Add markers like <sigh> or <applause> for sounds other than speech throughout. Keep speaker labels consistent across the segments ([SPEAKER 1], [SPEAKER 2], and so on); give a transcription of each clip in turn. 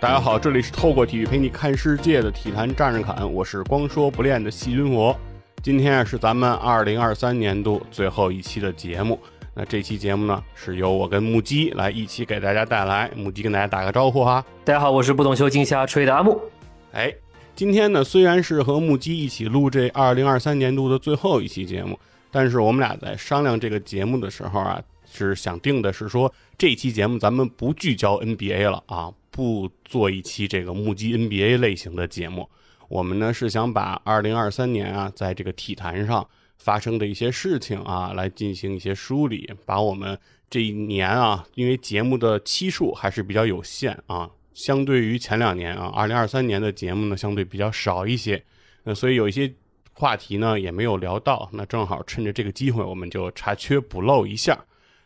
[SPEAKER 1] 大家好，这里是透过体育陪你看世界的体坛战士侃，我是光说不练的细菌佛。今天啊是咱们二零二三年度最后一期的节目，那这期节目呢是由我跟木鸡来一起给大家带来，木鸡跟大家打个招呼哈。
[SPEAKER 2] 大家好，我是不懂球金瞎吹的阿木。
[SPEAKER 1] 哎，今天呢虽然是和木鸡一起录这二零二三年度的最后一期节目，但是我们俩在商量这个节目的时候啊，是想定的是说这期节目咱们不聚焦 NBA 了啊，不做一期这个目击 NBA 类型的节目。我们呢是想把二零二三年啊，在这个体坛上发生的一些事情啊，来进行一些梳理，把我们这一年啊，因为节目的期数还是比较有限啊，相对于前两年啊，二零二三年的节目呢相对比较少一些，那所以有一些话题呢也没有聊到，那正好趁着这个机会，我们就查缺补漏一下。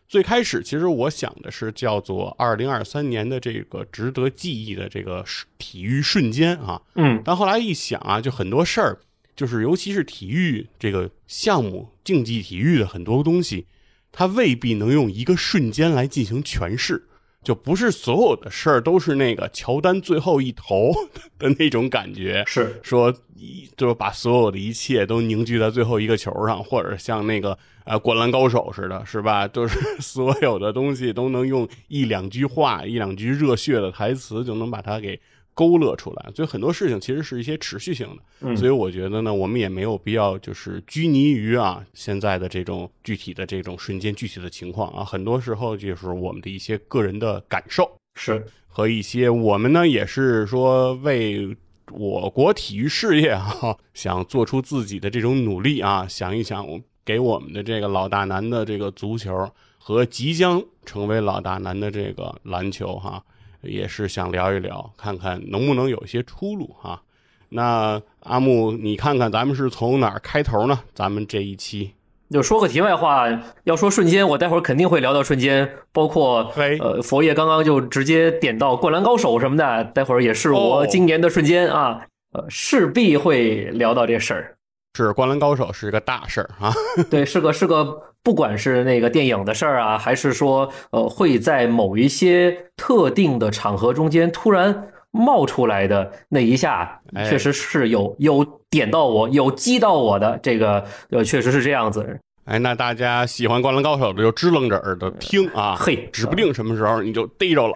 [SPEAKER 1] 最开始其实我想的是叫做二零二三年的这个值得记忆的这个瞬体育瞬间啊，
[SPEAKER 2] 嗯，
[SPEAKER 1] 但后来一想啊，就很多事儿，就是尤其是体育这个项目，竞技体育的很多东西，它未必能用一个瞬间来进行诠释，就不是所有的事儿都是那个乔丹最后一投 <laughs> 的那种感觉，
[SPEAKER 2] 是
[SPEAKER 1] 说一就是把所有的一切都凝聚在最后一个球上，或者像那个呃灌篮高手似的，是吧？就是所有的东西都能用一两句话、一两句热血的台词就能把它给勾勒出来。所以很多事情其实是一些持续性的。
[SPEAKER 2] 嗯
[SPEAKER 1] 所以我觉得呢，我们也没有必要就是拘泥于啊现在的这种具体的这种瞬间具体的情况啊，很多时候就是我们的一些个人的感受。
[SPEAKER 2] 是，
[SPEAKER 1] 和一些我们呢也是说为我国体育事业啊， <laughs> 想做出自己的这种努力啊，想一想我给我们的这个老大难的这个足球和即将成为老大难的这个篮球哈、也是想聊一聊，看看能不能有一些出路哈、那阿木，你看看咱们是从哪儿开头呢？咱们这一期，
[SPEAKER 2] 就说个题外话，要说瞬间，我待会儿肯定会聊到瞬间，包括
[SPEAKER 1] 嘿
[SPEAKER 2] 呃，佛爷刚刚就直接点到《灌篮高手》什么的，待会儿也是
[SPEAKER 1] 哦
[SPEAKER 2] 我今年的瞬间啊，呃，势必会聊到这事儿。
[SPEAKER 1] 是《灌篮高手》是个大事儿啊，
[SPEAKER 2] 对，是个是个，不管是那个电影的事儿啊，还是说呃会在某一些特定的场合中间突然冒出来的那一下，
[SPEAKER 1] 哎
[SPEAKER 2] 确实是有有点到我，有击到我的，这个呃确实是这样子。
[SPEAKER 1] 哎，那大家喜欢《灌篮高手》的就支棱着耳朵听啊，
[SPEAKER 2] 嘿
[SPEAKER 1] 指不定什么时候你就逮着了。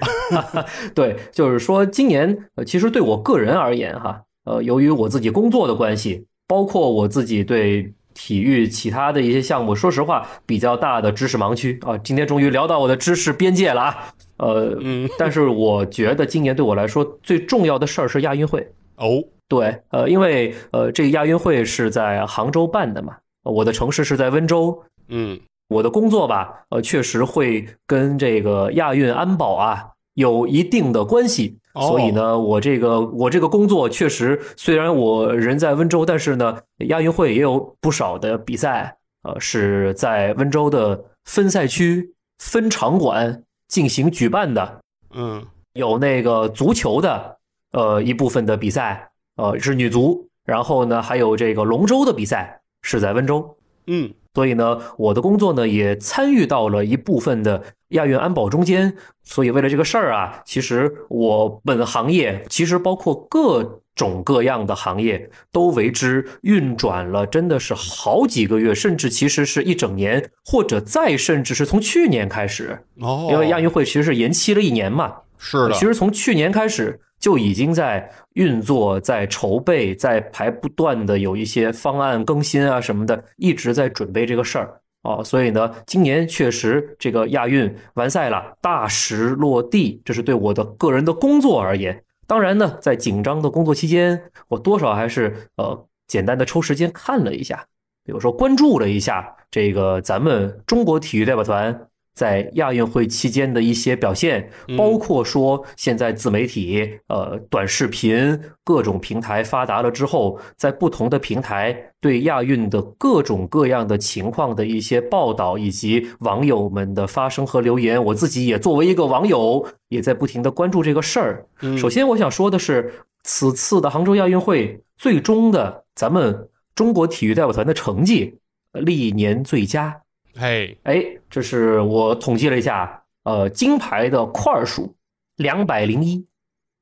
[SPEAKER 2] 对，就是说今年呃其实对我个人而言哈，呃由于我自己工作的关系，包括我自己对。体育其他的一些项目，说实话比较大的知识盲区啊。今天终于聊到我的知识边界了啊。呃，
[SPEAKER 1] <laughs> 嗯，
[SPEAKER 2] 但是我觉得今年对我来说最重要的事儿是亚运会。
[SPEAKER 1] 哦，
[SPEAKER 2] 对，呃，因为呃，这个亚运会是在杭州办的嘛，呃我的城市是在温州，
[SPEAKER 1] 嗯，
[SPEAKER 2] 我的工作吧，呃，确实会跟这个亚运安保啊有一定的关系。
[SPEAKER 1] 哦
[SPEAKER 2] 所以呢，我这个我这个工作确实，虽然我人在温州，但是呢，亚运会也有不少的比赛，呃，是在温州的分赛区、分场馆进行举办的。
[SPEAKER 1] 嗯，
[SPEAKER 2] 有那个足球的，呃，一部分的比赛，呃，是女足，然后呢，还有这个龙舟的比赛是在温州，
[SPEAKER 1] 嗯，
[SPEAKER 2] 所以呢，我的工作呢也参与到了一部分的亚运安保中间，所以为了这个事儿啊，其实我本行业，其实包括各种各样的行业都为之运转了，真的是好几个月，甚至其实是一整年，或者再甚至是从去年开始，
[SPEAKER 1] 哦，
[SPEAKER 2] 因为亚运会其实是延期了一年嘛，
[SPEAKER 1] 是的，
[SPEAKER 2] 其实从去年开始就已经在运作、在筹备、在排不断的有一些方案更新啊什么的，一直在准备这个事儿啊。所以呢，今年确实这个亚运完赛了，大石落地，这是对我的个人的工作而言。当然呢，在紧张的工作期间，我多少还是呃简单的抽时间看了一下，比如说关注了一下这个咱们中国体育代表团在亚运会期间的一些表现
[SPEAKER 1] 嗯，
[SPEAKER 2] 包括说现在自媒体、呃短视频各种平台发达了之后，在不同的平台对亚运的各种各样的情况的一些报道，以及网友们的发声和留言，我自己也作为一个网友，也在不停的关注这个事儿。
[SPEAKER 1] 嗯
[SPEAKER 2] 首先，我想说的是，此次的杭州亚运会最终的咱们中国体育代表团的成绩，呃历年最佳。
[SPEAKER 1] 嘿，
[SPEAKER 2] 哎，这是我统计了一下，呃，金牌的块数两百零一，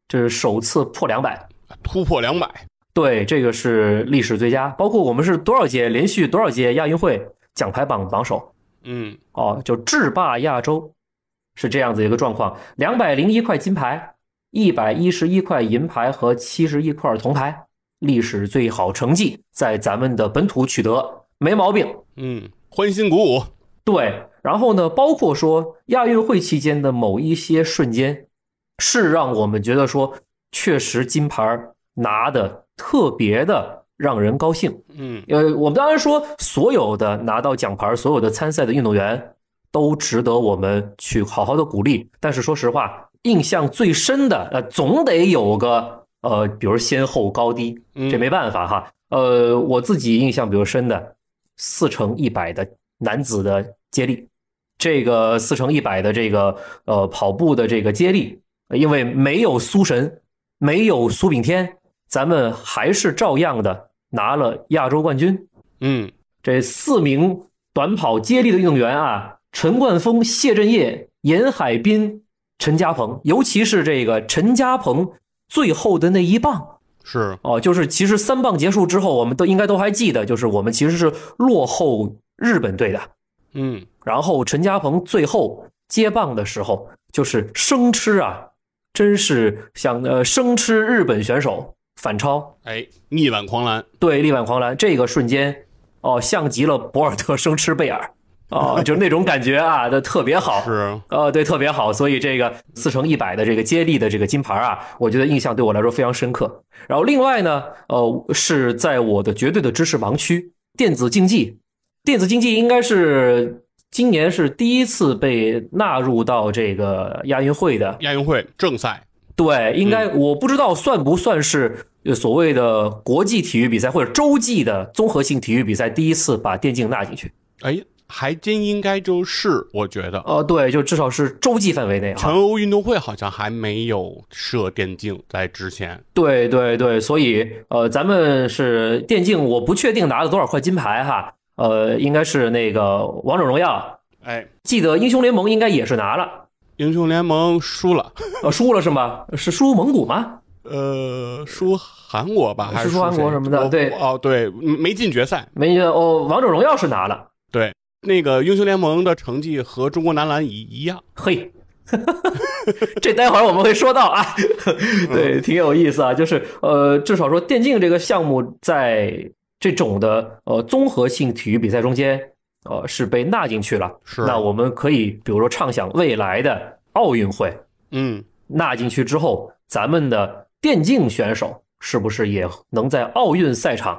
[SPEAKER 2] 这是首次破两百。
[SPEAKER 1] 突破两百，
[SPEAKER 2] 对，这个是历史最佳，包括我们是多少届连续多少届亚运会奖牌榜榜首
[SPEAKER 1] 嗯，
[SPEAKER 2] 哦，就制霸亚洲，是这样子一个状况：两百零一块金牌，一百一十一块银牌和七十一块铜牌，历史最好成绩在咱们的本土取得，没毛病。
[SPEAKER 1] 嗯，欢欣鼓舞，
[SPEAKER 2] 对，然后呢，包括说亚运会期间的某一些瞬间，是让我们觉得说，确实金牌儿拿的特别的让人高兴。
[SPEAKER 1] 嗯
[SPEAKER 2] 呃，我们当然说，所有的拿到奖牌儿、所有的参赛的运动员都值得我们去好好的鼓励。但是说实话，印象最深的，呃，总得有个呃，比如先后高低，
[SPEAKER 1] 嗯，
[SPEAKER 2] 这没办法哈。呃，我自己印象比较深的，四乘一百的男子的接力，这个四乘一百的这个呃跑步的这个接力，因为没有苏神，没有苏炳添，咱们还是照样的拿了亚洲冠军。
[SPEAKER 1] 嗯
[SPEAKER 2] 这四名短跑接力的运动员啊，陈冠峰、谢震业、严海滨、陈嘉鹏，尤其是这个陈嘉鹏最后的那一棒。
[SPEAKER 1] 是，
[SPEAKER 2] 哦，就是其实三棒结束之后，我们都应该都还记得，就是我们其实是落后日本队的。
[SPEAKER 1] 嗯
[SPEAKER 2] 然后陈嘉鹏最后接棒的时候，就是生吃啊，真是想呃生吃日本选手反超，
[SPEAKER 1] 哎，逆挽狂澜，
[SPEAKER 2] 对力挽狂澜这个瞬间，哦，像极了博尔特生吃贝尔，哦，就是那种感觉啊，的特别好。
[SPEAKER 1] <laughs> 是，
[SPEAKER 2] 呃，对，特别好，所以这个四乘一百的这个接力的这个金牌啊，我觉得印象对我来说非常深刻。然后另外呢，呃，是在我的绝对的知识盲区，电子竞技，电子竞技应该是今年是第一次被纳入到这个亚运会的，
[SPEAKER 1] 亚运会正赛，
[SPEAKER 2] 对，应该我不知道算不算是呃所谓的国际体育比赛或者洲际的综合性体育比赛第一次把电竞纳进去。
[SPEAKER 1] 哎，还真应该就是，我觉得
[SPEAKER 2] 呃，对，就至少是洲际范围内啊。
[SPEAKER 1] 全欧运动会好像还没有设电竞，在之前，
[SPEAKER 2] 对对对，所以呃，咱们是电竞，我不确定拿了多少块金牌哈，呃，应该是那个王者荣耀，
[SPEAKER 1] 哎，
[SPEAKER 2] 记得英雄联盟应该也是拿了，
[SPEAKER 1] 英雄联盟输了，
[SPEAKER 2] 呃，输了是吗？是输蒙古吗？
[SPEAKER 1] 呃，输韩国吧，还
[SPEAKER 2] 哦是输
[SPEAKER 1] 输
[SPEAKER 2] 韩国
[SPEAKER 1] 谁
[SPEAKER 2] 什么的
[SPEAKER 1] 我
[SPEAKER 2] 对
[SPEAKER 1] 哦，对，没进决赛。
[SPEAKER 2] 没哦，王者荣耀是拿了，
[SPEAKER 1] 那个英雄联盟的成绩和中国男篮一一样，
[SPEAKER 2] 嘿。 <laughs> 这待会儿我们会说到啊，对，挺有意思啊，就是呃，至少说电竞这个项目在这种的呃综合性体育比赛中间，呃是被纳进去了。
[SPEAKER 1] 是，
[SPEAKER 2] 那我们可以比如说畅想未来的奥运会
[SPEAKER 1] 嗯，
[SPEAKER 2] 纳进去之后，咱们的电竞选手是不是也能在奥运赛场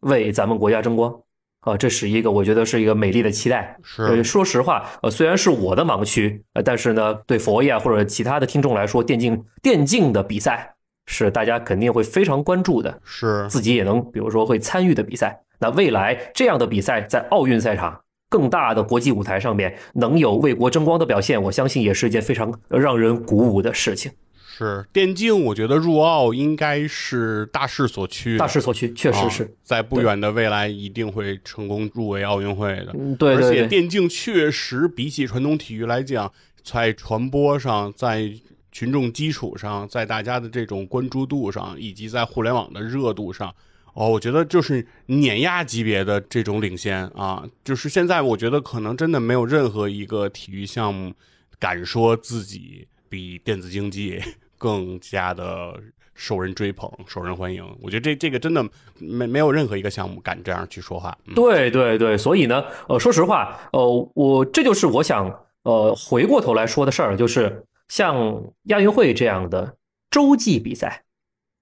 [SPEAKER 2] 为咱们国家争光？啊，这是一个我觉得是一个美丽的期待。呃，
[SPEAKER 1] 是，
[SPEAKER 2] 说实话，呃，虽然是我的盲区，呃，但是呢，对佛爷啊或者其他的听众来说，电竞电竞的比赛是大家肯定会非常关注的，
[SPEAKER 1] 是，
[SPEAKER 2] 自己也能比如说会参与的比赛。那未来这样的比赛在奥运赛场更大的国际舞台上面能有为国争光的表现，我相信也是一件非常让人鼓舞的事情，
[SPEAKER 1] 是。电竞，我觉得入奥应该是大势所趋的，
[SPEAKER 2] 大势所趋，确实
[SPEAKER 1] 啊
[SPEAKER 2] 是。
[SPEAKER 1] 在不远的未来一定会成功入围奥运会的。
[SPEAKER 2] 嗯，对
[SPEAKER 1] 而且
[SPEAKER 2] 对对，
[SPEAKER 1] 电竞确实比起传统体育来讲，在传播上，在群众基础上，在大家的这种关注度上，以及在互联网的热度上，哦，我觉得就是碾压级别的这种领先啊！就是现在，我觉得可能真的没有任何一个体育项目敢说自己比电子竞技更加的。受人追捧，受人欢迎，我觉得这这个真的没没有任何一个项目敢这样去说话。嗯
[SPEAKER 2] 对对对，所以呢，呃，说实话，呃，我这就是我想，呃，回过头来说的事儿，就是像亚运会这样的洲际比赛，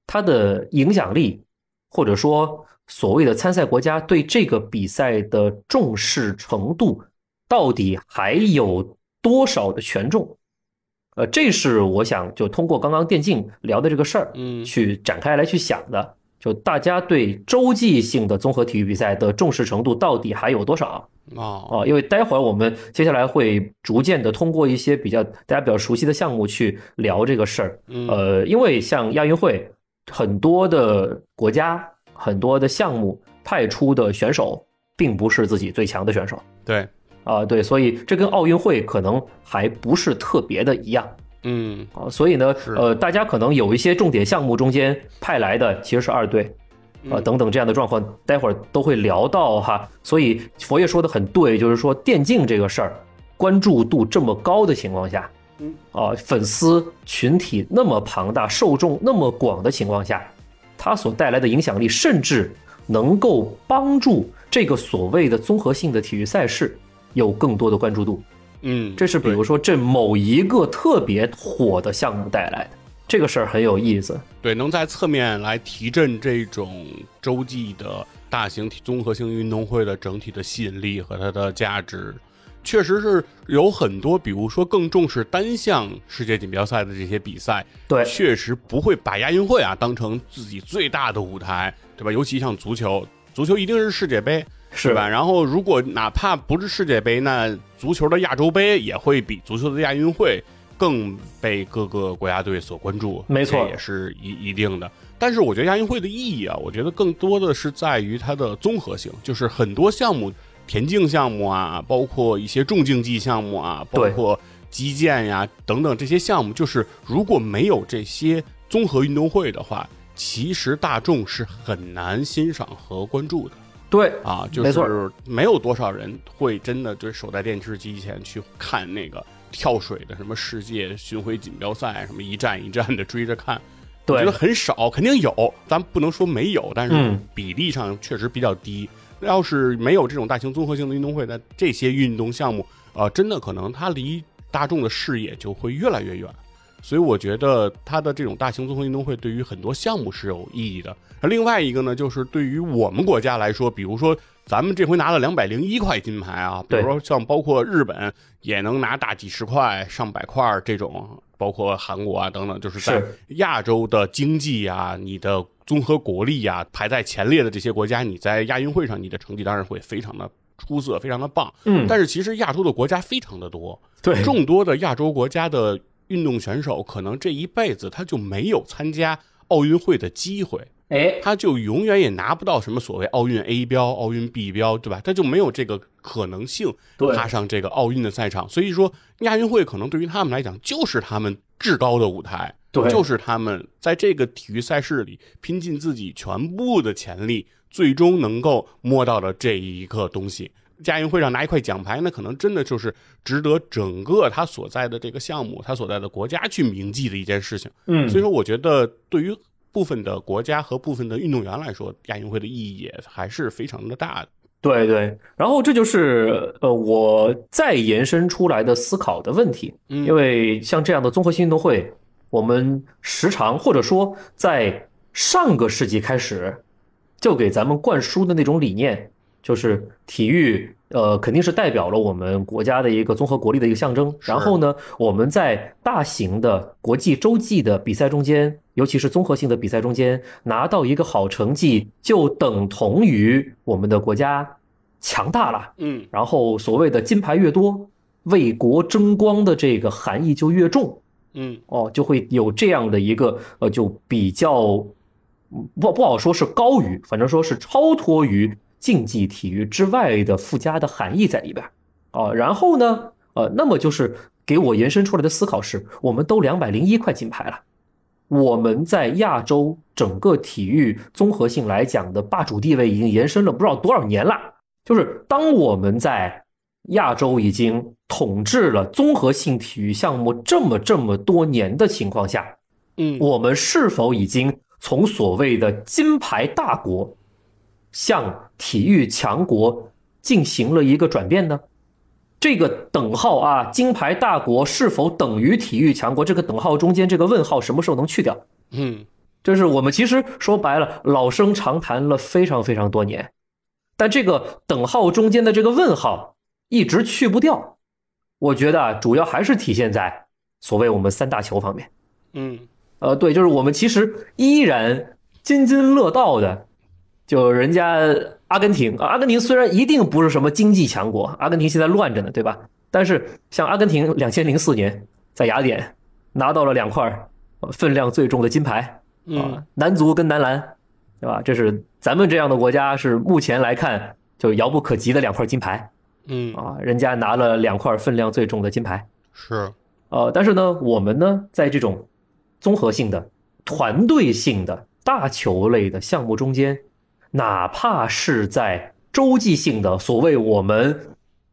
[SPEAKER 2] 它的影响力，或者说所谓的参赛国家对这个比赛的重视程度，到底还有多少的权重？呃，这是我想就通过刚刚电竞聊的这个事儿，
[SPEAKER 1] 嗯
[SPEAKER 2] 去展开来去想的，就大家对洲际性的综合体育比赛的重视程度到底还有多少
[SPEAKER 1] 哦，
[SPEAKER 2] 啊？因为待会儿我们接下来会逐渐的通过一些比较大家比较熟悉的项目去聊这个事儿。
[SPEAKER 1] 嗯
[SPEAKER 2] 呃，因为像亚运会，很多的国家、很多的项目派出的选手并不是自己最强的选手
[SPEAKER 1] 对，
[SPEAKER 2] 啊，对，所以这跟奥运会可能还不是特别的一样。
[SPEAKER 1] 嗯
[SPEAKER 2] 啊，所以呢
[SPEAKER 1] 是，
[SPEAKER 2] 呃，大家可能有一些重点项目中间派来的其实是二队，啊、
[SPEAKER 1] 嗯
[SPEAKER 2] 等等这样的状况，待会儿都会聊到哈。所以佛爷说的很对，就是说电竞这个事儿，关注度这么高的情况下，
[SPEAKER 1] 嗯，
[SPEAKER 2] 啊、粉丝群体那么庞大，受众那么广的情况下，它所带来的影响力，甚至能够帮助这个所谓的综合性的体育赛事有更多的关注度。
[SPEAKER 1] 嗯，
[SPEAKER 2] 这是比如说这某一个特别火的项目带来的，这个事儿很有意思。
[SPEAKER 1] 对对能在侧面来提振这种洲际的大型体综合性运动会的整体的吸引力和它的价值。确实是有很多，比如说更重视单项世界锦标赛的这些比赛，
[SPEAKER 2] 对，
[SPEAKER 1] 确实不会把亚运会啊当成自己最大的舞台，对吧？尤其像足球，足球一定是世界杯，
[SPEAKER 2] 是
[SPEAKER 1] 吧？？然后如果哪怕不是世界杯，那足球的亚洲杯也会比足球的亚运会更被各个国家队所关注，
[SPEAKER 2] 没错
[SPEAKER 1] 这也是一一定的。但是我觉得亚运会的意义啊，我觉得更多的是在于它的综合性，就是很多项目，田径项目啊，包括一些重竞技项目啊，包
[SPEAKER 2] 对
[SPEAKER 1] 括击剑呀、等等这些项目，就是如果没有这些综合运动会的话，其实大众是很难欣赏和关注的。
[SPEAKER 2] 对，
[SPEAKER 1] 啊，就
[SPEAKER 2] 没错
[SPEAKER 1] 是没有多少人会真的对守在电视机前去看那个跳水的什么世界巡回锦标赛，什么一站一站的追着看。我觉
[SPEAKER 2] 对
[SPEAKER 1] 得，很少，肯定有，咱不能说没有，但是
[SPEAKER 2] 嗯
[SPEAKER 1] 比例上确实比较低。那要是没有这种大型综合性的运动会，那这些运动项目，呃，真的可能它离大众的视野就会越来越远。所以我觉得它的这种大型综合运动会对于很多项目是有意义的。而另外一个呢，就是对于我们国家来说，比如说咱们这回拿了两百零一块金牌啊，比如
[SPEAKER 2] 对
[SPEAKER 1] 说像包括日本也能拿大几十块、上百块这种，包括韩国啊等等，就是在
[SPEAKER 2] 是
[SPEAKER 1] 亚洲的经济啊，你的综合国力啊，排在前列的这些国家，你在亚运会上你的成绩当然会非常的出色，非常的棒。
[SPEAKER 2] 嗯，
[SPEAKER 1] 但是其实亚洲的国家非常的多，
[SPEAKER 2] 对，
[SPEAKER 1] 众多的亚洲国家的运动选手，可能这一辈子他就没有参加奥运会的机会，
[SPEAKER 2] 哎，
[SPEAKER 1] 他就永远也拿不到什么所谓奥运 A 标、奥运 B 标，对吧？他就没有这个可能性
[SPEAKER 2] 对
[SPEAKER 1] 踏上这个奥运的赛场。所以说，亚运会可能对于他们来讲，就是他们至高的舞台，
[SPEAKER 2] 对
[SPEAKER 1] 就是他们在这个体育赛事里拼尽自己全部的潜力，最终能够摸到的这一个东西。亚运会上拿一块奖牌，那可能真的就是值得整个他所在的这个项目、他所在的国家去铭记的一件事情。
[SPEAKER 2] 嗯，
[SPEAKER 1] 所以说，我觉得对于部分的国家和部分的运动员来说，亚运会的意义也还是非常的大的。
[SPEAKER 2] 对对，然后这就是呃我再延伸出来的思考的问题，
[SPEAKER 1] 嗯
[SPEAKER 2] 因为像这样的综合性运动会，我们时常或者说在上个世纪开始就给咱们灌输的那种理念，就是体育呃肯定是代表了我们国家的一个综合国力的一个象征。
[SPEAKER 1] 是
[SPEAKER 2] 然后呢，我们在大型的国际洲际的比赛中间，尤其是综合性的比赛中间，拿到一个好成绩，就等同于我们的国家强大了。
[SPEAKER 1] 嗯
[SPEAKER 2] 然后所谓的金牌越多，为国争光的这个含义就越重。
[SPEAKER 1] 嗯
[SPEAKER 2] 哦，就会有这样的一个呃，就比较嗯不不好说是高于，反正说是超脱于竞技体育之外的附加的含义在里边儿哦。然后呢，呃，那么就是给我延伸出来的思考是，我们都两百零一块金牌了，我们在亚洲整个体育综合性来讲的霸主地位已经延伸了不知道多少年了。就是当我们在亚洲已经统治了综合性体育项目这么这么多年的情况下，
[SPEAKER 1] 嗯，
[SPEAKER 2] 我们是否已经从所谓的金牌大国向体育强国进行了一个转变呢？这个等号啊，金牌大国是否等于体育强国？这个等号中间这个问号什么时候能去掉？
[SPEAKER 1] 嗯
[SPEAKER 2] 这是我们其实说白了，老生常谈了非常非常多年，但这个等号中间的这个问号一直去不掉。我觉得啊，主要还是体现在所谓我们三大球方面。
[SPEAKER 1] 嗯
[SPEAKER 2] 呃，对，就是我们其实依然津津乐道的，就人家阿根廷，啊阿根廷虽然一定不是什么经济强国，阿根廷现在乱着呢，对吧？但是像阿根廷两千零四年在雅典拿到了两块儿呃分量最重的金牌，
[SPEAKER 1] 嗯
[SPEAKER 2] 啊，男足跟男篮，对吧？这是咱们这样的国家是目前来看就遥不可及的两块金牌
[SPEAKER 1] 嗯，
[SPEAKER 2] 啊，人家拿了两块分量最重的金牌
[SPEAKER 1] 是
[SPEAKER 2] 呃，但是呢，我们呢，在这种综合性的、团队性的大球类的项目中间，哪怕是在洲际性的所谓我们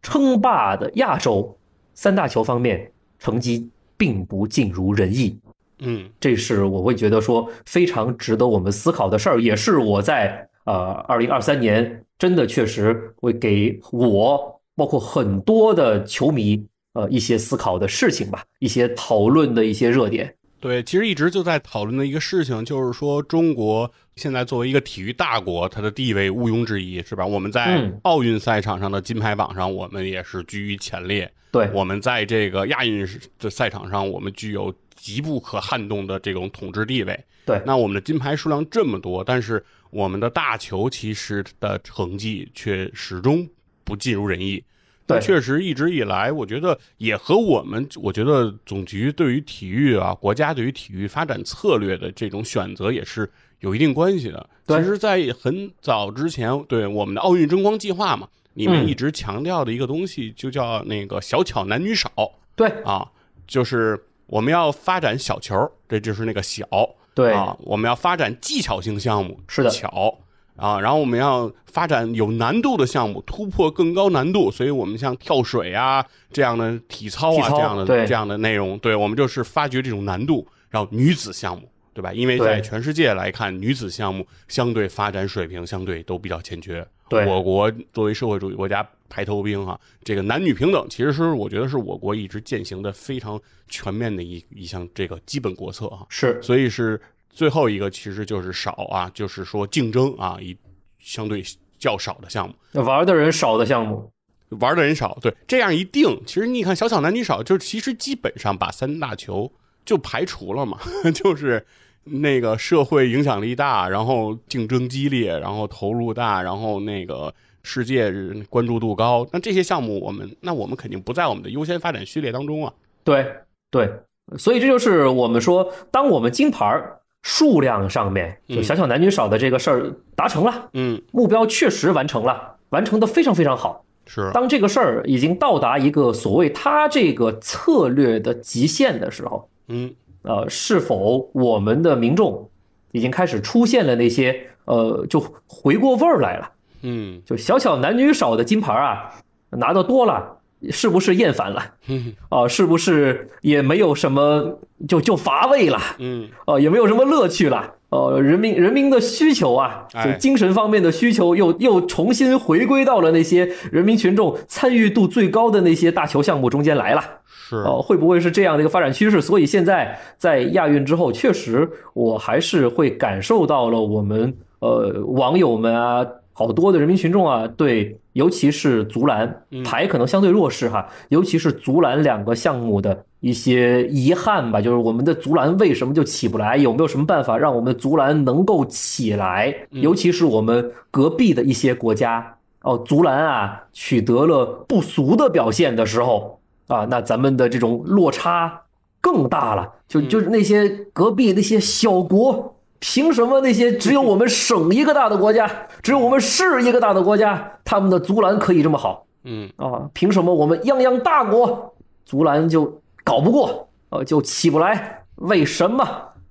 [SPEAKER 2] 称霸的亚洲三大球方面，成绩并不尽如人意。
[SPEAKER 1] 嗯
[SPEAKER 2] 这是我会觉得说非常值得我们思考的事儿，也是我在呃二零二三年真的确实会给我包括很多的球迷呃一些思考的事情吧，一些讨论的一些热点。
[SPEAKER 1] 对，其实一直就在讨论的一个事情，就是说中国现在作为一个体育大国，它的地位毋庸置疑，是吧？我们在
[SPEAKER 2] 嗯
[SPEAKER 1] 奥运赛场上的金牌榜上，我们也是居于前列；
[SPEAKER 2] 对，
[SPEAKER 1] 我们在这个亚运的赛场上，我们具有极不可撼动的这种统治地位。
[SPEAKER 2] 对
[SPEAKER 1] 那我们的金牌数量这么多，但是我们的大球其实的成绩却始终不尽如人意。
[SPEAKER 2] 对
[SPEAKER 1] 那确实一直以来，我觉得也和我们，我觉得总局对于体育啊，国家对于体育发展策略的这种选择也是有一定关系的。
[SPEAKER 2] 对
[SPEAKER 1] 其实，在很早之前，对我们的奥运争光计划嘛，里面
[SPEAKER 2] 嗯
[SPEAKER 1] 一直强调的一个东西，就叫那个小巧男女少
[SPEAKER 2] 对
[SPEAKER 1] 啊，就是我们要发展小球，这就是那个小。
[SPEAKER 2] 对
[SPEAKER 1] 啊，我们要发展技巧性项目，
[SPEAKER 2] 是的
[SPEAKER 1] 巧啊，然后我们要发展有难度的项目，突破更高难度，所以我们像跳水啊这样的体操啊
[SPEAKER 2] 体操
[SPEAKER 1] 这样的
[SPEAKER 2] 对
[SPEAKER 1] 这样的内容，对我们就是发掘这种难度，然后女子项目。对吧？因为在
[SPEAKER 2] 对
[SPEAKER 1] 全世界来看，女子项目相对发展水平相对都比较欠缺。
[SPEAKER 2] 对
[SPEAKER 1] 我国作为社会主义国家排头兵啊，这个男女平等其实是我觉得是我国一直践行的非常全面的一一项这个基本国策啊。
[SPEAKER 2] 是
[SPEAKER 1] 所以是最后一个其实就是少啊，就是说竞争啊，一相对较少的项目，
[SPEAKER 2] 玩的人少的项目。
[SPEAKER 1] 玩的人少，对，这样一定，其实你看小小男女少，就其实基本上把三大球就排除了嘛， <laughs> 就是。那个社会影响力大，然后竞争激烈，然后投入大，然后那个世界关注度高，那这些项目我们，那我们肯定不在我们的优先发展序列当中啊。
[SPEAKER 2] 对对，所以这就是我们说，当我们金牌儿数量上面就小小男女少的这个事儿达成了，
[SPEAKER 1] 嗯，
[SPEAKER 2] 目标确实完成了，完成的非常非常好。
[SPEAKER 1] 是，
[SPEAKER 2] 当这个事儿已经到达一个所谓他这个策略的极限的时候，
[SPEAKER 1] 嗯，
[SPEAKER 2] 呃，是否我们的民众已经开始出现了那些呃，就回过味儿来了？
[SPEAKER 1] 嗯， <laughs>
[SPEAKER 2] 就小小男女少的金牌啊，拿的多了，是不是厌烦了？
[SPEAKER 1] 嗯， <laughs>
[SPEAKER 2] 啊、是不是也没有什么就就乏味了？
[SPEAKER 1] 嗯，
[SPEAKER 2] 呃，也没有什么乐趣了。呃，人民人民的需求啊，就
[SPEAKER 1] 哎
[SPEAKER 2] 精神方面的需求又又重新回归到了那些人民群众参与度最高的那些大球项目中间来了。
[SPEAKER 1] 是，
[SPEAKER 2] 哦、会不会是这样的一个发展趋势？所以现在在亚运之后，确实我还是会感受到了我们呃网友们啊，好多的人民群众啊，对，尤其是足篮
[SPEAKER 1] 嗯
[SPEAKER 2] 排可能相对弱势哈，尤其是足篮两个项目的一些遗憾吧，就是我们的足篮为什么就起不来？有没有什么办法让我们的足篮能够起来？
[SPEAKER 1] 嗯
[SPEAKER 2] 尤其是我们隔壁的一些国家。哦，足篮啊取得了不俗的表现的时候啊，那咱们的这种落差更大了。就就是那些隔壁那些小国，凭什么那些只有我们省一个大的国家，只有我们市一个大的国家，他们的足篮可以这么好？
[SPEAKER 1] 嗯，
[SPEAKER 2] 啊，凭什么我们泱泱大国足篮就搞不过，呃，就起不来？为什么？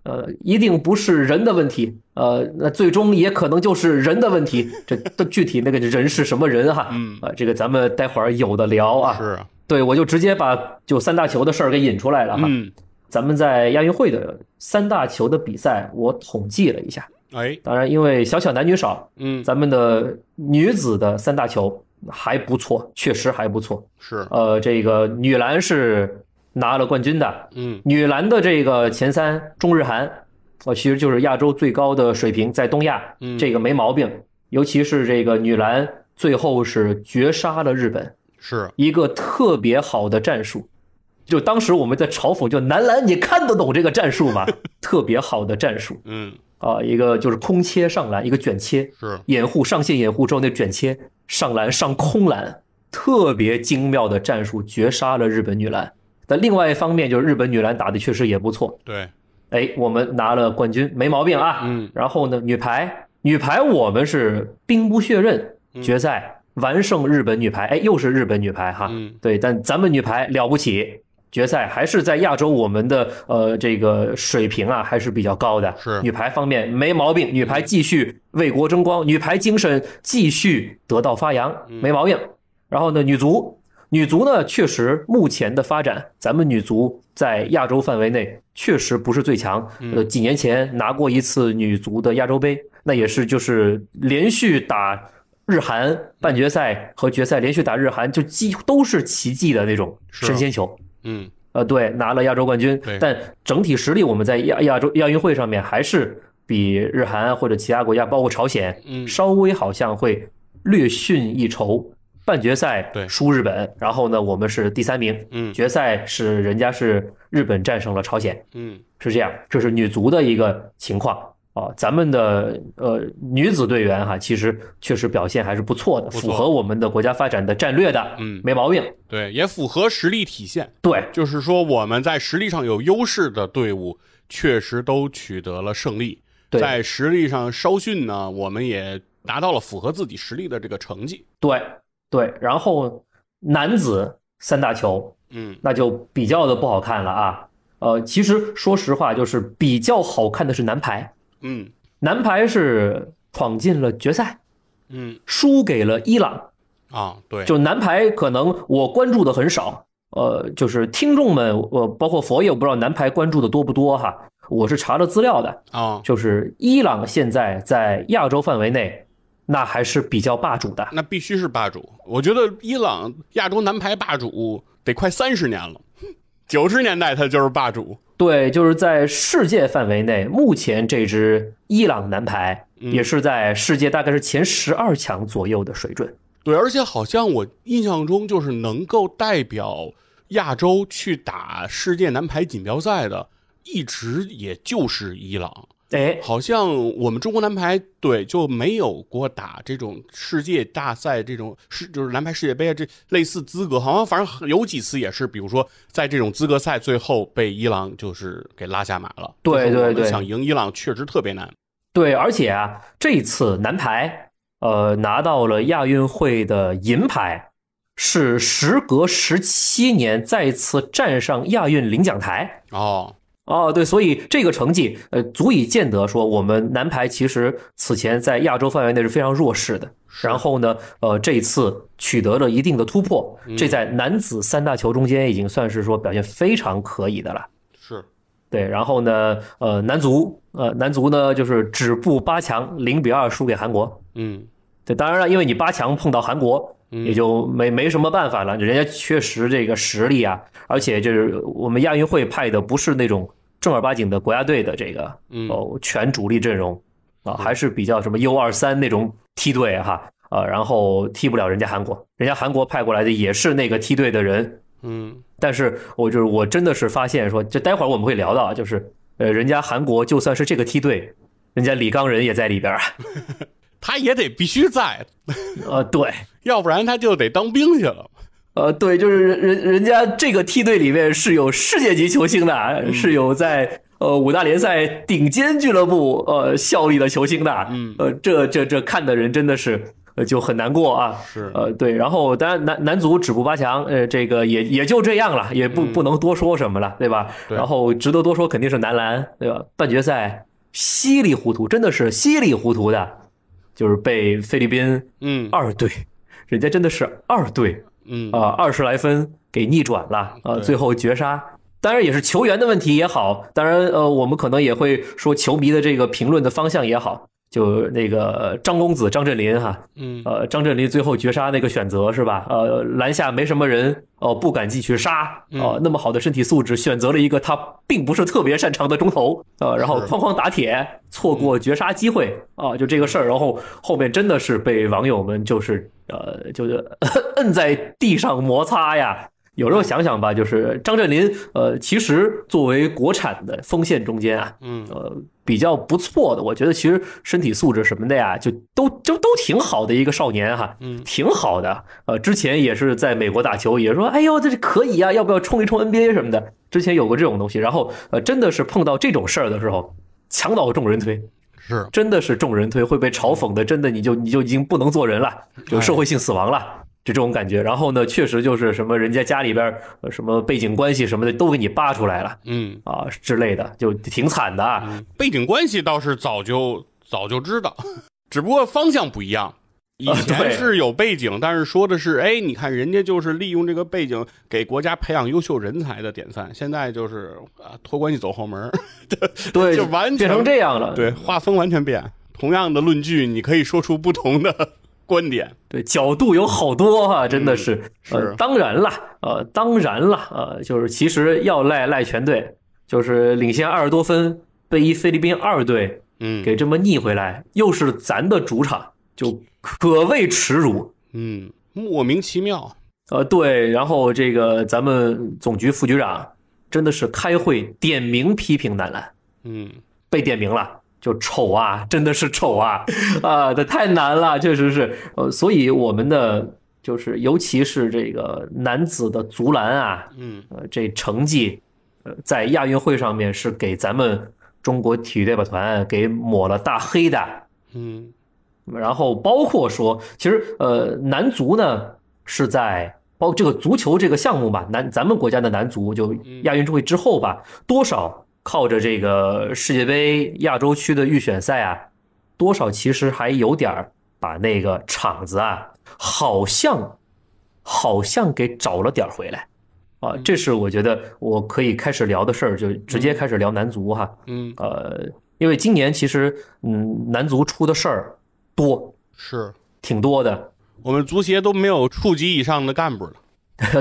[SPEAKER 2] 呃，一定不是人的问题，呃，那最终也可能就是人的问题。这这具体那个人是什么人哈？
[SPEAKER 1] 嗯
[SPEAKER 2] 啊，这个咱们待会儿有的聊啊。
[SPEAKER 1] 是，
[SPEAKER 2] 对，我就直接把就三大球的事儿给引出来了哈。
[SPEAKER 1] 嗯，
[SPEAKER 2] 咱们在亚运会的三大球的比赛，我统计了一下，
[SPEAKER 1] 哎，
[SPEAKER 2] 当然因为小小男女少，
[SPEAKER 1] 嗯，
[SPEAKER 2] 咱们的女子的三大球还不错，确实还不错。
[SPEAKER 1] 是，
[SPEAKER 2] 呃，这个女篮是拿了冠军的，
[SPEAKER 1] 嗯
[SPEAKER 2] 女篮的这个前三中日韩，呃，其实就是亚洲最高的水平，在东亚
[SPEAKER 1] 嗯，
[SPEAKER 2] 这个没毛病。尤其是这个女篮最后是绝杀了日本，
[SPEAKER 1] 是，
[SPEAKER 2] 一个特别好的战术。就当时我们在嘲讽，就男篮你看得懂这个战术吗？特别好的战术
[SPEAKER 1] 嗯
[SPEAKER 2] 啊、一个就是空切上篮，一个卷切，
[SPEAKER 1] 是，
[SPEAKER 2] 掩护上线掩护之后那卷切上篮上空篮，特别精妙的战术绝杀了日本女篮。但另外一方面就是日本女篮打的确实也不错，
[SPEAKER 1] 对，
[SPEAKER 2] 哎，我们拿了冠军没毛病啊。
[SPEAKER 1] 嗯
[SPEAKER 2] 然后呢，女排女排我们是兵不血刃，决赛完胜日本女排，哎，又是日本女排哈。
[SPEAKER 1] 嗯
[SPEAKER 2] 对，但咱们女排了不起，决赛还是在亚洲，我们的呃这个水平啊还是比较高的。
[SPEAKER 1] 是
[SPEAKER 2] 女排方面没毛病，女排继续为国争光，女排精神继续得到发扬，没毛病。然后呢，女足，女足呢确实目前的发展，咱们女足在亚洲范围内确实不是最强。
[SPEAKER 1] 嗯
[SPEAKER 2] 呃，几年前拿过一次女足的亚洲杯，那也是就是连续打。日韩半决赛和决赛连续打日韩，就几乎都是奇迹的那种
[SPEAKER 1] 是
[SPEAKER 2] 神仙球。
[SPEAKER 1] 嗯，
[SPEAKER 2] 呃，对，拿了亚洲冠军
[SPEAKER 1] 对，
[SPEAKER 2] 但整体实力我们在亚亚洲亚运会上面还是比日韩或者其他国家，包括朝鲜，
[SPEAKER 1] 嗯
[SPEAKER 2] 稍微好像会略逊一筹。半决赛
[SPEAKER 1] 对
[SPEAKER 2] 输日本，然后呢，我们是第三名。
[SPEAKER 1] 嗯
[SPEAKER 2] 决赛是人家是日本战胜了朝鲜，
[SPEAKER 1] 嗯
[SPEAKER 2] 是这样，这是女足的一个情况啊。咱们的呃女子队员哈、其实确实表现还是不错的，
[SPEAKER 1] 不错
[SPEAKER 2] 符合我们的国家发展的战略的，
[SPEAKER 1] 嗯
[SPEAKER 2] 没毛病。
[SPEAKER 1] 对，也符合实力体现。
[SPEAKER 2] 对，
[SPEAKER 1] 就是说我们在实力上有优势的队伍，确实都取得了胜利。
[SPEAKER 2] 对
[SPEAKER 1] 在实力上稍逊呢，我们也达到了符合自己实力的这个成绩。
[SPEAKER 2] 对对，然后男子三大球
[SPEAKER 1] 嗯
[SPEAKER 2] 那就比较的不好看了啊。呃，其实说实话，就是比较好看的是男排，
[SPEAKER 1] 嗯
[SPEAKER 2] 男排是闯进了决赛，
[SPEAKER 1] 嗯
[SPEAKER 2] 输给了伊朗。
[SPEAKER 1] 啊，对，
[SPEAKER 2] 就男排可能我关注的很少，呃，就是听众们，呃，包括佛爷，我不知道男排关注的多不多哈。我是查了资料的，
[SPEAKER 1] 啊，
[SPEAKER 2] 就是伊朗现在在亚洲范围内，那还是比较霸主的。
[SPEAKER 1] 那必须是霸主。我觉得伊朗亚洲男排霸主得快三十年了，九十年代他就是霸主。
[SPEAKER 2] 对，就是在世界范围内，目前这支伊朗男排也是在世界大概是前十二强左右的水准。
[SPEAKER 1] 对，而且好像我印象中就是能够代表亚洲去打世界男排锦标赛的，一直也就是伊朗。
[SPEAKER 2] 哎，
[SPEAKER 1] 好像我们中国男排对就没有过打这种世界大赛这种是就是男排世界杯啊这类似资格，好像反正有几次也是，比如说在这种资格赛最后被伊朗就是给拉下马了。
[SPEAKER 2] 对
[SPEAKER 1] 就是我们
[SPEAKER 2] 对对
[SPEAKER 1] 想赢伊朗确实特别难。
[SPEAKER 2] 对，而且啊，这一次男排呃拿到了亚运会的银牌，是时隔十七年再次站上亚运领奖台。
[SPEAKER 1] 哦，
[SPEAKER 2] 哦，对，所以这个成绩，呃，足以见得说我们男排其实此前在亚洲范围内是非常弱势的。然后呢，呃，这一次取得了一定的突破，这在男子三大球中间已经算是说表现非常可以的了。
[SPEAKER 1] 是
[SPEAKER 2] 对，然后呢，呃，男足，呃，男足呢就是止步八强，零比二输给韩国。
[SPEAKER 1] 嗯
[SPEAKER 2] 对，当然了，因为你八强碰到韩国，
[SPEAKER 1] 嗯
[SPEAKER 2] 也就没没什么办法了。人家确实这个实力啊，而且就是我们亚运会派的不是那种正儿八经的国家队的这个
[SPEAKER 1] 嗯
[SPEAKER 2] 哦全主力阵容啊，还是比较什么 U 二三那种梯队哈啊，然后踢不了人家韩国，人家韩国派过来的也是那个梯队的人，
[SPEAKER 1] 嗯
[SPEAKER 2] 但是我就是我真的是发现说，这待会儿我们会聊到啊，就是呃，人家韩国就算是这个梯队，人家李刚仁也在里边儿啊，
[SPEAKER 1] 他也得必须在，
[SPEAKER 2] 呃，对，
[SPEAKER 1] 要不然他就得当兵去了。
[SPEAKER 2] <laughs> 呃，对，就是人人人家这个梯队里面是有世界级球星的啊，是有在呃五大联赛顶尖俱乐部呃效力的球星的啊，
[SPEAKER 1] 嗯
[SPEAKER 2] 呃，这这这看的人真的是。呃，就很难过啊，
[SPEAKER 1] 是
[SPEAKER 2] 呃，对，然后当然男男足止步八强，呃，这个也也就这样了，也不不能多说什么了，对吧？
[SPEAKER 1] 嗯对
[SPEAKER 2] 然后值得多说肯定是男篮，对吧？半决赛稀里糊涂，真的是稀里糊涂的，就是被菲律宾
[SPEAKER 1] 嗯
[SPEAKER 2] 二队，人家真的是二队
[SPEAKER 1] 嗯
[SPEAKER 2] 啊，二十来分给逆转了，呃，
[SPEAKER 1] 对
[SPEAKER 2] 最后绝杀。当然也是球员的问题也好，当然呃，我们可能也会说球迷的这个评论的方向也好，就那个张公子张镇麟哈，
[SPEAKER 1] 嗯
[SPEAKER 2] 呃，张镇麟最后绝杀那个选择是吧？呃，篮下没什么人，哦、不敢进去杀，
[SPEAKER 1] 嗯
[SPEAKER 2] 呃，那么好的身体素质，选择了一个他并不是特别擅长的中投，呃，然后
[SPEAKER 1] 是
[SPEAKER 2] 哐哐打铁，错过绝杀机会啊、就这个事儿，然后后面真的是被网友们就是呃，就是 <laughs> 摁在地上摩擦呀。有时候想想吧，就是张镇麟，呃，其实作为国产的锋线中间啊，
[SPEAKER 1] 嗯
[SPEAKER 2] 呃比较不错的，我觉得其实身体素质什么的呀，就都都都挺好的一个少年哈，
[SPEAKER 1] 嗯
[SPEAKER 2] 挺好的。呃，之前也是在美国打球，也说哎呦这是可以呀、要不要冲一冲 NBA 什么的？之前有过这种东西，然后呃真的是碰到这种事儿的时候，墙倒众人推，
[SPEAKER 1] 是哎
[SPEAKER 2] 真的是众人推会被嘲讽的，真的你就你就已经不能做人了，就社会性死亡了。就这种感觉。然后呢，确实就是什么人家家里边儿呃什么背景关系什么的都给你扒出来了
[SPEAKER 1] 嗯，
[SPEAKER 2] 啊之类的，就挺惨的啊。
[SPEAKER 1] 嗯背景关系倒是早就早就知道，只不过方向不一样。以前
[SPEAKER 2] 啊对
[SPEAKER 1] 是有背景，但是说的是，哎，你看人家就是利用这个背景给国家培养优秀人才的典范，现在就是啊托关系走后门儿， <laughs>
[SPEAKER 2] 对，
[SPEAKER 1] 就完全
[SPEAKER 2] 变成这样了。
[SPEAKER 1] 对，画风完全变。同样的论据，你可以说出不同的 <laughs> 观点。
[SPEAKER 2] 对，角度有好多哈、真的是。
[SPEAKER 1] 嗯是
[SPEAKER 2] 呃，当然了，呃，当然了，呃，就是其实要赖赖全队，就是领先二十多分被一菲律宾二队
[SPEAKER 1] 嗯
[SPEAKER 2] 给这么逆回来，又是咱的主场，就可谓耻辱。
[SPEAKER 1] 嗯，莫名其妙。
[SPEAKER 2] 呃，对，然后这个咱们总局副局长真的是开会点名批评男篮。
[SPEAKER 1] 嗯，
[SPEAKER 2] 被点名了。就丑啊，真的是丑啊，啊，这太难了，确实是，呃，所以我们的就是，尤其是这个男子的足篮啊，
[SPEAKER 1] 嗯，
[SPEAKER 2] 呃，这成绩，呃，在亚运会上面是给咱们中国体育代表团给抹了大黑的，
[SPEAKER 1] 嗯
[SPEAKER 2] 然后包括说，其实呃，男足呢是在包这个足球这个项目吧，男咱们国家的男足就亚运会之后吧，多少靠着这个世界杯亚洲区的预选赛啊，多少其实还有点儿把那个场子啊，好像好像给找了点儿回来。啊，这是我觉得我可以开始聊的事儿，就直接开始聊男足哈。
[SPEAKER 1] 嗯，
[SPEAKER 2] 呃，因为今年其实嗯，男足出的事儿多，
[SPEAKER 1] 是
[SPEAKER 2] 挺多的。 <laughs>
[SPEAKER 1] 我们足协都没有处级以上的干部了。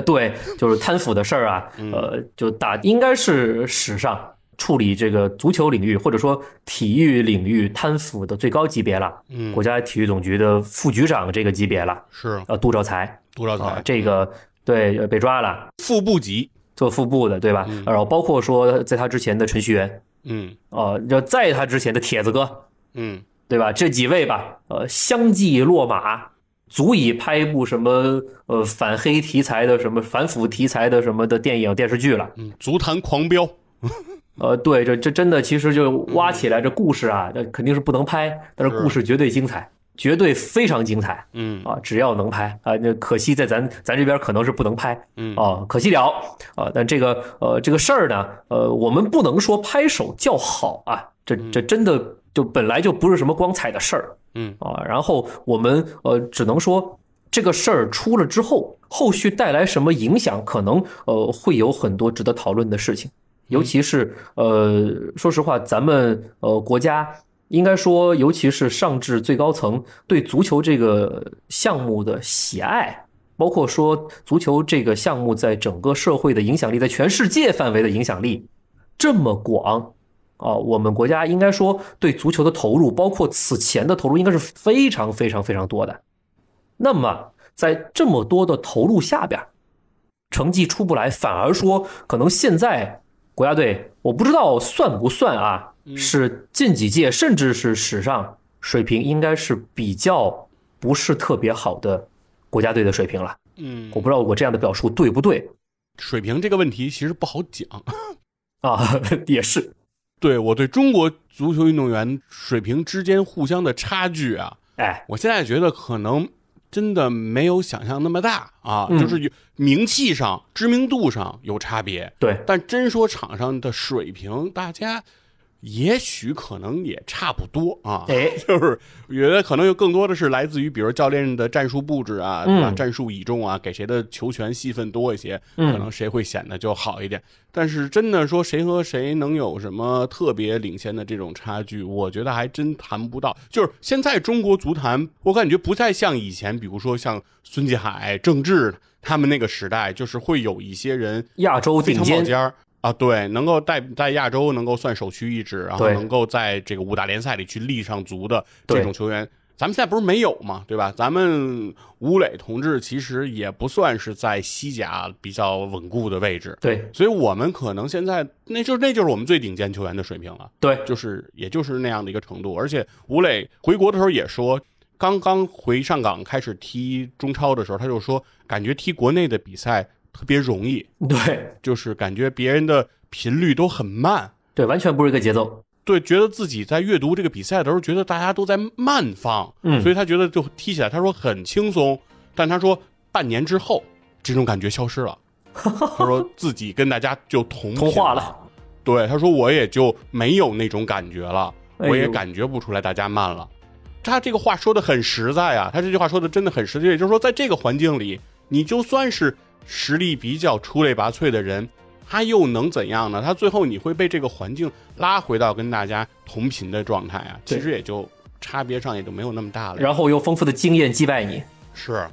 [SPEAKER 2] 对，就是贪腐的事儿啊，呃，就打应该是史上处理这个足球领域或者说体育领域贪腐的最高级别了，
[SPEAKER 1] 嗯
[SPEAKER 2] 国家体育总局的副局长这个级别了，
[SPEAKER 1] 是
[SPEAKER 2] 呃，杜兆才
[SPEAKER 1] 多少
[SPEAKER 2] 啊、
[SPEAKER 1] 才？
[SPEAKER 2] 这个对呃被抓了，
[SPEAKER 1] 副部级。
[SPEAKER 2] 做副部的对吧？然后包括说在他之前的陈旭元，
[SPEAKER 1] 嗯
[SPEAKER 2] 呃，就在他之前的铁子哥，
[SPEAKER 1] 嗯
[SPEAKER 2] 对吧？这几位吧，呃，相继落马，足以拍一部什么呃反黑题材的、什么反腐题材的、什么的电影电视剧了。
[SPEAKER 1] 嗯，足坛狂飙。
[SPEAKER 2] 呃，对，这这真的其实就挖起来这故事啊，那肯定是不能拍，但是
[SPEAKER 1] 是
[SPEAKER 2] 故事绝对精彩，绝对非常精彩
[SPEAKER 1] 嗯
[SPEAKER 2] 啊！只要能拍啊，那可惜在咱咱这边可能是不能拍
[SPEAKER 1] 嗯
[SPEAKER 2] 啊，可惜了啊。但这个呃这个事儿呢，呃，我们不能说拍手叫好啊，这这真的就本来就不是什么光彩的事儿。
[SPEAKER 1] 嗯
[SPEAKER 2] 啊，然后我们呃只能说这个事儿出了之后，后续带来什么影响，可能呃会有很多值得讨论的事情，尤其是呃说实话，咱们呃国家应该说，尤其是上至最高层对足球这个项目的喜爱。包括说足球这个项目在整个社会的影响力，在全世界范围的影响力这么广，啊，我们国家应该说对足球的投入，包括此前的投入，应该是非常非常非常多的。那么，在这么多的投入下边儿，成绩出不来，反而说可能现在国家队，我不知道算不算啊，
[SPEAKER 1] 嗯
[SPEAKER 2] 是近几届甚至是史上水平应该是比较不是特别好的国家队的水平了。
[SPEAKER 1] 嗯
[SPEAKER 2] 我，不知道我这样的表述对不对
[SPEAKER 1] 水平这个问题其实不好讲。
[SPEAKER 2] 啊？ <laughs> 也是，
[SPEAKER 1] 对我对中国足球运动员水平之间互相的差距啊，
[SPEAKER 2] 哎，
[SPEAKER 1] 我现在觉得可能真的没有想象那么大啊，
[SPEAKER 2] 嗯
[SPEAKER 1] 就是有名气上、知名度上有差别，
[SPEAKER 2] 对，
[SPEAKER 1] 但真说场上的水平，大家也许可能也差不多啊。
[SPEAKER 2] 哎，
[SPEAKER 1] <laughs> 就是我觉得可能有更多的是来自于，比如教练的战术布置啊，对吧？
[SPEAKER 2] 嗯
[SPEAKER 1] 战术倚重啊，给谁的球权戏份多一些，
[SPEAKER 2] 嗯
[SPEAKER 1] 可能谁会显得就好一点。但是真的说谁和谁能有什么特别领先的这种差距，我觉得还真谈不到。就是现在中国足坛，我感觉不再像以前，比如说像孙继海、郑智他们那个时代，就是会有一些人
[SPEAKER 2] 亚洲
[SPEAKER 1] 非
[SPEAKER 2] 顶
[SPEAKER 1] 常冒
[SPEAKER 2] 尖，
[SPEAKER 1] 尖儿啊，对，能够在在亚洲能够算首屈一指，然后
[SPEAKER 2] 对
[SPEAKER 1] 能够在这个五大联赛里去立上足的这
[SPEAKER 2] 对
[SPEAKER 1] 种球员，咱们现在不是没有嘛，对吧？咱们吴磊同志其实也不算是在西甲比较稳固的位置，
[SPEAKER 2] 对
[SPEAKER 1] 所以我们可能现在那就那就是我们最顶尖球员的水平了。
[SPEAKER 2] 对，
[SPEAKER 1] 就是也就是那样的一个程度。而且吴磊回国的时候也说，刚刚回上港开始踢中超的时候，他就说感觉踢国内的比赛特别容易，
[SPEAKER 2] <laughs> 对
[SPEAKER 1] 就是感觉别人的频率都很慢。
[SPEAKER 2] 对，完全不是一个节奏。
[SPEAKER 1] 对，觉得自己在阅读这个比赛的时候，觉得大家都在慢放，
[SPEAKER 2] 嗯
[SPEAKER 1] 所以他觉得就踢起来，他说很轻松，但他说半年之后，这种感觉消失
[SPEAKER 2] <laughs>
[SPEAKER 1] 了。他说自己跟大家就同频
[SPEAKER 2] 同化了。
[SPEAKER 1] 对，他说我也就没有那种感觉了，
[SPEAKER 2] 哎呦
[SPEAKER 1] 我也感觉不出来大家慢了。他这个话说的很实在啊，他这句话说的真的很实际，也就是说，在这个环境里，你就算是实力比较出类拔萃的人，他又能怎样呢？他最后你会被这个环境拉回到跟大家同频的状态啊，
[SPEAKER 2] 对
[SPEAKER 1] 其实也就差别上也就没有那么大了。
[SPEAKER 2] 然后用丰富的经验击败你。
[SPEAKER 1] 是，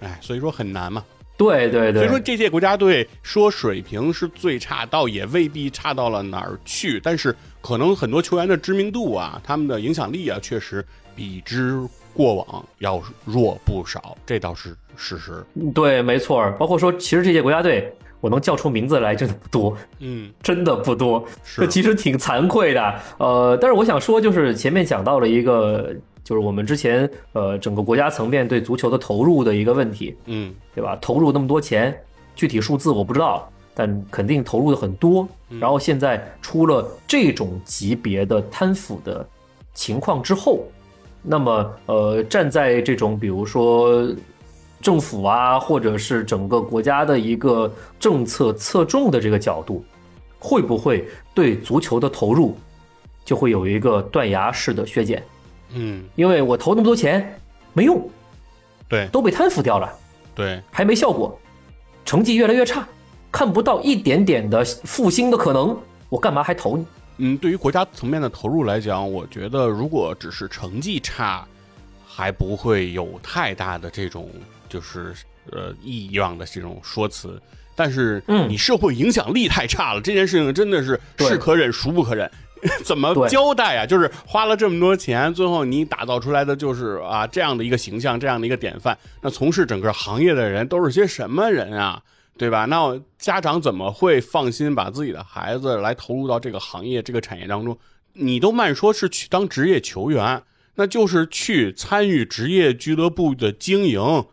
[SPEAKER 1] 哎，所以说很难嘛。
[SPEAKER 2] 对对
[SPEAKER 1] 所以
[SPEAKER 2] 对，
[SPEAKER 1] 说这届国家队说水平是最差，倒也未必差到了哪儿去，但是可能很多球员的知名度啊，他们的影响力啊，确实比之过往要弱不少，这倒是事实。
[SPEAKER 2] 对，没错儿。包括说，其实这届国家队，我能叫出名字来真的不多，
[SPEAKER 1] 嗯，
[SPEAKER 2] 真的不多，
[SPEAKER 1] 是啊
[SPEAKER 2] 这其实挺惭愧的。呃，但是我想说，就是前面讲到了一个，就是我们之前呃整个国家层面对足球的投入的一个问题，
[SPEAKER 1] 嗯
[SPEAKER 2] 对吧？投入那么多钱，具体数字我不知道，但肯定投入的很多。然后现在出了这种级别的贪腐的情况之后，那么呃，站在这种比如说政府啊，或者是整个国家的一个政策侧重的这个角度，会不会对足球的投入就会有一个断崖式的削减？
[SPEAKER 1] 嗯，
[SPEAKER 2] 因为我投那么多钱没用，
[SPEAKER 1] 对
[SPEAKER 2] 都被贪腐掉了。
[SPEAKER 1] 对，
[SPEAKER 2] 还没效果，成绩越来越差，看不到一点点的复兴的可能，我干嘛还投你？
[SPEAKER 1] 嗯，对于国家层面的投入来讲，我觉得如果只是成绩差，还不会有太大的这种就是呃异样的这种说辞。但是，
[SPEAKER 2] 嗯
[SPEAKER 1] 你社会影响力太差了，这件事情真的是
[SPEAKER 2] 对
[SPEAKER 1] 是可忍孰不可忍， <laughs> 怎么
[SPEAKER 2] 对
[SPEAKER 1] 交代啊？就是花了这么多钱，最后你打造出来的就是啊这样的一个形象，这样的一个典范。那从事整个行业的人都是些什么人啊？对吧？那我家长怎么会放心把自己的孩子来投入到这个行业、这个产业当中？你都慢说是去当职业球员，那就是去参与职业俱乐部的经营，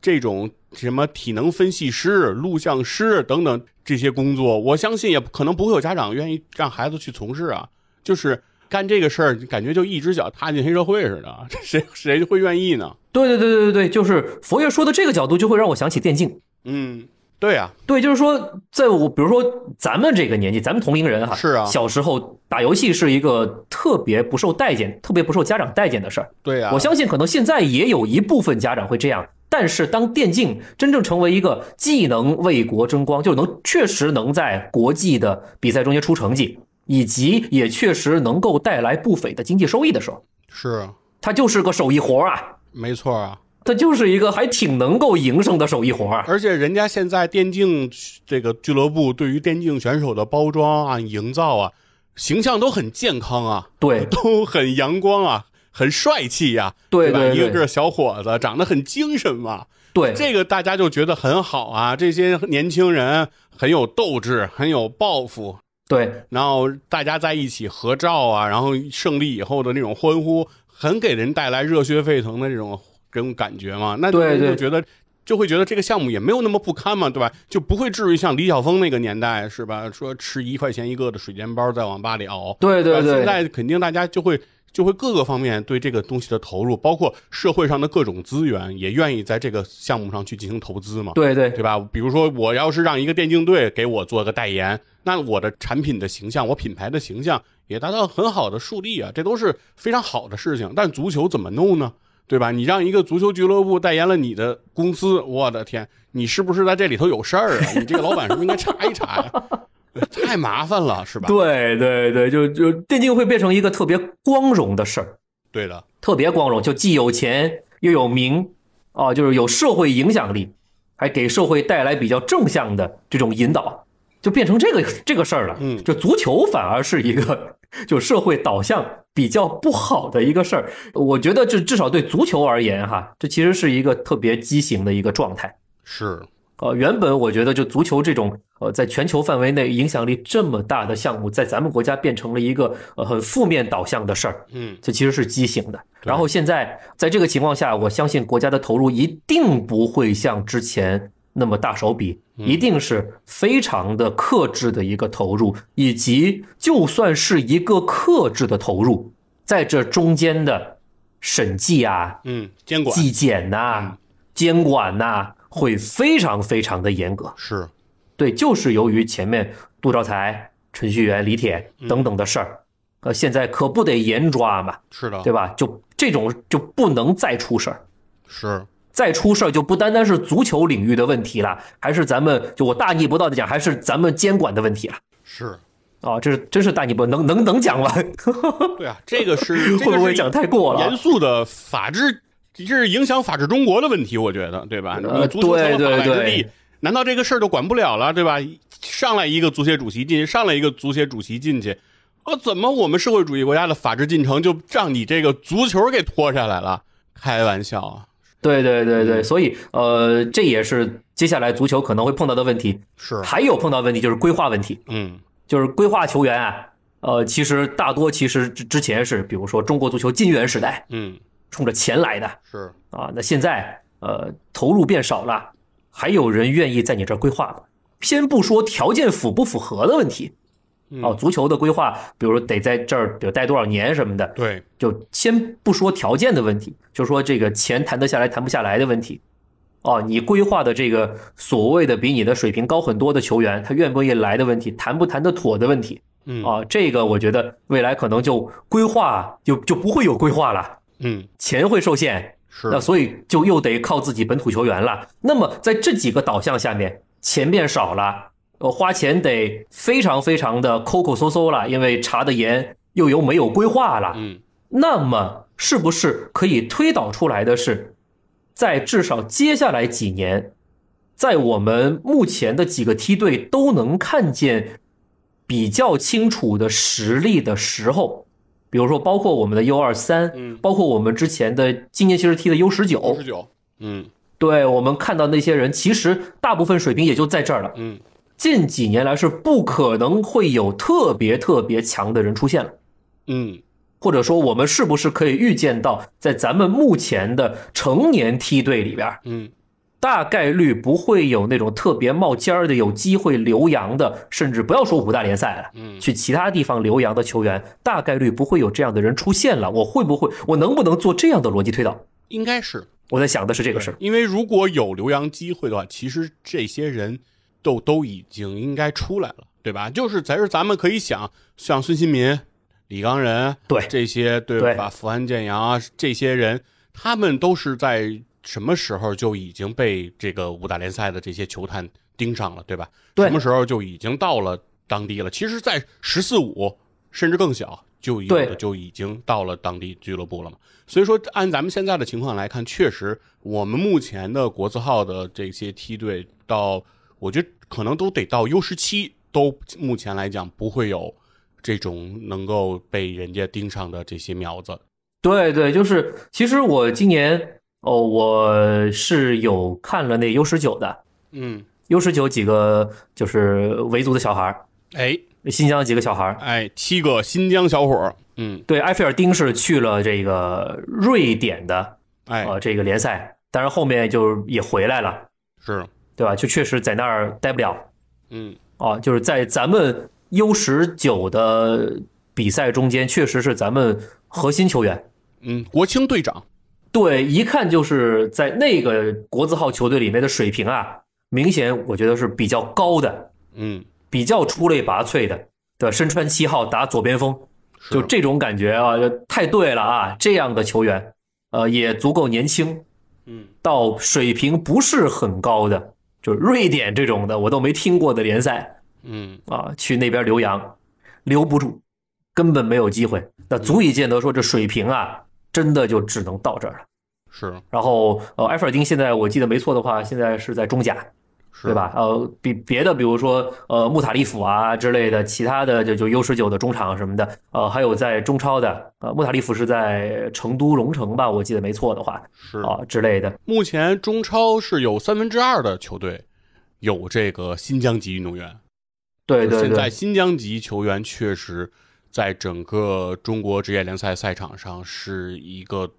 [SPEAKER 1] 这种什么体能分析师、录像师等等这些工作，我相信也可能不会有家长愿意让孩子去从事啊。就是干这个事儿，感觉就一只脚踏进黑社会似的， <laughs> 这谁谁会愿意呢？
[SPEAKER 2] 对对对对对对，就是佛爷说的这个角度，就会让我想起电竞。
[SPEAKER 1] 嗯，对啊，
[SPEAKER 2] 对，就是说，在我比如说咱们这个年纪，咱们同龄人哈，
[SPEAKER 1] 是啊
[SPEAKER 2] 小时候打游戏是一个特别不受待见、特别不受家长待见的事儿。
[SPEAKER 1] 对啊，
[SPEAKER 2] 我相信可能现在也有一部分家长会这样，但是当电竞真正成为一个既能为国争光，就能确实能在国际的比赛中间出成绩，以及也确实能够带来不菲的经济收益的时候，
[SPEAKER 1] 是
[SPEAKER 2] 它就是个手艺活啊，
[SPEAKER 1] 没错啊。
[SPEAKER 2] 它就是一个还挺能够营生的手艺活啊。
[SPEAKER 1] 而且人家现在电竞这个俱乐部对于电竞选手的包装啊、营造啊，形象都很健康啊，
[SPEAKER 2] 对
[SPEAKER 1] 都很阳光啊，很帅气呀、
[SPEAKER 2] 对
[SPEAKER 1] 吧？
[SPEAKER 2] 对对
[SPEAKER 1] 一个个小伙子长得很精神嘛，
[SPEAKER 2] 对，
[SPEAKER 1] 这个大家就觉得很好啊。这些年轻人很有斗志，很有抱负，
[SPEAKER 2] 对
[SPEAKER 1] 然后大家在一起合照啊，然后胜利以后的那种欢呼，很给人带来热血沸腾的这种这种感觉嘛。那
[SPEAKER 2] 对对
[SPEAKER 1] 就觉得就会觉得这个项目也没有那么不堪嘛，对吧？就不会至于像李晓峰那个年代是吧？说吃一块钱一个的水煎包在网吧里熬。
[SPEAKER 2] 对对
[SPEAKER 1] 吧啊现
[SPEAKER 2] 对，
[SPEAKER 1] 在肯定大家就会。就会各个方面对这个东西的投入，包括社会上的各种资源，也愿意在这个项目上去进行投资嘛。
[SPEAKER 2] 对对
[SPEAKER 1] 对吧？比如说，我要是让一个电竞队给我做个代言，那我的产品的形象，我品牌的形象也达到很好的树立啊，这都是非常好的事情。但足球怎么弄呢？对吧？你让一个足球俱乐部代言了你的公司，我的天，你是不是在这里头有事儿啊？你这个老板是不是应该查一查呀、太麻烦了，是吧？
[SPEAKER 2] 对对对，就就电竞会变成一个特别光荣的事儿。
[SPEAKER 1] 对的，
[SPEAKER 2] 特别光荣，就既有钱又有名，啊，就是有社会影响力，还给社会带来比较正向的这种引导，就变成这个这个事儿了。
[SPEAKER 1] 嗯
[SPEAKER 2] 就足球反而是一个 <laughs> 就社会导向比较不好的一个事儿。我觉得这至少对足球而言，哈，这其实是一个特别畸形的一个状态。
[SPEAKER 1] 是，
[SPEAKER 2] 呃，原本我觉得就足球这种呃，在全球范围内影响力这么大的项目，在咱们国家变成了一个呃很负面导向的事儿。
[SPEAKER 1] 嗯，
[SPEAKER 2] 这其实是畸形的。
[SPEAKER 1] 对
[SPEAKER 2] 然后现在在这个情况下，我相信国家的投入一定不会像之前那么大手笔，
[SPEAKER 1] 嗯
[SPEAKER 2] 一定是非常的克制的一个投入，以及就算是一个克制的投入，在这中间的审计啊、
[SPEAKER 1] 嗯，监管，
[SPEAKER 2] 纪检呐、监管呐、会非常非常的严格。
[SPEAKER 1] 是，
[SPEAKER 2] 对，就是由于前面杜兆才、陈旭元、李铁
[SPEAKER 1] 嗯
[SPEAKER 2] 等等的事儿，呃，现在可不得严抓嘛，
[SPEAKER 1] 是的，
[SPEAKER 2] 对吧？就这种就不能再出事儿，
[SPEAKER 1] 是，
[SPEAKER 2] 再出事儿就不单单是足球领域的问题了，还是咱们就我大逆不道的讲，还是咱们监管的问题了。
[SPEAKER 1] 是，
[SPEAKER 2] 啊，这是真是大逆不能能能讲吗？ <laughs>
[SPEAKER 1] 对啊，这个是
[SPEAKER 2] 会不会讲太过
[SPEAKER 1] 严
[SPEAKER 2] 了？
[SPEAKER 1] 肃的法治，这是影响法治中国的问题，我觉得，对吧？
[SPEAKER 2] 呃
[SPEAKER 1] 你足球成了
[SPEAKER 2] 对
[SPEAKER 1] 法外
[SPEAKER 2] 对
[SPEAKER 1] 之
[SPEAKER 2] 对
[SPEAKER 1] 地，难道这个事儿就管不了了，对吧？上来一个足协主席进去，上来一个足协主席进去，哦，怎么我们社会主义国家的法治进程就让你这个足球给拖下来了？开玩笑啊！
[SPEAKER 2] 对对对
[SPEAKER 1] 嗯
[SPEAKER 2] 对，所以呃，这也是接下来足球可能会碰到的问题。
[SPEAKER 1] 是，
[SPEAKER 2] 还有碰到的问题就是规划问题，
[SPEAKER 1] 嗯，
[SPEAKER 2] 就是规划球员啊，呃，其实大多其实之之前是，比如说中国足球金元时代
[SPEAKER 1] 嗯，
[SPEAKER 2] 冲着钱来的
[SPEAKER 1] 是，
[SPEAKER 2] 啊，那现在呃投入变少了，还有人愿意在你这儿规划吗？先不说条件符不符合的问题，哦，足球的规划，比如得在这儿，比如待多少年什么的，
[SPEAKER 1] 对，
[SPEAKER 2] 就先不说条件的问题，就说这个钱谈得下来谈不下来的问题。哦，你规划的这个所谓的比你的水平高很多的球员，他愿不愿意来的问题，谈不谈得妥的问题。
[SPEAKER 1] 嗯
[SPEAKER 2] 啊，这个我觉得未来可能就规划就就不会有规划了，
[SPEAKER 1] 嗯，
[SPEAKER 2] 钱会受限，
[SPEAKER 1] 是
[SPEAKER 2] 那所以就又得靠自己本土球员了。那么在这几个导向下面，钱变少了，呃，花钱得非常非常的抠抠搜搜了，因为查的严，又有没有规划了。
[SPEAKER 1] 嗯，
[SPEAKER 2] 那么是不是可以推导出来的是，在至少接下来几年，在我们目前的几个梯队都能看见比较清楚的实力的时候，比如说包括我们的 U 二
[SPEAKER 1] 嗯
[SPEAKER 2] 三，包括我们之前的今年其实踢的 U 十
[SPEAKER 1] 五
[SPEAKER 2] 九
[SPEAKER 1] 十，九，嗯
[SPEAKER 2] 对我们看到那些人，其实大部分水平也就在这儿了。
[SPEAKER 1] 嗯，
[SPEAKER 2] 近几年来是不可能会有特别特别强的人出现了。
[SPEAKER 1] 嗯，
[SPEAKER 2] 或者说我们是不是可以预见到，在咱们目前的成年梯队里边儿，
[SPEAKER 1] 嗯，
[SPEAKER 2] 大概率不会有那种特别冒尖儿的、有机会留洋的，甚至不要说五大联赛了，
[SPEAKER 1] 嗯
[SPEAKER 2] 去其他地方留洋的球员，大概率不会有这样的人出现了。我会不会，我能不能做这样的逻辑推导？
[SPEAKER 1] 应该是，
[SPEAKER 2] 我在想的是这个事儿。
[SPEAKER 1] 因为如果有留洋机会的话，其实这些人都都已经应该出来了，对吧？就是咱是咱们可以想，像孙兴民、李刚仁，
[SPEAKER 2] 对
[SPEAKER 1] 这些对
[SPEAKER 2] 对
[SPEAKER 1] 吧？福安建阳啊，这些人，他们都是在什么时候就已经被这个五大联赛的这些球探盯上了，对吧？
[SPEAKER 2] 对
[SPEAKER 1] 什么时候就已经到了当地了？其实，在“十四五”甚至更小，就有
[SPEAKER 2] 对
[SPEAKER 1] 的就已经到了当地俱乐部了嘛。所以说，按咱们现在的情况来看，确实我们目前的国字号的这些梯队到，我觉得可能都得到 U 十七，都目前来讲不会有这种能够被人家盯上的这些苗子。
[SPEAKER 2] 对对，就是其实我今年哦，我是有看了那 U 十九的
[SPEAKER 1] 嗯，
[SPEAKER 2] ，U 十九几个就是维族的小孩儿，
[SPEAKER 1] 哎
[SPEAKER 2] 新疆几个小孩儿。
[SPEAKER 1] 哎，七个新疆小伙儿，嗯，
[SPEAKER 2] 对，埃菲尔丁是去了这个瑞典的
[SPEAKER 1] 哎，
[SPEAKER 2] 呃这个联赛，但是后面就也回来了，
[SPEAKER 1] 是，
[SPEAKER 2] 对吧？就确实在那儿待不了
[SPEAKER 1] 嗯
[SPEAKER 2] 啊，就是在咱们 U 十九的比赛中间，确实是咱们核心球员。
[SPEAKER 1] 嗯，国青队长，
[SPEAKER 2] 对，一看就是在那个国字号球队里面的水平啊，明显我觉得是比较高的，
[SPEAKER 1] 嗯，
[SPEAKER 2] 比较出类拔萃的，对吧？身穿七号打左边锋，
[SPEAKER 1] 是
[SPEAKER 2] 就这种感觉啊，就太对了啊！这样的球员，呃，也足够年轻，
[SPEAKER 1] 嗯，
[SPEAKER 2] 到水平不是很高的，就是瑞典这种的，我都没听过的联赛
[SPEAKER 1] 嗯
[SPEAKER 2] 啊，去那边留洋，留不住，根本没有机会。那足以见得说，这水平啊，真的就只能到这儿了。
[SPEAKER 1] 是
[SPEAKER 2] 然后，呃，埃弗尔丁现在我记得没错的话，现在是在中甲，
[SPEAKER 1] 是
[SPEAKER 2] 对？吧？呃，比别的，比如说呃穆塔利甫啊之类的，其他的就就 U 十九的中场什么的，呃，还有在中超的，呃，穆塔利甫是在成都龙城吧，我记得没错的话
[SPEAKER 1] 是
[SPEAKER 2] 啊、之类的。
[SPEAKER 1] 目前中超是有三分之二的球队有这个新疆籍运动员，
[SPEAKER 2] 对对
[SPEAKER 1] 现在
[SPEAKER 2] 对，
[SPEAKER 1] 新疆籍球员确实在整个中国职业联赛赛场上是一个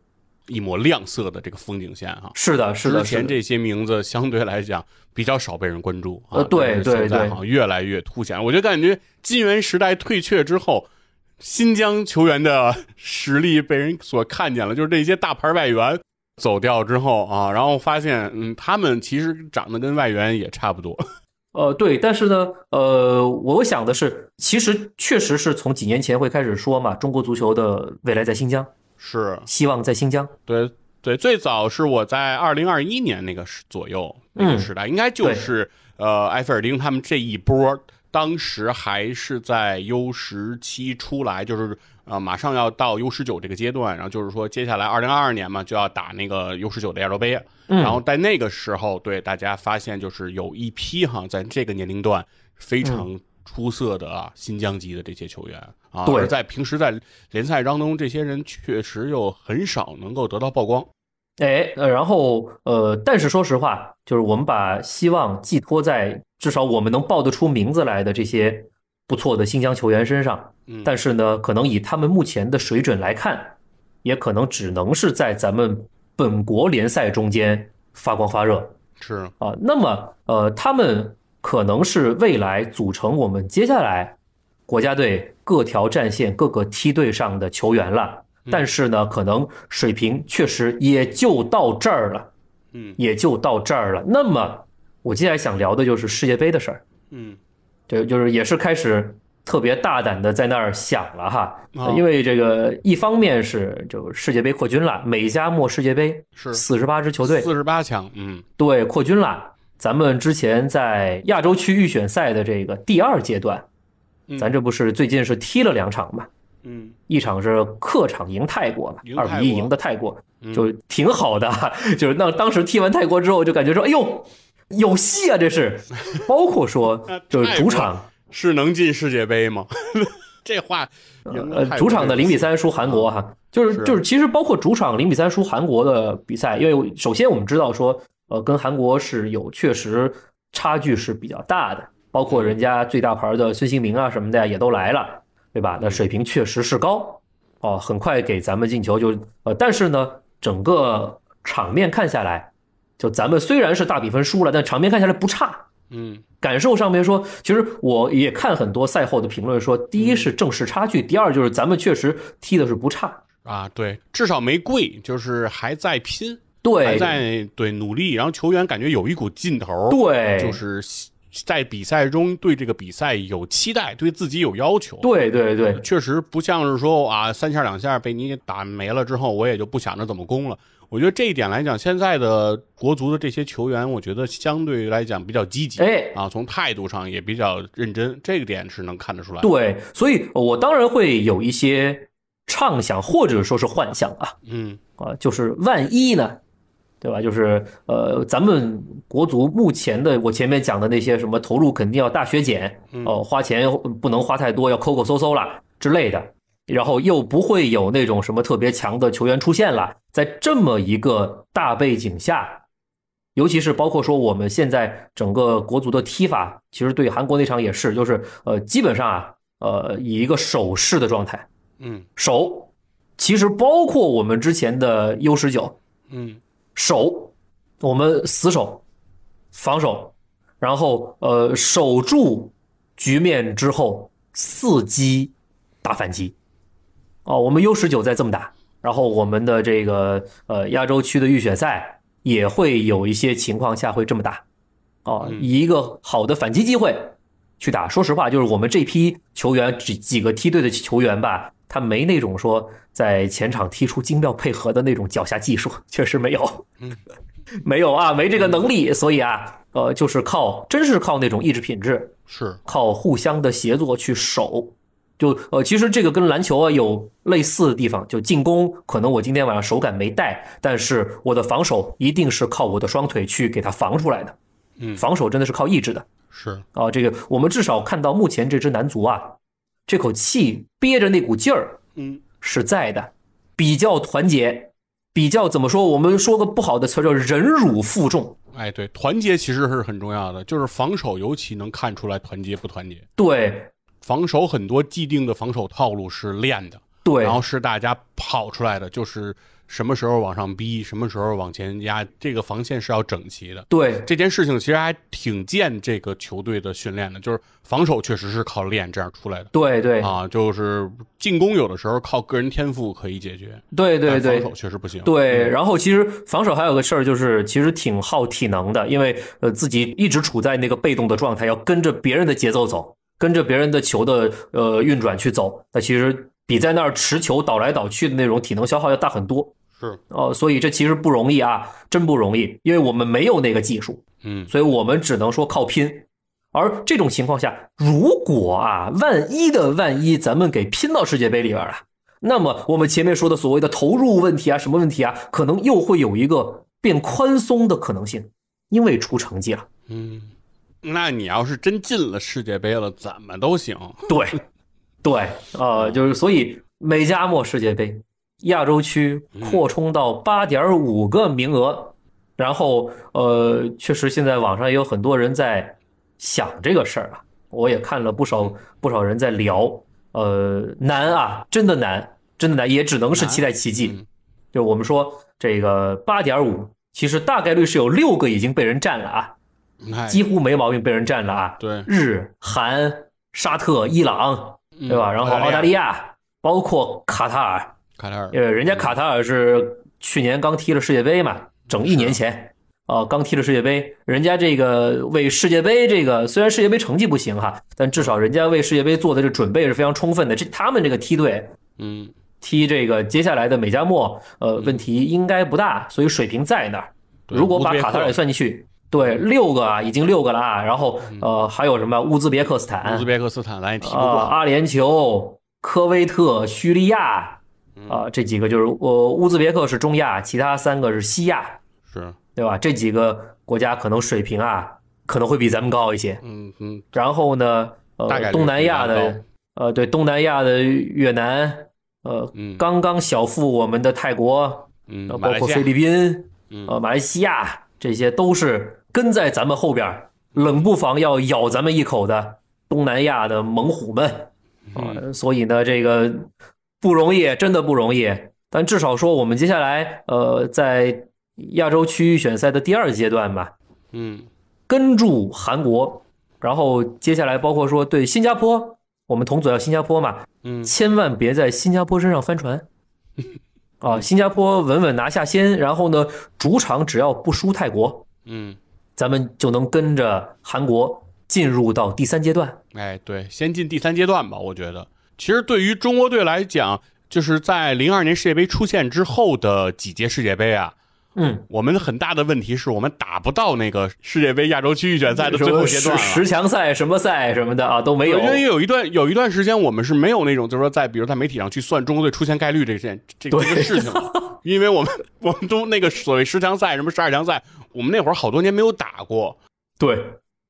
[SPEAKER 1] 一抹亮色的这个风景线哈。
[SPEAKER 2] 是的，是的，
[SPEAKER 1] 之
[SPEAKER 2] 是
[SPEAKER 1] 前
[SPEAKER 2] 的。
[SPEAKER 1] 这些名字相对来讲比较少被人关注啊，
[SPEAKER 2] 呃对
[SPEAKER 1] 但是现
[SPEAKER 2] 对
[SPEAKER 1] 在
[SPEAKER 2] 对
[SPEAKER 1] 好像越来越凸显。我就感觉金元时代退却之后，新疆球员的实力被人所看见了，就是这些大牌外援走掉之后啊，然后发现，嗯，他们其实长得跟外援也差不多。
[SPEAKER 2] 呃，对，但是呢，呃，我想的是，其实确实是从几年前会开始说嘛，中国足球的未来在新疆，
[SPEAKER 1] 是
[SPEAKER 2] 希望在新疆。
[SPEAKER 1] 对对，最早是我在二零二一年那个时左右那个
[SPEAKER 2] 嗯
[SPEAKER 1] 时代，应该就是呃埃菲尔丁他们这一波，当时还是在 U 十七出来，就是呃马上要到 U 十九这个阶段，然后就是说接下来二零二二年嘛就要打那个 U 十九的亚洲杯，
[SPEAKER 2] 嗯
[SPEAKER 1] 然后在那个时候，对大家发现就是有一批哈在这个年龄段非常出色的啊新疆籍的这些球员啊，
[SPEAKER 2] 对
[SPEAKER 1] 而在平时在联赛当中，这些人确实又很少能够得到曝光。
[SPEAKER 2] 哎，呃然后呃，但是说实话，就是我们把希望寄托在至少我们能报得出名字来的这些不错的新疆球员身上
[SPEAKER 1] 嗯，
[SPEAKER 2] 但是呢，可能以他们目前的水准来看，也可能只能是在咱们本国联赛中间发光发热
[SPEAKER 1] 是，
[SPEAKER 2] 啊。那么呃，他们可能是未来组成我们接下来国家队各条战线各个梯队上的球员了。但是呢，可能水平确实也就到这儿了，
[SPEAKER 1] 嗯
[SPEAKER 2] 也就到这儿了。那么，我接下来想聊的就是世界杯的事儿，
[SPEAKER 1] 嗯
[SPEAKER 2] 这就是也是开始特别大胆的在那儿想了哈
[SPEAKER 1] 哦，
[SPEAKER 2] 因为这个一方面是就世界杯扩军了，美加墨世界杯
[SPEAKER 1] 是
[SPEAKER 2] 四十八支球队
[SPEAKER 1] 四十八强，嗯
[SPEAKER 2] 对扩军了。咱们之前在亚洲区预选赛的这个第二阶段
[SPEAKER 1] 嗯，
[SPEAKER 2] 咱这不是最近是踢了两场嘛？
[SPEAKER 1] 嗯
[SPEAKER 2] 一场是客场赢泰国嘛
[SPEAKER 1] 赢，
[SPEAKER 2] 二
[SPEAKER 1] 泰
[SPEAKER 2] 比一
[SPEAKER 1] 国
[SPEAKER 2] 赢的泰国
[SPEAKER 1] 嗯，
[SPEAKER 2] 就挺好的 <laughs> 啊、就是那当时踢完泰国之后，就感觉说，哎呦，有戏啊，这是。包
[SPEAKER 1] <laughs>
[SPEAKER 2] 括说
[SPEAKER 1] 那，
[SPEAKER 2] 就是主场，
[SPEAKER 1] 是能进世界杯吗？ <laughs> 这话赢了
[SPEAKER 2] 呃
[SPEAKER 1] 泰国，
[SPEAKER 2] 主场的零比三输韩国哈、就是
[SPEAKER 1] 是
[SPEAKER 2] 就是，其实包括主场零比三输韩国的比赛，因为首先我们知道说，呃，跟韩国是有确实差距是比较大的，包括人家最大牌的孙兴民啊什么的呀也都来了，对吧？那水平确实是高哦，很快给咱们进球就呃，但是呢，整个场面看下来，就咱们虽然是大比分输了，但场面看下来不差，
[SPEAKER 1] 嗯
[SPEAKER 2] 感受上面说，其实我也看很多赛后的评论说，第一是正式差距，
[SPEAKER 1] 嗯
[SPEAKER 2] 第二就是咱们确实踢的是不差，
[SPEAKER 1] 啊，对，至少没跪，就是还在拼，还
[SPEAKER 2] 对
[SPEAKER 1] 在对努力，然后球员感觉有一股劲头，
[SPEAKER 2] 对，
[SPEAKER 1] 就是在比赛中对这个比赛有期待，对自己有要求。
[SPEAKER 2] 对对对
[SPEAKER 1] 确实不像是说啊，三下两下被你给打没了之后，我也就不想着怎么攻了。我觉得这一点来讲，现在的国足的这些球员，我觉得相对来讲比较积极，
[SPEAKER 2] 哎
[SPEAKER 1] 啊，从态度上也比较认真，这个点是能看得出来。
[SPEAKER 2] 对，所以我当然会有一些畅想或者说是幻想啊
[SPEAKER 1] 嗯
[SPEAKER 2] 啊，就是万一呢，对吧？就是呃，咱们国足目前的我前面讲的那些什么投入肯定要大削减，哦、花钱不能花太多，要抠抠搜搜啦之类的，然后又不会有那种什么特别强的球员出现了，在这么一个大背景下。尤其是包括说我们现在整个国足的踢法，其实对韩国那场也是，就是呃，基本上啊，呃，以一个守势的状态，
[SPEAKER 1] 嗯
[SPEAKER 2] 守，其实包括我们之前的 U 十九
[SPEAKER 1] 嗯
[SPEAKER 2] 守，我们死守、防守，然后呃守住局面之后伺机打反击。哦，我们 U 十九再这么打，然后我们的这个呃亚洲区的预选赛也会有一些情况下会这么打。哦，以一个好的反击机会去打。说实话，就是我们这批球员几几个梯队的球员吧，他没那种说在前场踢出精妙配合的那种脚下技术，确实没有，没有啊，没这个能
[SPEAKER 1] 嗯
[SPEAKER 2] 力。所以啊，呃，就是靠，真是靠那种意志品质，
[SPEAKER 1] 是
[SPEAKER 2] 靠互相的协作去守。就呃，其实这个跟篮球啊有类似的地方，就进攻可能我今天晚上手感没带，但是我的防守一定是靠我的双腿去给它防出来的。
[SPEAKER 1] 嗯
[SPEAKER 2] 防守真的是靠意志的
[SPEAKER 1] 是，
[SPEAKER 2] 啊。这个我们至少看到目前这支男足啊，这口气憋着那股劲儿
[SPEAKER 1] 嗯
[SPEAKER 2] 是在的，比较团结，比较怎么说？我们说个不好的词儿叫忍辱负重。
[SPEAKER 1] 哎，对，团结其实是很重要的，就是防守尤其能看出来团结不团结。
[SPEAKER 2] 对
[SPEAKER 1] 防守很多既定的防守套路是练的，
[SPEAKER 2] 对
[SPEAKER 1] 然后是大家跑出来的，就是什么时候往上逼，什么时候往前压，这个防线是要整齐的。
[SPEAKER 2] 对，
[SPEAKER 1] 这件事情其实还挺见这个球队的训练的，就是防守确实是靠练这样出来的
[SPEAKER 2] 对对
[SPEAKER 1] 啊，就是进攻有的时候靠个人天赋可以解决，
[SPEAKER 2] 对对
[SPEAKER 1] 但
[SPEAKER 2] 对
[SPEAKER 1] 防守确实不行。嗯
[SPEAKER 2] 对，然后其实防守还有个事儿，就是其实挺耗体能的，因为呃自己一直处在那个被动的状态，要跟着别人的节奏走，跟着别人的球的呃运转去走，那其实比在那儿持球倒来倒去的那种体能消耗要大很多
[SPEAKER 1] 是，
[SPEAKER 2] 哦，所以这其实不容易啊，真不容易，因为我们没有那个技术，
[SPEAKER 1] 嗯，
[SPEAKER 2] 所以我们只能说靠拼。而这种情况下，如果啊，万一的万一，咱们给拼到世界杯里边了，那么我们前面说的所谓的投入问题啊，什么问题啊，可能又会有一个变宽松的可能性，因为出成绩了。
[SPEAKER 1] 嗯，那你要是真进了世界杯了，怎么都行。
[SPEAKER 2] <laughs> 对，对，呃，就是所以美加墨世界杯亚洲区
[SPEAKER 1] 嗯
[SPEAKER 2] 扩充到八点五个名额，然后呃，确实现在网上也有很多人在想这个事儿啊，我也看了不少
[SPEAKER 1] 嗯
[SPEAKER 2] 不少人在聊，呃，难啊，真的难，真的难，也只能是期待奇迹
[SPEAKER 1] 嗯。
[SPEAKER 2] 就我们说这个八点五，其实大概率是有六个已经被人占了啊，
[SPEAKER 1] 哎，
[SPEAKER 2] 几乎没毛病被人占了啊。
[SPEAKER 1] 对，
[SPEAKER 2] 日、韩、沙特、伊朗，
[SPEAKER 1] 对
[SPEAKER 2] 对吧？然后澳大利亚，包括卡塔尔，
[SPEAKER 1] 卡塔尔，
[SPEAKER 2] 呃，人家卡塔尔是去年刚踢了世界杯嘛，整一年前，啊，刚踢了世界杯，人家这个为世界杯这个虽然世界杯成绩不行哈，但至少人家为世界杯做的这准备是非常充分的。这他们这个梯队
[SPEAKER 1] 嗯，
[SPEAKER 2] 踢这个接下来的美加墨，呃，问题应该不大，所以水平在那儿。
[SPEAKER 1] 对
[SPEAKER 2] 如果把
[SPEAKER 1] 乌兹别克
[SPEAKER 2] 卡塔尔也算进去，对，六个啊，已经六个了啊。然后呃，还有什么乌兹别克斯坦、
[SPEAKER 1] 嗯乌兹别克斯坦咱也踢不
[SPEAKER 2] 啊，
[SPEAKER 1] 过，
[SPEAKER 2] 阿联酋、科威特、叙利亚
[SPEAKER 1] 嗯
[SPEAKER 2] 啊，这几个就是呃，乌兹别克是中亚，其他三个是西亚，
[SPEAKER 1] 是，
[SPEAKER 2] 对吧？这几个国家可能水平啊，可能会比咱们高一些。
[SPEAKER 1] 嗯嗯，
[SPEAKER 2] 然后呢，
[SPEAKER 1] 大概率
[SPEAKER 2] 呃，东南亚
[SPEAKER 1] 比咱
[SPEAKER 2] 的
[SPEAKER 1] 高，
[SPEAKER 2] 呃，对，东南亚的越南，呃，
[SPEAKER 1] 嗯
[SPEAKER 2] 刚刚小负我们的泰国，
[SPEAKER 1] 嗯，
[SPEAKER 2] 呃
[SPEAKER 1] 马
[SPEAKER 2] 包
[SPEAKER 1] 来
[SPEAKER 2] 括
[SPEAKER 1] 西亚
[SPEAKER 2] 菲律宾
[SPEAKER 1] 嗯、
[SPEAKER 2] 呃马来西亚，这些都是跟在咱们后边儿，冷不防要咬咱们一口的东南亚的猛虎们啊、呃所以呢，这个不容易，真的不容易。但至少说，我们接下来呃，在亚洲区预选赛的第二阶段吧，
[SPEAKER 1] 嗯，
[SPEAKER 2] 跟住韩国，然后接下来包括说对新加坡，我们同组要新加坡嘛，
[SPEAKER 1] 嗯
[SPEAKER 2] 千万别在新加坡身上翻船。啊，新加坡稳稳拿下先，然后呢，主场只要不输泰国，
[SPEAKER 1] 嗯，
[SPEAKER 2] 咱们就能跟着韩国进入到第三阶段。
[SPEAKER 1] 哎，对，先进第三阶段吧，我觉得。其实对于中国队来讲，就是在零二年世界杯出现之后的几届世界杯啊，
[SPEAKER 2] 嗯，
[SPEAKER 1] 我们很大的问题是我们打不到那个世界杯亚洲区预选赛的最后阶段
[SPEAKER 2] 什么十
[SPEAKER 1] 了。
[SPEAKER 2] 十强赛什么赛什么的啊都没有
[SPEAKER 1] 对，。因为有一段有一段时间，我们是没有那种，就是说在比如在媒体上去算中国队出现概率这件这这个事情的，因为我们我们都那个所谓十强赛什么十二强赛，我们那会儿好多年没有打过，
[SPEAKER 2] 对，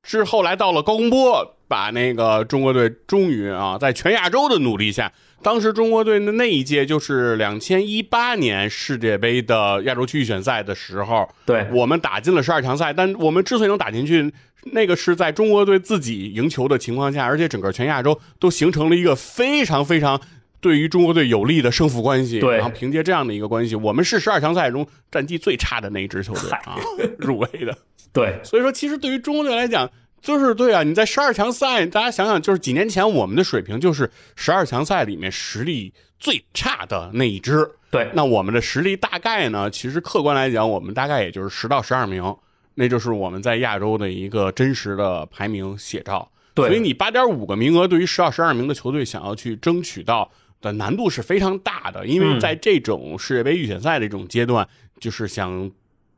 [SPEAKER 1] 是后来到了高洪波，把那个中国队终于啊，在全亚洲的努力下，当时中国队的那一届就是两千一八年世界杯的亚洲区预选赛的时候，
[SPEAKER 2] 对，
[SPEAKER 1] 我们打进了十二强赛，但我们之所以能打进去，那个是在中国队自己赢球的情况下，而且整个全亚洲都形成了一个非常非常。对于中国队有利的胜负关系，
[SPEAKER 2] 对
[SPEAKER 1] 然后凭借这样的一个关系，我们是十二强赛中战绩最差的那一支球队啊， <laughs> 入围的。
[SPEAKER 2] 对，
[SPEAKER 1] 所以说，其实对于中国队来讲，就是对啊，你在十二强赛，大家想想，就是几年前我们的水平就是十二强赛里面实力最差的那一支。
[SPEAKER 2] 对，
[SPEAKER 1] 那我们的实力大概呢，其实客观来讲，我们大概也就是十到十二名，那就是我们在亚洲的一个真实的排名写照。
[SPEAKER 2] 对
[SPEAKER 1] 所以你八点五个名额对于十到十二名的球队想要去争取到的难度是非常大的，因为在这种世界杯预选赛的这种阶段，就是想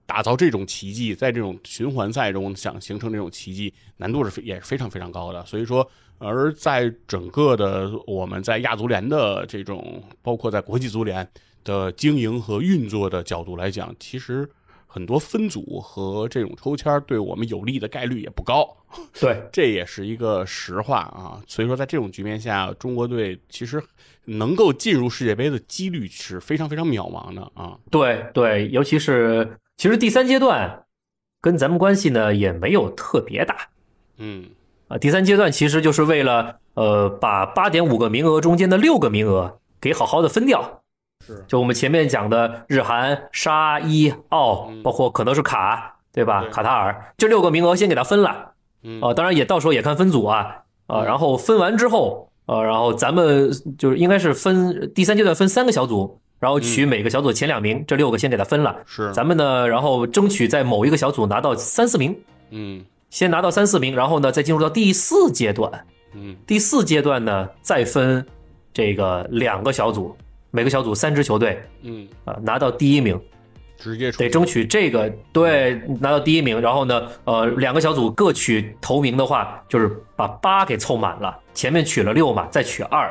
[SPEAKER 1] 打造这种奇迹，在这种循环赛中想形成这种奇迹，难度是非也是非常非常高的。所以说，而在整个的我们在亚足联的这种，包括在国际足联的经营和运作的角度来讲，其实很多分组和这种抽签儿对我们有利的概率也不高。
[SPEAKER 2] 对，
[SPEAKER 1] 这也是一个实话啊。所以说，在这种局面下，中国队其实能够进入世界杯的几率是非常非常渺茫的啊。
[SPEAKER 2] 对对，尤其是其实第三阶段跟咱们关系呢也没有特别大
[SPEAKER 1] 嗯，
[SPEAKER 2] 啊。第三阶段其实就是为了呃把八点五个名额中间的六个名额给好好的分掉，
[SPEAKER 1] 是
[SPEAKER 2] 就我们前面讲的日韩、沙伊、澳，包括可能是卡，对吧？
[SPEAKER 1] 嗯对
[SPEAKER 2] 卡塔尔这六个名额先给它分了，
[SPEAKER 1] 嗯
[SPEAKER 2] 啊，当然也到时候也看分组啊，啊，然后分完之后，呃，然后咱们就是应该是分第三阶段分三个小组，然后
[SPEAKER 1] 嗯
[SPEAKER 2] 取每个小组前两名，这六个先给它分了，
[SPEAKER 1] 是，
[SPEAKER 2] 咱们呢，然后争取在某一个小组拿到三四名，
[SPEAKER 1] 嗯
[SPEAKER 2] 先拿到三四名，然后呢再进入到第四阶段，
[SPEAKER 1] 嗯
[SPEAKER 2] 第四阶段呢，再分这个两个小组，每个小组三支球队
[SPEAKER 1] 嗯，
[SPEAKER 2] 啊、拿到第一名，
[SPEAKER 1] 直接出
[SPEAKER 2] 得争取这个对拿到第一名。然后呢，呃，两个小组各取头名的话，就是把八给凑满了，前面取了六嘛，再取二，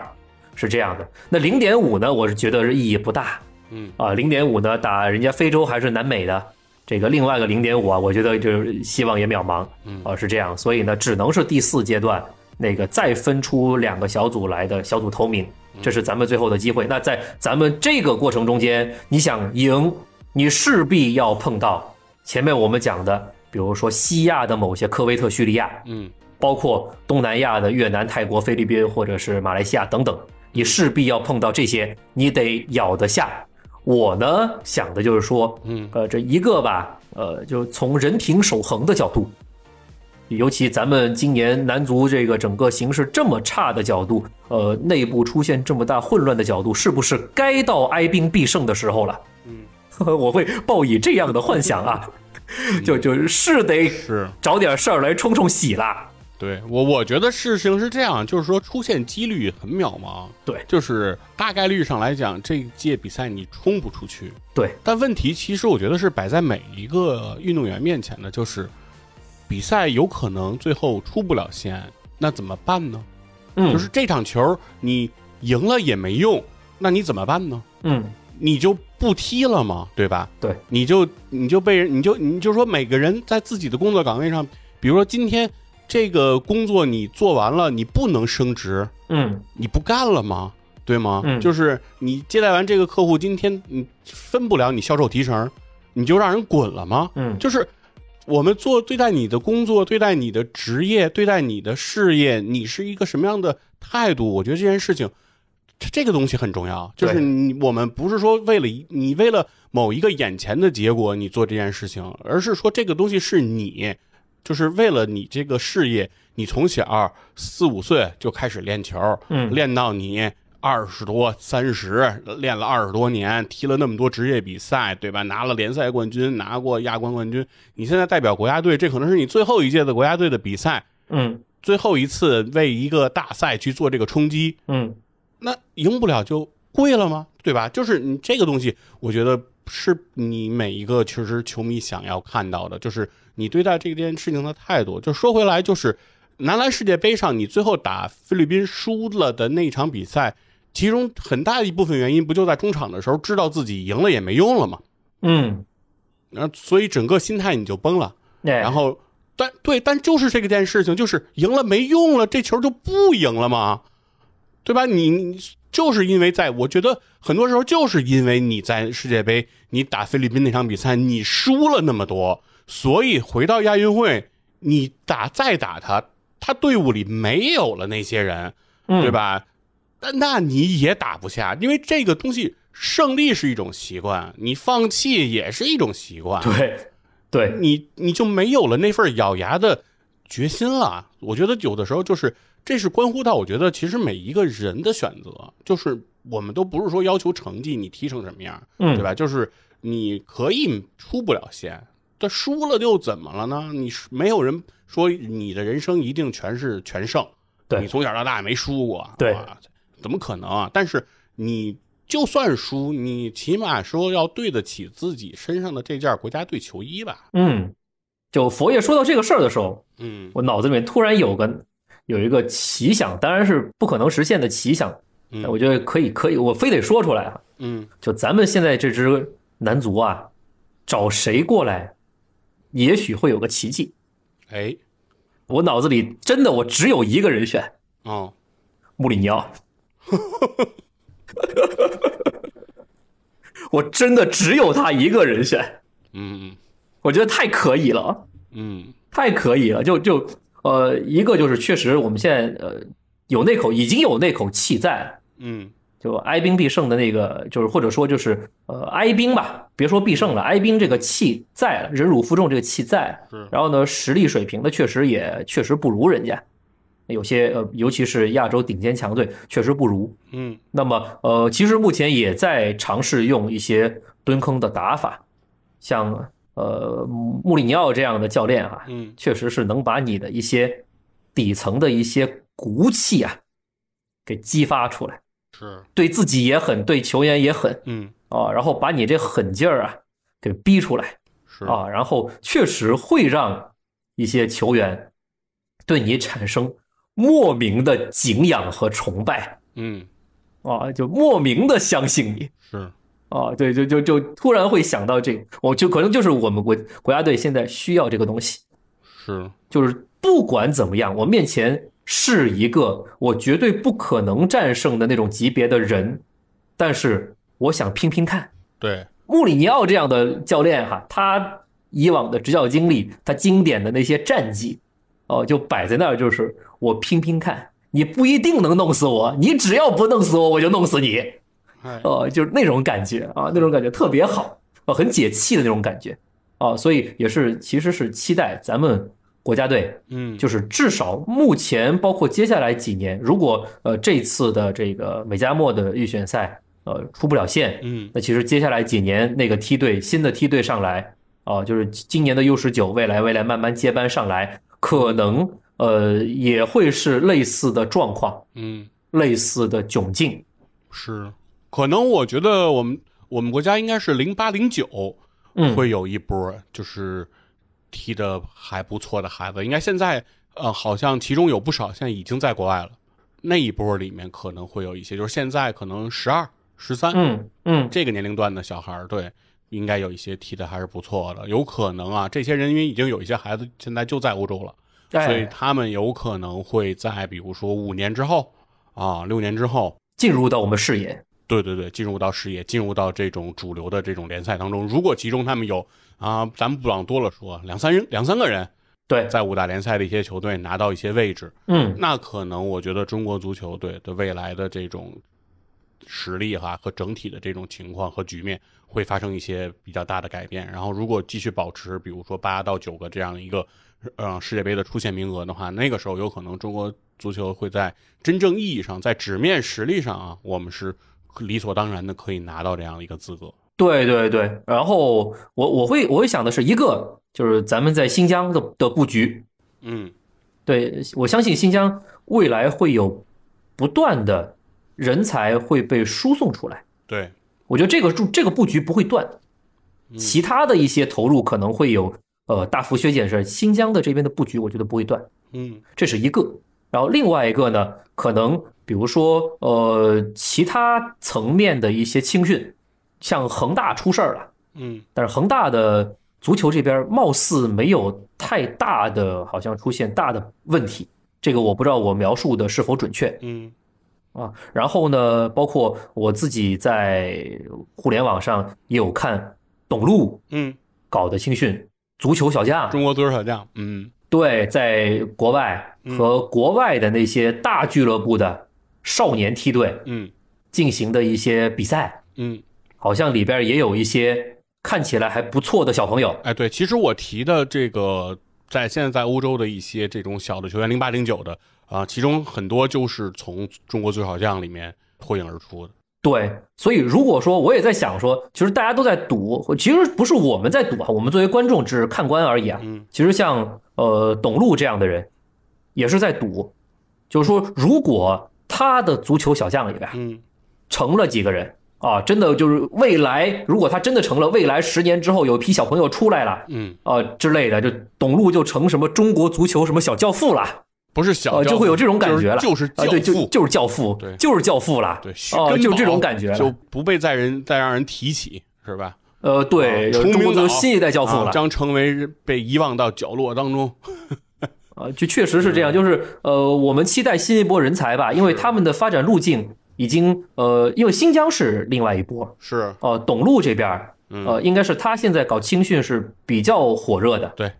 [SPEAKER 2] 是这样的。那零点五呢，我是觉得是意义不大
[SPEAKER 1] 嗯
[SPEAKER 2] 啊。零点五呢，打人家非洲还是南美的。这个另外一个零点五啊，我觉得就是希望也渺茫，
[SPEAKER 1] 嗯
[SPEAKER 2] 啊是这样，所以呢，只能是第四阶段那个再分出两个小组来的小组头名，这是咱们最后的机会。那在咱们这个过程中间，你想赢，你势必要碰到前面我们讲的，比如说西亚的某些科威特、叙利亚，
[SPEAKER 1] 嗯
[SPEAKER 2] 包括东南亚的越南、泰国、菲律宾或者是马来西亚等等，你势必要碰到这些，你得咬得下。我呢想的就是说，
[SPEAKER 1] 嗯
[SPEAKER 2] 呃，这一个吧，呃，就从人品守恒的角度，尤其咱们今年男足这个整个形势这么差的角度，呃，内部出现这么大混乱的角度，是不是该到哀兵必胜的时候了？ <laughs>
[SPEAKER 1] 嗯，
[SPEAKER 2] 我会抱以这样的幻想啊，就就是得
[SPEAKER 1] 是。
[SPEAKER 2] 找点事儿来冲冲喜啦。
[SPEAKER 1] 对我，我觉得事情是这样，就是说出现几率很渺茫。
[SPEAKER 2] 对
[SPEAKER 1] 就是大概率上来讲，这届比赛你冲不出去。
[SPEAKER 2] 对，
[SPEAKER 1] 但问题其实我觉得是摆在每一个运动员面前的，就是比赛有可能最后出不了线，那怎么办呢？
[SPEAKER 2] 嗯，
[SPEAKER 1] 就是这场球你赢了也没用，那你怎么办呢？
[SPEAKER 2] 嗯，
[SPEAKER 1] 你就不踢了嘛，对吧？
[SPEAKER 2] 对，
[SPEAKER 1] 你就你就被人，你就你就说每个人在自己的工作岗位上，比如说今天这个工作你做完了，你不能升职，
[SPEAKER 2] 嗯
[SPEAKER 1] 你不干了吗？对吗？
[SPEAKER 2] 嗯
[SPEAKER 1] 就是你接待完这个客户，今天你分不了你销售提成，你就让人滚了吗？
[SPEAKER 2] 嗯
[SPEAKER 1] 就是我们做对待你的工作、对待你的职业、对待你的事业，你是一个什么样的态度？我觉得这件事情，这这个东西很重要。就是
[SPEAKER 2] 对
[SPEAKER 1] 你我们不是说为了一你为了某一个眼前的结果你做这件事情，而是说这个东西是你，就是为了你这个事业，你从小四五岁就开始练球，
[SPEAKER 2] 嗯
[SPEAKER 1] 练到你二十多、三十，练了二十多年，踢了那么多职业比赛，对吧？拿了联赛冠军，拿过亚冠冠军。你现在代表国家队，这可能是你最后一届的国家队的比赛，
[SPEAKER 2] 嗯
[SPEAKER 1] 最后一次为一个大赛去做这个冲击，
[SPEAKER 2] 嗯
[SPEAKER 1] 那赢不了就跪了吗？对吧？就是你这个东西，我觉得是你每一个其实球迷想要看到的，就是你对待这件事情的态度。就说回来，就是男篮世界杯上你最后打菲律宾输了的那一场比赛，其中很大一部分原因不就在中场的时候知道自己赢了也没用了嘛，
[SPEAKER 2] 嗯，
[SPEAKER 1] 然后所以整个心态你就崩了。
[SPEAKER 2] 哎，
[SPEAKER 1] 然后，但对，但就是这个件事情，就是赢了没用了，这球就不赢了嘛，对吧？你你就是因为在，我觉得很多时候就是因为你在世界杯你打菲律宾那场比赛你输了那么多，所以回到亚运会你打再打他，他队伍里没有了那些人，
[SPEAKER 2] 嗯
[SPEAKER 1] 对吧？那那你也打不下，因为这个东西胜利是一种习惯，你放弃也是一种习惯，
[SPEAKER 2] 对对，
[SPEAKER 1] 你你就没有了那份咬牙的决心了。我觉得有的时候就是，这是关乎到我觉得其实每一个人的选择，就是我们都不是说要求成绩你踢成什么样，
[SPEAKER 2] 嗯
[SPEAKER 1] 对吧？就是你可以出不了线，但输了又怎么了呢？你是没有人说你的人生一定全是全胜，
[SPEAKER 2] 对
[SPEAKER 1] 你从小到大也没输过，
[SPEAKER 2] 对
[SPEAKER 1] 哇怎么可能啊？但是你就算输，你起码说要对得起自己身上的这件国家队球衣吧？
[SPEAKER 2] 嗯，就佛爷说到这个事儿的时候，
[SPEAKER 1] 嗯
[SPEAKER 2] 我脑子里面突然有个有一个奇想，当然是不可能实现的奇想，
[SPEAKER 1] 嗯
[SPEAKER 2] 但我觉得可以可以，我非得说出来啊，
[SPEAKER 1] 嗯
[SPEAKER 2] 就咱们现在这支男足啊，找谁过来，也许会有个奇迹。，
[SPEAKER 1] 哎，
[SPEAKER 2] 我脑子里真的我只有一个人选，
[SPEAKER 1] 哦，
[SPEAKER 2] 穆里尼奥。 <laughs> 我真的只有他一个人选，
[SPEAKER 1] 嗯
[SPEAKER 2] 我觉得太可以了，
[SPEAKER 1] 嗯
[SPEAKER 2] 太可以了。就就呃，一个就是确实我们现在呃有那口已经有那口气在了，
[SPEAKER 1] 嗯
[SPEAKER 2] 就哀兵必胜的那个，就是或者说就是呃哀兵吧，别说必胜了，哀兵这个气在了，忍辱负重这个气在了
[SPEAKER 1] 是。
[SPEAKER 2] 然后呢，实力水平呢，确实也确实不如人家，有些呃，尤其是亚洲顶尖强队，确实不如。
[SPEAKER 1] 嗯，
[SPEAKER 2] 那么，呃，其实目前也在尝试用一些蹲坑的打法，像呃穆里尼奥这样的教练啊，
[SPEAKER 1] 嗯
[SPEAKER 2] 确实是能把你的一些底层的一些骨气啊给激发出来，
[SPEAKER 1] 是，
[SPEAKER 2] 对自己也狠，对球员也狠
[SPEAKER 1] 嗯
[SPEAKER 2] 啊，然后把你这狠劲儿啊给逼出来
[SPEAKER 1] 是，
[SPEAKER 2] 啊，然后确实会让一些球员对你产生莫名的敬仰和崇拜
[SPEAKER 1] 嗯
[SPEAKER 2] 啊，就莫名的相信你。
[SPEAKER 1] 是，
[SPEAKER 2] 啊，对，就就就突然会想到这个，我就可能就是我们国国家队现在需要这个东西，
[SPEAKER 1] 是
[SPEAKER 2] 就是不管怎么样，我面前是一个我绝对不可能战胜的那种级别的人，但是我想拼拼看。
[SPEAKER 1] 对，
[SPEAKER 2] 穆里尼奥这样的教练哈，他以往的执教经历，他经典的那些战绩，哦、就摆在那儿，就是我拼拼看，你不一定能弄死我，你只要不弄死我，我就弄死你。
[SPEAKER 1] 哎，
[SPEAKER 2] 呃，就是那种感觉啊，那种感觉特别好，呃，很解气的那种感觉啊，所以也是其实是期待咱们国家队，
[SPEAKER 1] 嗯
[SPEAKER 2] 就是至少目前包括接下来几年，如果呃这次的这个美加墨的预选赛呃出不了线，
[SPEAKER 1] 嗯
[SPEAKER 2] 那其实接下来几年那个梯队新的梯队上来啊，就是今年的 U 十九，未来未来慢慢接班上来，可能呃也会是类似的状况，
[SPEAKER 1] 嗯
[SPEAKER 2] 类似的窘境。
[SPEAKER 1] 是，可能我觉得我们我们国家应该是零八零九
[SPEAKER 2] 嗯
[SPEAKER 1] 会有一波儿，就是踢的还不错的孩子，应该现在呃好像其中有不少现在已经在国外了，那一波儿里面可能会有一些，就是现在可能十二十三，
[SPEAKER 2] 嗯嗯，
[SPEAKER 1] 这个年龄段的小孩儿，对，应该有一些踢的还是不错的。有可能啊，这些人因为已经有一些孩子现在就在欧洲了，
[SPEAKER 2] 哎
[SPEAKER 1] 所以他们有可能会在比如说五年之后啊，六年之后，
[SPEAKER 2] 进入到我们视野。
[SPEAKER 1] 对对对，进入到视野，进入到这种主流的这种联赛当中。如果其中他们有啊，咱们不往多了说，两三人两三个人
[SPEAKER 2] 对，
[SPEAKER 1] 在五大联赛的一些球队拿到一些位置，
[SPEAKER 2] 嗯，
[SPEAKER 1] 那可能我觉得中国足球队的未来的这种实力哈和整体的这种情况和局面会发生一些比较大的改变。然后如果继续保持，比如说八到九个这样一个呃世界杯的出线名额的话，那个时候有可能中国足球会在真正意义上，在纸面实力上啊，我们是理所当然的可以拿到这样一个资格。
[SPEAKER 2] 对对对。然后我我会我会想的是一个就是咱们在新疆的的布局，
[SPEAKER 1] 嗯
[SPEAKER 2] 对我相信新疆未来会有不断的人才会被输送出来。，
[SPEAKER 1] 对，
[SPEAKER 2] 我觉得这个注这个布局不会断，其他的一些投入可能会有呃大幅削减，是新疆的这边的布局，我觉得不会断。
[SPEAKER 1] 嗯
[SPEAKER 2] 这是一个。然后另外一个呢，可能比如说呃，其他层面的一些青训，像恒大出事儿了，
[SPEAKER 1] 嗯
[SPEAKER 2] 但是恒大的足球这边貌似没有太大的，好像出现大的问题。这个我不知道我描述的是否准确
[SPEAKER 1] 嗯
[SPEAKER 2] 啊。然后呢，包括我自己在互联网上也有看董路
[SPEAKER 1] 嗯，
[SPEAKER 2] 搞的青训，足球小将，
[SPEAKER 1] 中国足球小将，嗯
[SPEAKER 2] 对，在国外和国外的那些大俱乐部的少年梯队
[SPEAKER 1] 嗯
[SPEAKER 2] 进行的一些比赛，
[SPEAKER 1] 嗯。
[SPEAKER 2] 好像里边也有一些看起来还不错的小朋友。
[SPEAKER 1] 哎，对，其实我提的这个，在现在在欧洲的一些这种小的球员，零八零九的啊、其中很多就是从中国足球小将里面脱颖而出的。
[SPEAKER 2] 对，所以如果说我也在想说，其实大家都在赌，或其实不是我们在赌啊，我们作为观众只是看官而已啊。
[SPEAKER 1] 嗯
[SPEAKER 2] 其实像呃董路这样的人，也是在赌，就是说如果他的足球小将里边。
[SPEAKER 1] 嗯
[SPEAKER 2] 成了几个人啊，真的就是未来，如果他真的成了，未来十年之后有一批小朋友出来了
[SPEAKER 1] 嗯，
[SPEAKER 2] 啊之类的，就董路就成什么中国足球什么小教父了，
[SPEAKER 1] 不是小
[SPEAKER 2] 呃，
[SPEAKER 1] 教父、
[SPEAKER 2] 就会有这种感觉了，
[SPEAKER 1] 就是
[SPEAKER 2] 啊，
[SPEAKER 1] 就是
[SPEAKER 2] 对，
[SPEAKER 1] 教父，
[SPEAKER 2] 就就是教父，
[SPEAKER 1] 对
[SPEAKER 2] 就是教父了，
[SPEAKER 1] 对，徐
[SPEAKER 2] 哦、
[SPEAKER 1] 根
[SPEAKER 2] 就
[SPEAKER 1] 宝
[SPEAKER 2] 这种感觉了，
[SPEAKER 1] 就不被再人再让人提起，是吧？
[SPEAKER 2] 呃，
[SPEAKER 1] 啊
[SPEAKER 2] 对，有
[SPEAKER 1] 崇
[SPEAKER 2] 中国
[SPEAKER 1] 明
[SPEAKER 2] 足球
[SPEAKER 1] 岛
[SPEAKER 2] 新一代教父
[SPEAKER 1] 啊
[SPEAKER 2] 了，
[SPEAKER 1] 将成为被遗忘到角落当中。
[SPEAKER 2] 啊，就确实是这样，
[SPEAKER 1] 嗯
[SPEAKER 2] 就是呃，我们期待新一波人才吧，因为他们的发展路径已经呃，因为新疆是另外一波，
[SPEAKER 1] 是，
[SPEAKER 2] 呃，董路这边儿，
[SPEAKER 1] 嗯
[SPEAKER 2] 呃，应该是他现在搞青训是比较火热的，
[SPEAKER 1] 对，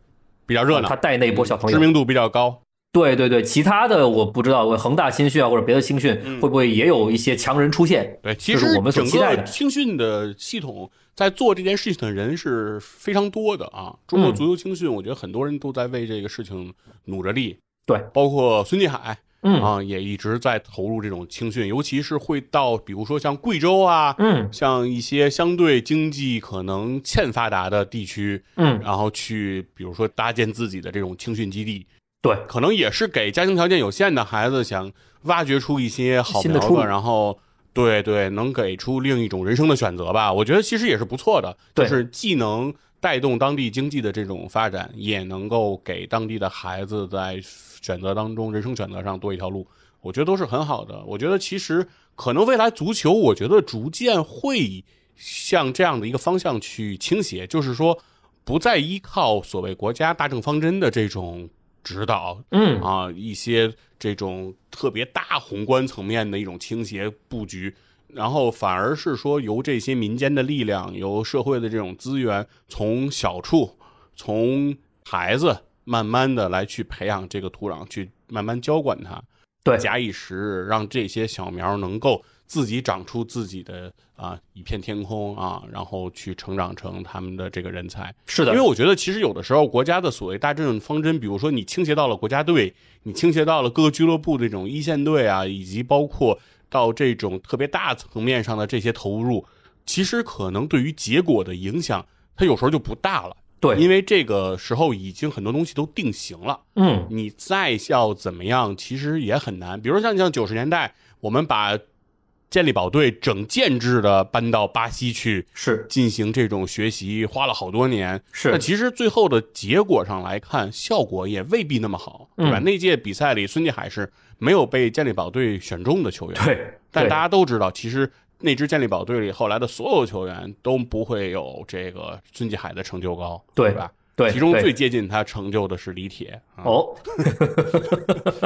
[SPEAKER 1] 比较热闹
[SPEAKER 2] 哦
[SPEAKER 1] 嗯
[SPEAKER 2] 他，带那一波小朋
[SPEAKER 1] 知
[SPEAKER 2] 友。
[SPEAKER 1] 名度比较高。
[SPEAKER 2] 对对对，其他的我不知道，恒大青训啊或者别的青训
[SPEAKER 1] 嗯
[SPEAKER 2] 会不会也有一些强人出现？
[SPEAKER 1] 对，其
[SPEAKER 2] 这
[SPEAKER 1] 实
[SPEAKER 2] 是我们所
[SPEAKER 1] 整
[SPEAKER 2] 期待
[SPEAKER 1] 个
[SPEAKER 2] 的
[SPEAKER 1] 青训的系统在做这件事情的人是非常多的啊。中国
[SPEAKER 2] 嗯
[SPEAKER 1] 足球青训，我觉得很多人都在为这个事情努着力，
[SPEAKER 2] 对，
[SPEAKER 1] 包括孙继海。
[SPEAKER 2] 嗯
[SPEAKER 1] 啊，也一直在投入这种青训，尤其是会到比如说像贵州啊，
[SPEAKER 2] 嗯
[SPEAKER 1] 像一些相对经济可能欠发达的地区，
[SPEAKER 2] 嗯，
[SPEAKER 1] 然后去比如说搭建自己的这种青训基地，
[SPEAKER 2] 对，
[SPEAKER 1] 可能也是给家庭条件有限的孩子想挖掘出一些好
[SPEAKER 2] 新
[SPEAKER 1] 苗
[SPEAKER 2] 的出路
[SPEAKER 1] 子，然后对对，能给出另一种人生的选择吧。我觉得其实也是不错的，就
[SPEAKER 2] 对
[SPEAKER 1] 是既能带动当地经济的这种发展，也能够给当地的孩子在选择当中人生选择上多一条路。我觉得都是很好的。我觉得其实可能未来足球，我觉得逐渐会向这样的一个方向去倾斜，就是说不再依靠所谓国家大政方针的这种指导，
[SPEAKER 2] 嗯
[SPEAKER 1] 啊，一些这种特别大宏观层面的一种倾斜布局。然后反而是说，由这些民间的力量，由社会的这种资源，从小处，从孩子慢慢的来去培养这个土壤，去慢慢浇灌它，
[SPEAKER 2] 对，
[SPEAKER 1] 假以时日，让这些小苗能够自己长出自己的啊一片天空啊，然后去成长成他们的这个人才。
[SPEAKER 2] 是的
[SPEAKER 1] 因为，我觉得其实有的时候国家的所谓大政方针，比如说你倾斜到了国家队，你倾斜到了各个俱乐部的这种一线队啊，以及包括到这种特别大层面上的这些投入，其实可能对于结果的影响，它有时候就不大了。
[SPEAKER 2] 对，
[SPEAKER 1] 因为这个时候已经很多东西都定型了。
[SPEAKER 2] 嗯
[SPEAKER 1] 你再要怎么样，其实也很难。比如像像九十年代，我们把健力宝队整建制的搬到巴西去
[SPEAKER 2] 是
[SPEAKER 1] 进行这种学习，花了好多年。那
[SPEAKER 2] 是，
[SPEAKER 1] 其实最后的结果上来看，效果也未必那么好，对吧？
[SPEAKER 2] 嗯
[SPEAKER 1] 那届比赛里，孙继海是没有被健力宝队选中的球员，
[SPEAKER 2] 对，
[SPEAKER 1] 但
[SPEAKER 2] 对
[SPEAKER 1] 大家都知道，其实那支健力宝队里后来的所有球员都不会有这个孙继海的成就高，
[SPEAKER 2] 对
[SPEAKER 1] 吧？
[SPEAKER 2] 对
[SPEAKER 1] 其中
[SPEAKER 2] 对
[SPEAKER 1] 最接近他成就的是李铁
[SPEAKER 2] <laughs>
[SPEAKER 1] 啊，
[SPEAKER 2] 哦，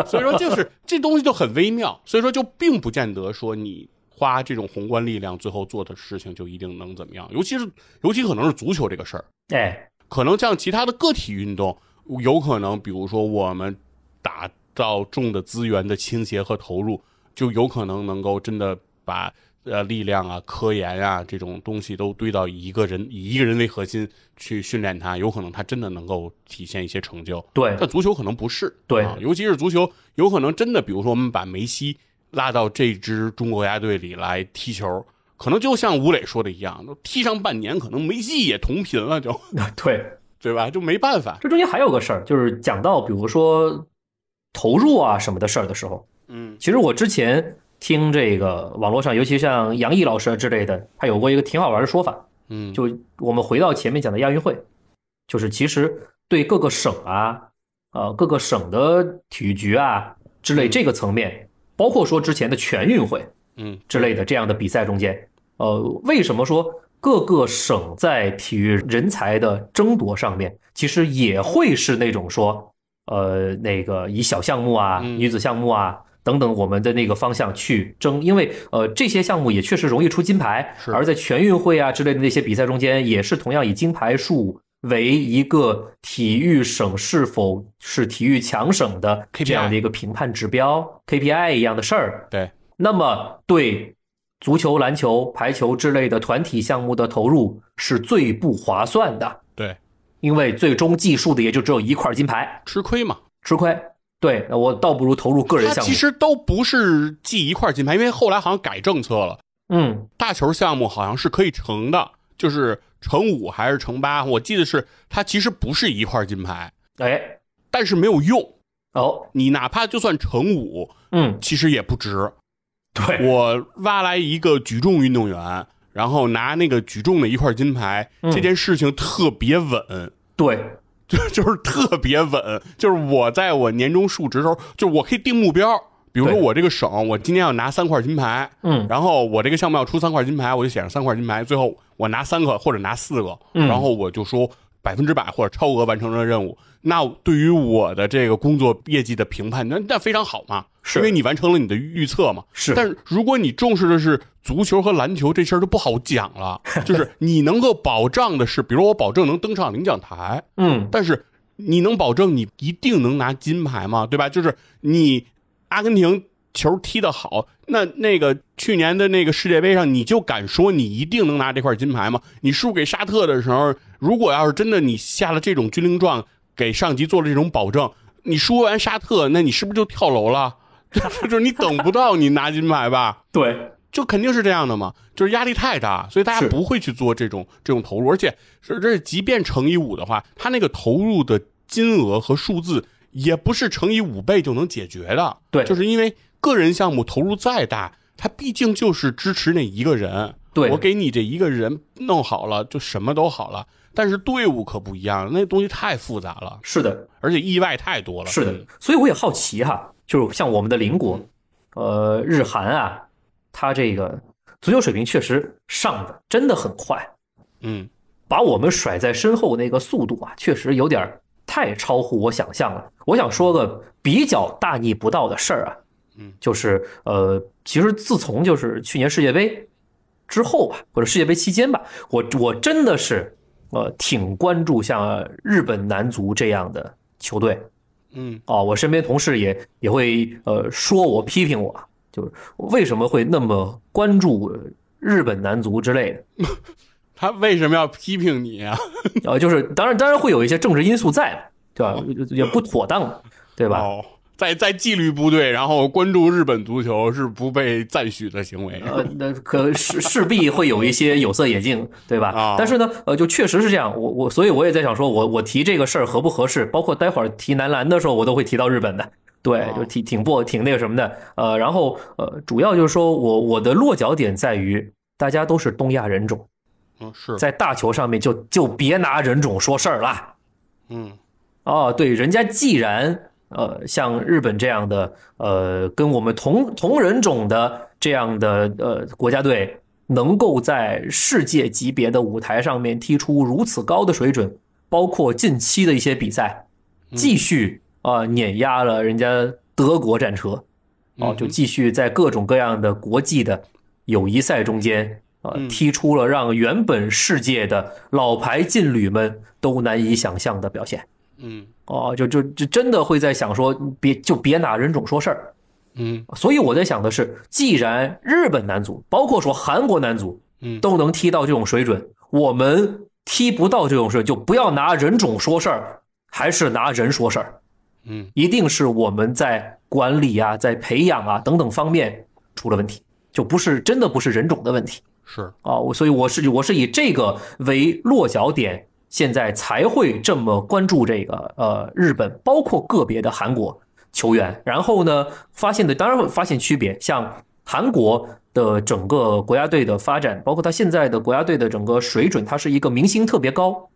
[SPEAKER 1] 所以说就是这东西就很微妙，所以说就并不见得说你花这种宏观力量，最后做的事情就一定能怎么样，尤其是尤其可能是足球这个事儿，
[SPEAKER 2] 哎，
[SPEAKER 1] 可能像其他的个体运动，有可能比如说我们打造重的资源的倾斜和投入，就有可能能够真的把呃力量啊、科研啊这种东西都堆到一个人以一个人为核心去训练它，有可能它真的能够体现一些成就。
[SPEAKER 2] 对
[SPEAKER 1] 但足球可能不是，
[SPEAKER 2] 对
[SPEAKER 1] 啊尤其是足球，有可能真的，比如说我们把梅西拉到这支中国国家队里来踢球，可能就像吴磊说的一样，都踢上半年，可能梅西也同频了就，
[SPEAKER 2] <laughs> 对，
[SPEAKER 1] 对吧？就没办法，
[SPEAKER 2] 这中间还有个事儿，就是讲到比如说投入啊什么的事儿的时候，
[SPEAKER 1] 嗯，
[SPEAKER 2] 其实我之前听这个网络上，尤其像杨毅老师之类的，他有过一个挺好玩的说法，
[SPEAKER 1] 嗯，
[SPEAKER 2] 就我们回到前面讲的亚运会，就是其实对各个省啊，呃各个省的体育局啊之类这个层面，包括说之前的全运会，
[SPEAKER 1] 嗯
[SPEAKER 2] 之类的这样的比赛中间，呃，为什么说各个省在体育人才的争夺上面，其实也会是那种说，呃，那个以小项目啊、
[SPEAKER 1] 嗯
[SPEAKER 2] 女子项目啊等等我们的那个方向去争，因为呃这些项目也确实容易出金牌
[SPEAKER 1] 是，
[SPEAKER 2] 而在全运会啊之类的那些比赛中间，也是同样以金牌数。为一个体育省是否是体育强省的
[SPEAKER 1] KPI
[SPEAKER 2] 这样的一个评判指标 KPI 一样的事儿，
[SPEAKER 1] 对，
[SPEAKER 2] 那么对足球、篮球、排球之类的团体项目的投入是最不划算的，
[SPEAKER 1] 对，
[SPEAKER 2] 因为最终计数的也就只有一块金牌，
[SPEAKER 1] 吃亏嘛。
[SPEAKER 2] 吃亏。对，那我倒不如投入个人
[SPEAKER 1] 他
[SPEAKER 2] 项目
[SPEAKER 1] 其。实都不是记一块金牌，因为后来好像改政策了，
[SPEAKER 2] 嗯，
[SPEAKER 1] 大球项目好像是可以乘的，就是乘五还是乘八，我记得是它其实不是一块金牌，
[SPEAKER 2] 哎，
[SPEAKER 1] 但是没有用。
[SPEAKER 2] 哦，
[SPEAKER 1] 你哪怕就算乘五，
[SPEAKER 2] 嗯，
[SPEAKER 1] 其实也不值。
[SPEAKER 2] 对，
[SPEAKER 1] 我挖来一个举重运动员，然后拿那个举重的一块金牌，
[SPEAKER 2] 嗯
[SPEAKER 1] 这件事情特别稳，
[SPEAKER 2] 对，
[SPEAKER 1] <laughs> 就就是特别稳。就是我在我年终述职的时候，就是我可以定目标，比如说
[SPEAKER 2] 对
[SPEAKER 1] 我这个省，我今年要拿三块金牌，
[SPEAKER 2] 嗯，
[SPEAKER 1] 然后我这个项目要出三块金牌，我就写上三块金牌，最后我拿三个或者拿四个，
[SPEAKER 2] 嗯
[SPEAKER 1] 然后我就说百分之百或者超额完成了任务。那对于我的这个工作业绩的评判，那那非常好嘛，
[SPEAKER 2] 是
[SPEAKER 1] 因为你完成了你的预测嘛。
[SPEAKER 2] 是
[SPEAKER 1] 但如果你重视的是足球和篮球，这事儿就不好讲
[SPEAKER 2] <laughs>
[SPEAKER 1] 了。就是你能够保障的是，比如我保证能登上领奖台，
[SPEAKER 2] 嗯，
[SPEAKER 1] 但是你能保证你一定能拿金牌吗？对吧？就是你阿根廷球踢得好，那那个去年的那个世界杯上，你就敢说你一定能拿这块金牌吗？你输给沙特的时候，如果要是真的你下了这种军令状，给上级做了这种保证，你输完沙特，那你是不是就跳楼了？ <laughs> 就是你等不到你拿金牌吧？
[SPEAKER 2] 对，
[SPEAKER 1] 就肯定是这样的嘛，就是压力太大，所以大家
[SPEAKER 2] 是
[SPEAKER 1] 不会去做这种这种投入，而且是这即便乘以五的话，它那个投入的金额和数字也不是乘以五倍就能解决的。
[SPEAKER 2] 对
[SPEAKER 1] 就是因为个人项目投入再大，它毕竟就是支持那一个人。
[SPEAKER 2] 对
[SPEAKER 1] 我给你这一个人弄好了，就什么都好了。但是队伍可不一样，那东西太复杂了，
[SPEAKER 2] 是的，
[SPEAKER 1] 而且意外太多了。
[SPEAKER 2] 是的，所以我也好奇哈，就是像我们的邻国，呃，日韩啊，它这个足球水平确实上的真的很快，
[SPEAKER 1] 嗯，
[SPEAKER 2] 把我们甩在身后那个速度啊，确实有点儿太超乎我想象了。我想说个比较大逆不道的事儿啊，
[SPEAKER 1] 嗯，
[SPEAKER 2] 就是呃，其实自从就是去年世界杯之后吧，或者世界杯期间吧，我我真的是呃挺关注像日本男足这样的球队，
[SPEAKER 1] 嗯
[SPEAKER 2] 啊，我身边同事也也会呃说我批评我，啊就是为什么会那么关注日本男足之类的。
[SPEAKER 1] 他为什么要批评你啊？
[SPEAKER 2] 呃，就是当然当然会有一些政治因素在嘛，对吧？也不妥当嘛，对吧？
[SPEAKER 1] 哦，在在纪律部队，然后关注日本足球是不被赞许的行为。
[SPEAKER 2] 呃，那可势势必会有一些有色眼镜，对吧
[SPEAKER 1] 啊？
[SPEAKER 2] 但是呢，呃，就确实是这样。我我所以我也在想说，我我提这个事儿合不合适？包括待会儿提男篮的时候，我都会提到日本的。对
[SPEAKER 1] 啊，
[SPEAKER 2] 就挺挺不挺那个什么的。呃，然后呃，主要就是说我我的落脚点在于，大家都是东亚人种，
[SPEAKER 1] 嗯，是，
[SPEAKER 2] 在大球上面就就别拿人种说事儿了。
[SPEAKER 1] 嗯
[SPEAKER 2] 哦，对，人家既然呃像日本这样的呃跟我们同同人种的这样的呃国家队，能够在世界级别的舞台上面踢出如此高的水准，包括近期的一些比赛，继续啊、呃碾压了人家德国战车，哦，就继续在各种各样的国际的友谊赛中间。呃，
[SPEAKER 1] 嗯
[SPEAKER 2] 踢出了让原本世界的老牌劲旅们都难以想象的表现。
[SPEAKER 1] 嗯
[SPEAKER 2] 哦，就就就真的会在想说，别就别拿人种说事儿。
[SPEAKER 1] 嗯
[SPEAKER 2] 所以我在想的是，既然日本男足，包括说韩国男足
[SPEAKER 1] 嗯，
[SPEAKER 2] 都能踢到这种水准，我们踢不到这种水准，就不要拿人种说事儿，还是拿人说事儿，
[SPEAKER 1] 嗯
[SPEAKER 2] 一定是我们在管理啊、在培养啊等等方面出了问题，就不是真的不是人种的问题。
[SPEAKER 1] 是，
[SPEAKER 2] 啊，我所以我是我是以这个为落脚点，现在才会这么关注这个呃日本，包括个别的韩国球员。然后呢，发现的当然会发现区别，像韩国的整个国家队的发展，包括他现在的国家队的整个水准，它是一个明星特别高，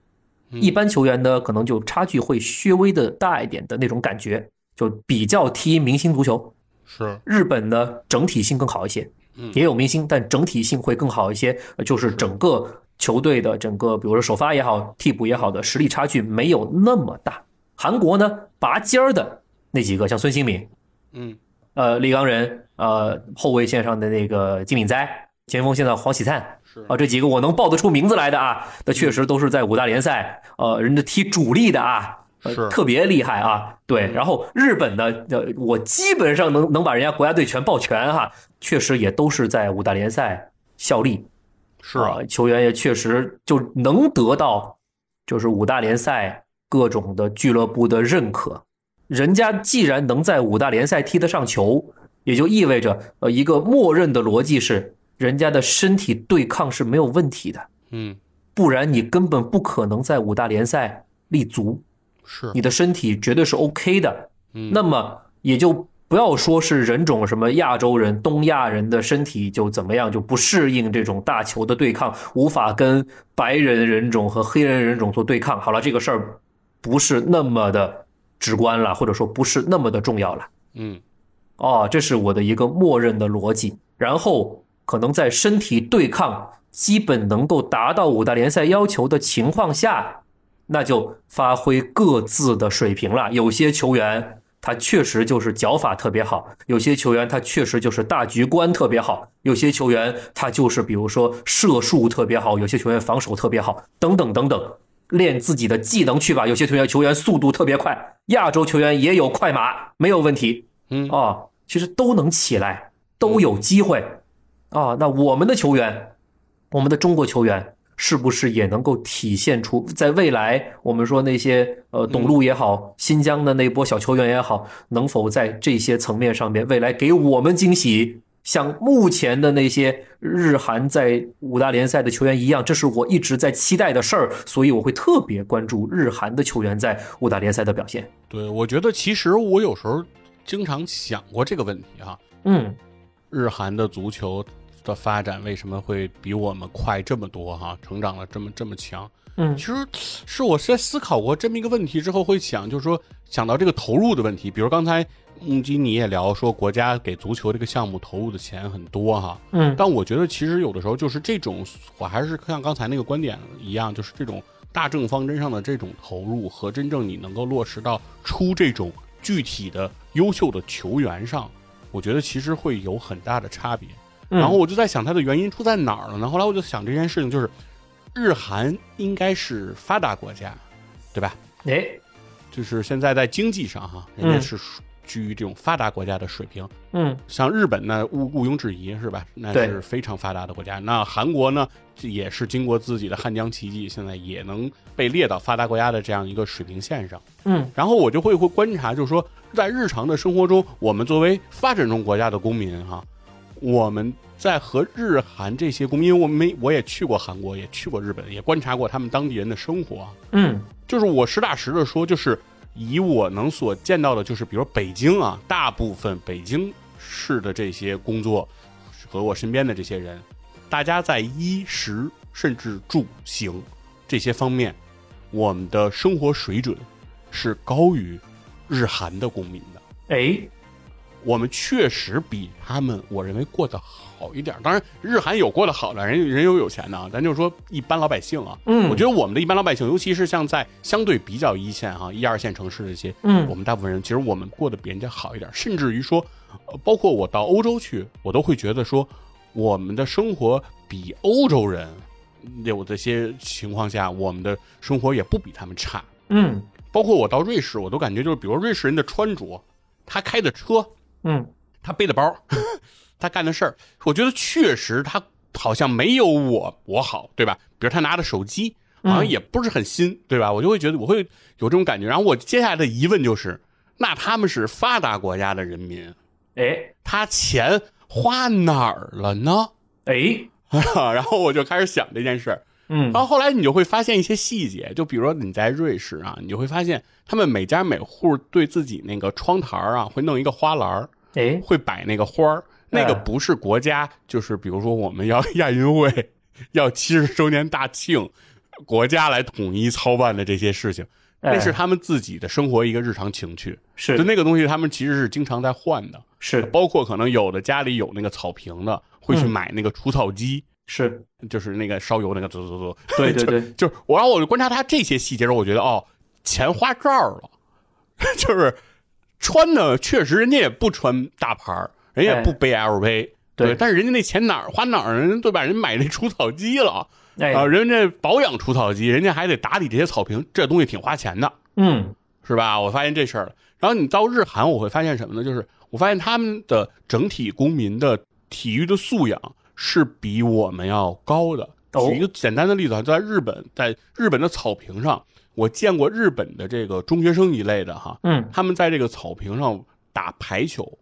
[SPEAKER 2] 一般球员呢可能就差距会略微的大一点的那种感觉，就比较踢明星足球。
[SPEAKER 1] 是，
[SPEAKER 2] 日本呢整体性更好一些
[SPEAKER 1] 嗯，
[SPEAKER 2] 也有明星，但整体性会更好一些。呃就是整个球队的整个，比如说首发也好，替补也好的实力差距没有那么大。韩国呢，拔尖儿的那几个，像孙兴敏、
[SPEAKER 1] 嗯
[SPEAKER 2] 呃李刚仁、呃后卫线上的那个金敏哉，前锋线的黄喜灿。
[SPEAKER 1] 是
[SPEAKER 2] 啊，这几个我能报得出名字来的啊，那确实都是在五大联赛，呃，人家踢主力的啊，呃
[SPEAKER 1] 是
[SPEAKER 2] 特别厉害啊。对，然后日本呢，呃，我基本上能能把人家国家队全报全哈，确实也都是在五大联赛效力，
[SPEAKER 1] 是啊，
[SPEAKER 2] 呃球员也确实就能得到就是五大联赛各种的俱乐部的认可。人家既然能在五大联赛踢得上球，也就意味着呃一个默认的逻辑是，人家的身体对抗是没有问题的，
[SPEAKER 1] 嗯
[SPEAKER 2] 不然你根本不可能在五大联赛立足，
[SPEAKER 1] 是，
[SPEAKER 2] 你的身体绝对是 OK 的。
[SPEAKER 1] 嗯
[SPEAKER 2] 那么也就不要说是人种什么亚洲人、东亚人的身体就怎么样，就不适应这种大球的对抗，无法跟白人人种和黑人人种做对抗。好了，这个事儿不是那么的直观了，或者说不是那么的重要了。
[SPEAKER 1] 嗯
[SPEAKER 2] 哦，这是我的一个默认的逻辑。然后可能在身体对抗基本能够达到五大联赛要求的情况下，那就发挥各自的水平了。有些球员他确实就是脚法特别好，有些球员他确实就是大局观特别好，有些球员他就是比如说射术特别好，有些球员防守特别好，等等等等。练自己的技能去吧。有些球员球员速度特别快，亚洲球员也有快马，没有问题
[SPEAKER 1] 嗯
[SPEAKER 2] 啊。其实都能起来，都有机会啊。那我们的球员，我们的中国球员是不是也能够体现出，在未来我们说那些呃董路也好，新疆的那波小球员也好，能否在这些层面上面，未来给我们惊喜？像目前的那些日韩在五大联赛的球员一样，这是我一直在期待的事儿，所以我会特别关注日韩的球员在五大联赛的表现。
[SPEAKER 1] 对，我觉得其实我有时候经常想过这个问题哈、
[SPEAKER 2] 嗯
[SPEAKER 1] 日韩的足球的发展为什么会比我们快这么多哈、成长了这么这么强？
[SPEAKER 2] 嗯
[SPEAKER 1] 其实是我在思考过这么一个问题之后，会想就是说想到这个投入的问题，比如刚才木基你也聊说国家给足球这个项目投入的钱很多哈、
[SPEAKER 2] 嗯
[SPEAKER 1] 但我觉得其实有的时候就是这种，我还是像刚才那个观点一样，就是这种大政方针上的这种投入和真正你能够落实到出这种具体的优秀的球员上，我觉得其实会有很大的差别。
[SPEAKER 2] 嗯
[SPEAKER 1] 然后我就在想它的原因出在哪儿了呢？后来我就想这件事情就是，日韩应该是发达国家，对吧？
[SPEAKER 2] 哎，
[SPEAKER 1] 就是现在在经济上哈，人家是居于这种发达国家的水平。
[SPEAKER 2] 嗯
[SPEAKER 1] 像日本呢，毋毋庸置疑是吧？那
[SPEAKER 2] 对
[SPEAKER 1] 是非常发达的国家。那韩国呢，这也是经过自己的汉江奇迹，现在也能被列到发达国家的这样一个水平线上。
[SPEAKER 2] 嗯
[SPEAKER 1] 然后我就会会观察，就是说，在日常的生活中，我们作为发展中国家的公民哈、我们在和日韩这些公民，因为我没我也去过韩国，也去过日本，也观察过他们当地人的生活啊。
[SPEAKER 2] 嗯
[SPEAKER 1] 就是我实打实的说，就是以我能所见到的，就是比如北京啊，大部分北京市的这些工作和我身边的这些人，大家在衣食甚至住行这些方面，我们的生活水准是高于日韩的公民的。
[SPEAKER 2] 哎，
[SPEAKER 1] 我们确实比他们，我认为过得好一点。当然，日韩有过得好的，人人有有钱的啊。咱就说一般老百姓啊，
[SPEAKER 2] 嗯
[SPEAKER 1] 我觉得我们的一般老百姓，尤其是像在相对比较一线哈、一二线城市这些，
[SPEAKER 2] 嗯
[SPEAKER 1] 我们大部分人其实我们过得比人家好一点，甚至于说，呃包括我到欧洲去，我都会觉得说，我们的生活比欧洲人有这些情况下，我们的生活也不比他们差。
[SPEAKER 2] 嗯
[SPEAKER 1] 包括我到瑞士，我都感觉就是，比如瑞士人的穿着，他开的车，
[SPEAKER 2] 嗯
[SPEAKER 1] 他背的包， <laughs> 他干的事儿，我觉得确实他好像没有我我好，对吧？比如他拿的手机好像也不是很新，对吧？我就会觉得我会有这种感觉。然后我接下来的疑问就是，那他们是发达国家的人民，
[SPEAKER 2] 哎
[SPEAKER 1] 他钱花哪儿了呢？ <laughs>
[SPEAKER 2] 哎
[SPEAKER 1] 然后我就开始想这件事儿。
[SPEAKER 2] 嗯
[SPEAKER 1] 然后后来你就会发现一些细节，就比如说你在瑞士啊，你就会发现他们每家每户对自己那个窗台儿啊会弄一个花篮儿，
[SPEAKER 2] 哎
[SPEAKER 1] 会摆那个花儿，那个
[SPEAKER 2] 嗯
[SPEAKER 1] 不是国家，就是比如说我们要亚运会 <laughs> 要七十周年大庆，国家来统一操办的这些事情，那
[SPEAKER 2] 哎
[SPEAKER 1] 是他们自己的生活一个日常情趣。
[SPEAKER 2] 是
[SPEAKER 1] 就那个东西，他们其实是经常在换的，
[SPEAKER 2] 是
[SPEAKER 1] 包括可能有的家里有那个草坪的，会去
[SPEAKER 2] 嗯
[SPEAKER 1] 买那个除草机。
[SPEAKER 2] 是，
[SPEAKER 1] 就是那个烧油那个走走走，
[SPEAKER 2] 对对对
[SPEAKER 1] 就，就是我让我就观察他这些细节的时候，我觉得哦，钱花这儿了， <laughs> 就是穿的确实人家也不穿大牌儿，人家也不背 LV，、
[SPEAKER 2] 哎对
[SPEAKER 1] 但是人家那钱哪儿花哪儿，人家对吧？人家买那除草机了
[SPEAKER 2] 哎
[SPEAKER 1] 啊、人家保养除草机，人家还得打理这些草坪，这东西挺花钱的，
[SPEAKER 2] 嗯
[SPEAKER 1] 是吧？我发现这事儿了。然后你到日韩，我会发现什么呢？就是我发现他们的整体公民的体育的素养是比我们要高的。
[SPEAKER 2] 哦
[SPEAKER 1] 举一个简单的例子啊，在日本，在日本的草坪上，我见过日本的这个中学生一类的哈，
[SPEAKER 2] 嗯
[SPEAKER 1] 他们在这个草坪上打排球。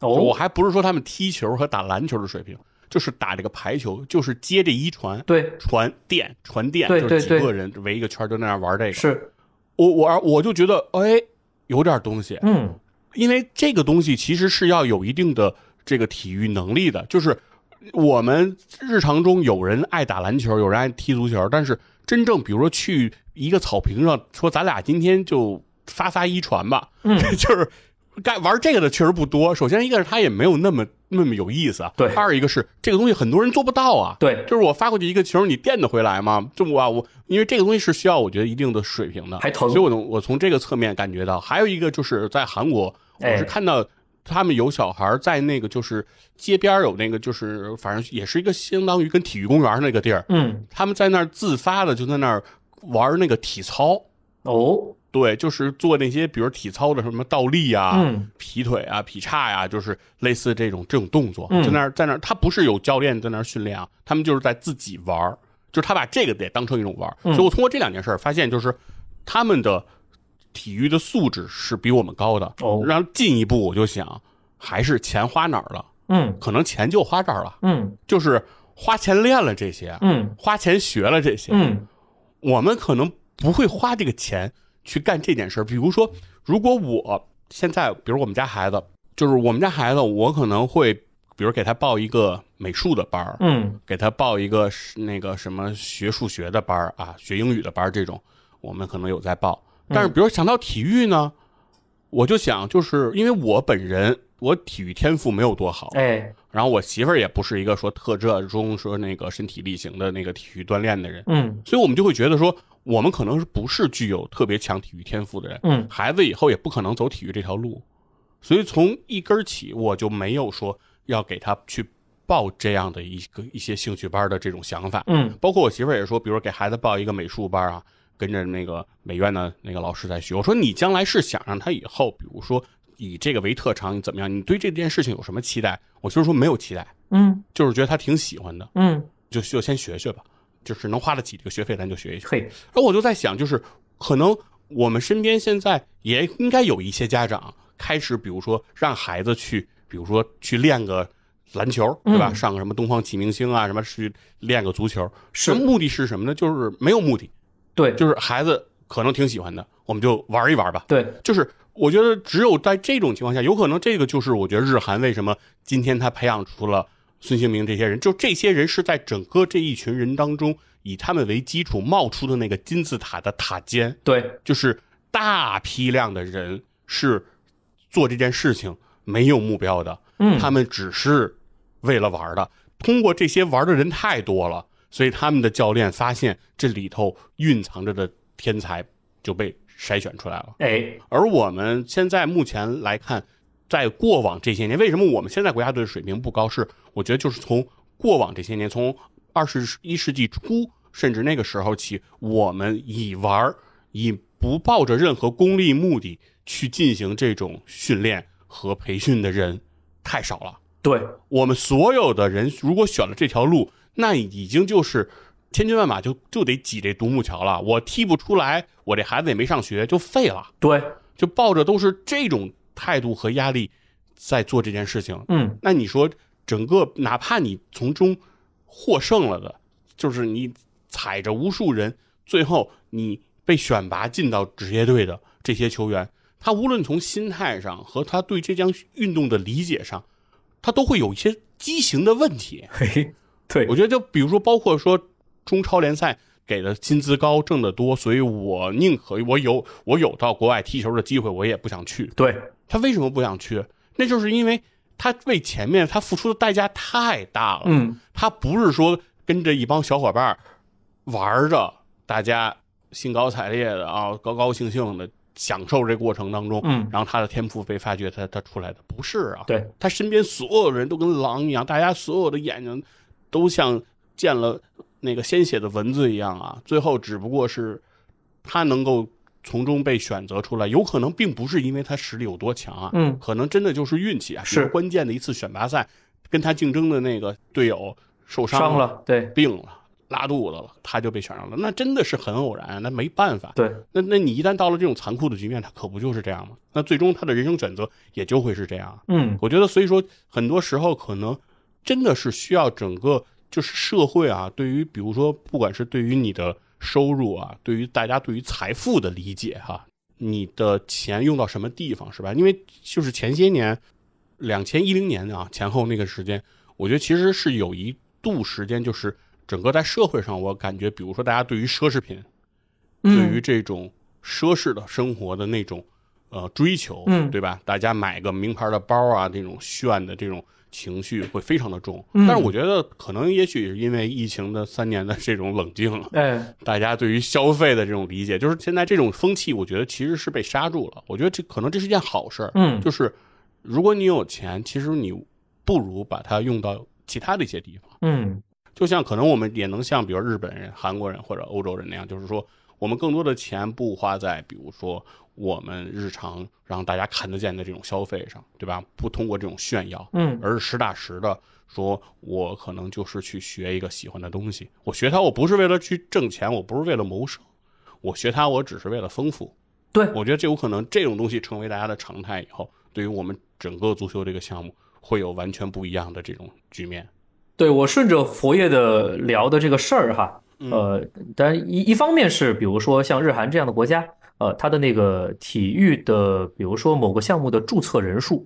[SPEAKER 1] 我
[SPEAKER 2] 哦，
[SPEAKER 1] 还不是说他们踢球和打篮球的水平，就是打这个排球，就是接这一传。
[SPEAKER 2] 对
[SPEAKER 1] 传电传电
[SPEAKER 2] 对
[SPEAKER 1] 就是几
[SPEAKER 2] 对对
[SPEAKER 1] 个人围一个圈儿就那样玩这个，
[SPEAKER 2] 是
[SPEAKER 1] 我我我就觉得哎有点东西，
[SPEAKER 2] 嗯
[SPEAKER 1] 因为这个东西其实是要有一定的这个体育能力的，就是我们日常中有人爱打篮球，有人爱踢足球，但是真正比如说去一个草坪上说咱俩今天就发发一传吧，
[SPEAKER 2] 嗯
[SPEAKER 1] <laughs> 就是。干玩这个的确实不多。首先，一个是它也没有那么那么有意思啊。
[SPEAKER 2] 对
[SPEAKER 1] 二一个是这个东西很多人做不到啊。
[SPEAKER 2] 对，
[SPEAKER 1] 就是我发过去一个球，你垫得回来吗？这我我因为这个东西是需要我觉得一定的水平的，
[SPEAKER 2] 还疼
[SPEAKER 1] 所以我从我从这个侧面感觉到，还有一个就是在韩国，
[SPEAKER 2] 哎
[SPEAKER 1] 我是看到他们有小孩在那个就是街边有那个就是反正也是一个相当于跟体育公园那个地儿，
[SPEAKER 2] 嗯
[SPEAKER 1] 他们在那儿自发的就在那儿玩那个体操，
[SPEAKER 2] 哦，
[SPEAKER 1] 对，就是做那些比如体操的什么倒立啊、
[SPEAKER 2] 嗯
[SPEAKER 1] 劈腿啊、劈叉呀、就是类似这种这种动作，
[SPEAKER 2] 嗯
[SPEAKER 1] 在那儿在那儿，他不是有教练在那儿训练啊，他们就是在自己玩儿，就是他把这个得当成一种玩儿。
[SPEAKER 2] 嗯
[SPEAKER 1] 所以我通过这两件事儿发现，就是他们的体育的素质是比我们高的。
[SPEAKER 2] 哦
[SPEAKER 1] 然后进一步我就想，还是钱花哪儿了？
[SPEAKER 2] 嗯
[SPEAKER 1] 可能钱就花这儿了，
[SPEAKER 2] 嗯
[SPEAKER 1] 就是花钱练了这些，
[SPEAKER 2] 嗯
[SPEAKER 1] 花钱学了这些，
[SPEAKER 2] 嗯
[SPEAKER 1] 我们可能不会花这个钱去干这件事儿。比如说，如果我现在，比如我们家孩子，就是我们家孩子，我可能会，比如给他报一个美术的班儿，
[SPEAKER 2] 嗯
[SPEAKER 1] 给他报一个是那个什么学数学的班儿啊，学英语的班儿这种，我们可能有在报。
[SPEAKER 2] 嗯
[SPEAKER 1] 但是，比如想到体育呢，我就想，就是因为我本人我体育天赋没有多好，
[SPEAKER 2] 哎
[SPEAKER 1] 然后我媳妇儿也不是一个说特热衷说那个身体力行的那个体育锻炼的人，
[SPEAKER 2] 嗯
[SPEAKER 1] 所以我们就会觉得说，我们可能是不是具有特别强体育天赋的人，
[SPEAKER 2] 嗯
[SPEAKER 1] 孩子以后也不可能走体育这条路，所以从一根儿起，我就没有说要给他去报这样的一个一些兴趣班的这种想法。
[SPEAKER 2] 嗯
[SPEAKER 1] 包括我媳妇儿也说，比如说给孩子报一个美术班啊，跟着那个美院的那个老师在学。我说你将来是想让他以后，比如说以这个为特长，你怎么样？你对这件事情有什么期待？我就是说没有期待，
[SPEAKER 2] 嗯
[SPEAKER 1] 就是觉得他挺喜欢的，
[SPEAKER 2] 嗯，
[SPEAKER 1] 就就先学学吧，就是能花得起这个学费，咱就学一学。
[SPEAKER 2] 嘿，
[SPEAKER 1] 而我就在想，就是可能我们身边现在也应该有一些家长开始，比如说让孩子去，比如说去练个篮球，对吧？
[SPEAKER 2] 嗯
[SPEAKER 1] 上个什么东方启明星啊，什么去练个足球，
[SPEAKER 2] 是
[SPEAKER 1] 那目的是什么呢？就是没有目的，
[SPEAKER 2] 对，
[SPEAKER 1] 就是孩子可能挺喜欢的，我们就玩一玩吧。
[SPEAKER 2] 对，
[SPEAKER 1] 就是我觉得只有在这种情况下，有可能这个就是我觉得日韩为什么今天他培养出了孙兴民这些人，就这些人是在整个这一群人当中以他们为基础冒出的那个金字塔的塔尖，
[SPEAKER 2] 对，
[SPEAKER 1] 就是大批量的人是做这件事情没有目标的，
[SPEAKER 2] 嗯
[SPEAKER 1] 他们只是为了玩儿的。通过这些玩儿的人太多了，所以他们的教练发现这里头蕴藏着的天才就被筛选出来了。
[SPEAKER 2] 哎，
[SPEAKER 1] 而我们现在目前来看，在过往这些年，为什么我们现在国家队的水平不高？是我觉得就是从过往这些年，从二十一世纪初甚至那个时候起，我们以玩儿以不抱着任何功利目的去进行这种训练和培训的人太少了。
[SPEAKER 2] 对，
[SPEAKER 1] 我们所有的人如果选了这条路，那已经就是千军万马就就得挤这独木桥了。我踢不出来，我这孩子也没上学，就废了。
[SPEAKER 2] 对，
[SPEAKER 1] 就抱着都是这种态度和压力在做这件事情。
[SPEAKER 2] 嗯，
[SPEAKER 1] 那你说，整个哪怕你从中获胜了的，就是你踩着无数人，最后你被选拔进到职业队的这些球员，他无论从心态上和他对这项运动的理解上，他都会有一些畸形的问题。
[SPEAKER 2] 嘿，对
[SPEAKER 1] 我，觉得就比如说，包括说中超联赛给的薪资高，挣得多，所以我宁可我有我有到国外踢球的机会，我也不想去。
[SPEAKER 2] 对，
[SPEAKER 1] 他为什么不想去？那就是因为他为前面他付出的代价太大了。
[SPEAKER 2] 嗯，
[SPEAKER 1] 他不是说跟着一帮小伙伴儿玩着，大家兴高采烈的啊，高高兴兴的享受这过程当中，
[SPEAKER 2] 嗯
[SPEAKER 1] 然后他的天赋被发掘，他他出来的不是啊，
[SPEAKER 2] 对，
[SPEAKER 1] 他身边所有人都跟狼一样，大家所有的眼睛都像见了那个鲜血的蚊子一样啊，最后只不过是他能够。从中被选择出来，有可能并不是因为他实力有多强啊，
[SPEAKER 2] 嗯
[SPEAKER 1] 可能真的就是运气啊。
[SPEAKER 2] 是
[SPEAKER 1] 比如关键的一次选拔赛，跟他竞争的那个队友受伤
[SPEAKER 2] 伤
[SPEAKER 1] 了、
[SPEAKER 2] 了，对，
[SPEAKER 1] 病了、拉肚子了，他就被选上了。那真的是很偶然，那没办法。
[SPEAKER 2] 对，
[SPEAKER 1] 那那你一旦到了这种残酷的局面，他可不就是这样吗？那最终他的人生选择也就会是这样。啊
[SPEAKER 2] 嗯，
[SPEAKER 1] 我觉得，所以说很多时候可能真的是需要整个就是社会啊，对于比如说不管是对于你的收入啊，对于大家对于财富的理解哈、你的钱用到什么地方是吧？因为就是前些年，两千一零年啊前后那个时间，我觉得其实是有一度时间就是。整个在社会上，我感觉，比如说大家对于奢侈品，对于
[SPEAKER 2] 嗯，
[SPEAKER 1] 这种奢侈的生活的那种呃追求，
[SPEAKER 2] 嗯
[SPEAKER 1] 对吧？大家买个名牌的包啊，这种炫的这种情绪会非常的重。
[SPEAKER 2] 嗯
[SPEAKER 1] 但是我觉得可能也许是因为疫情的三年的这种冷静，
[SPEAKER 2] 哎，
[SPEAKER 1] <laughs> 大家对于消费的这种理解，就是现在这种风气，我觉得其实是被刹住了。我觉得这可能这是件好事儿，
[SPEAKER 2] 嗯，
[SPEAKER 1] 就是如果你有钱，其实你不如把它用到其他的一些地方。
[SPEAKER 2] 嗯，
[SPEAKER 1] 就像可能我们也能像比如日本人、韩国人或者欧洲人那样，就是说我们更多的钱不花在比如说我们日常让大家看得见的这种消费上，对吧？不通过这种炫耀，
[SPEAKER 2] 嗯，
[SPEAKER 1] 而是实打实的说，我可能就是去学一个喜欢的东西，我学它，我不是为了去挣钱，我不是为了谋生，我学它，我只是为了丰富。
[SPEAKER 2] 对
[SPEAKER 1] 我觉得这有可能这种东西成为大家的常态以后，对于我们整个足球这个项目会有完全不一样的这种局面。
[SPEAKER 2] 对我顺着佛爷的聊的这个事儿哈，
[SPEAKER 1] 嗯
[SPEAKER 2] 呃，当然一一方面是比如说像日韩这样的国家，呃，它的那个体育的，比如说某个项目的注册人数，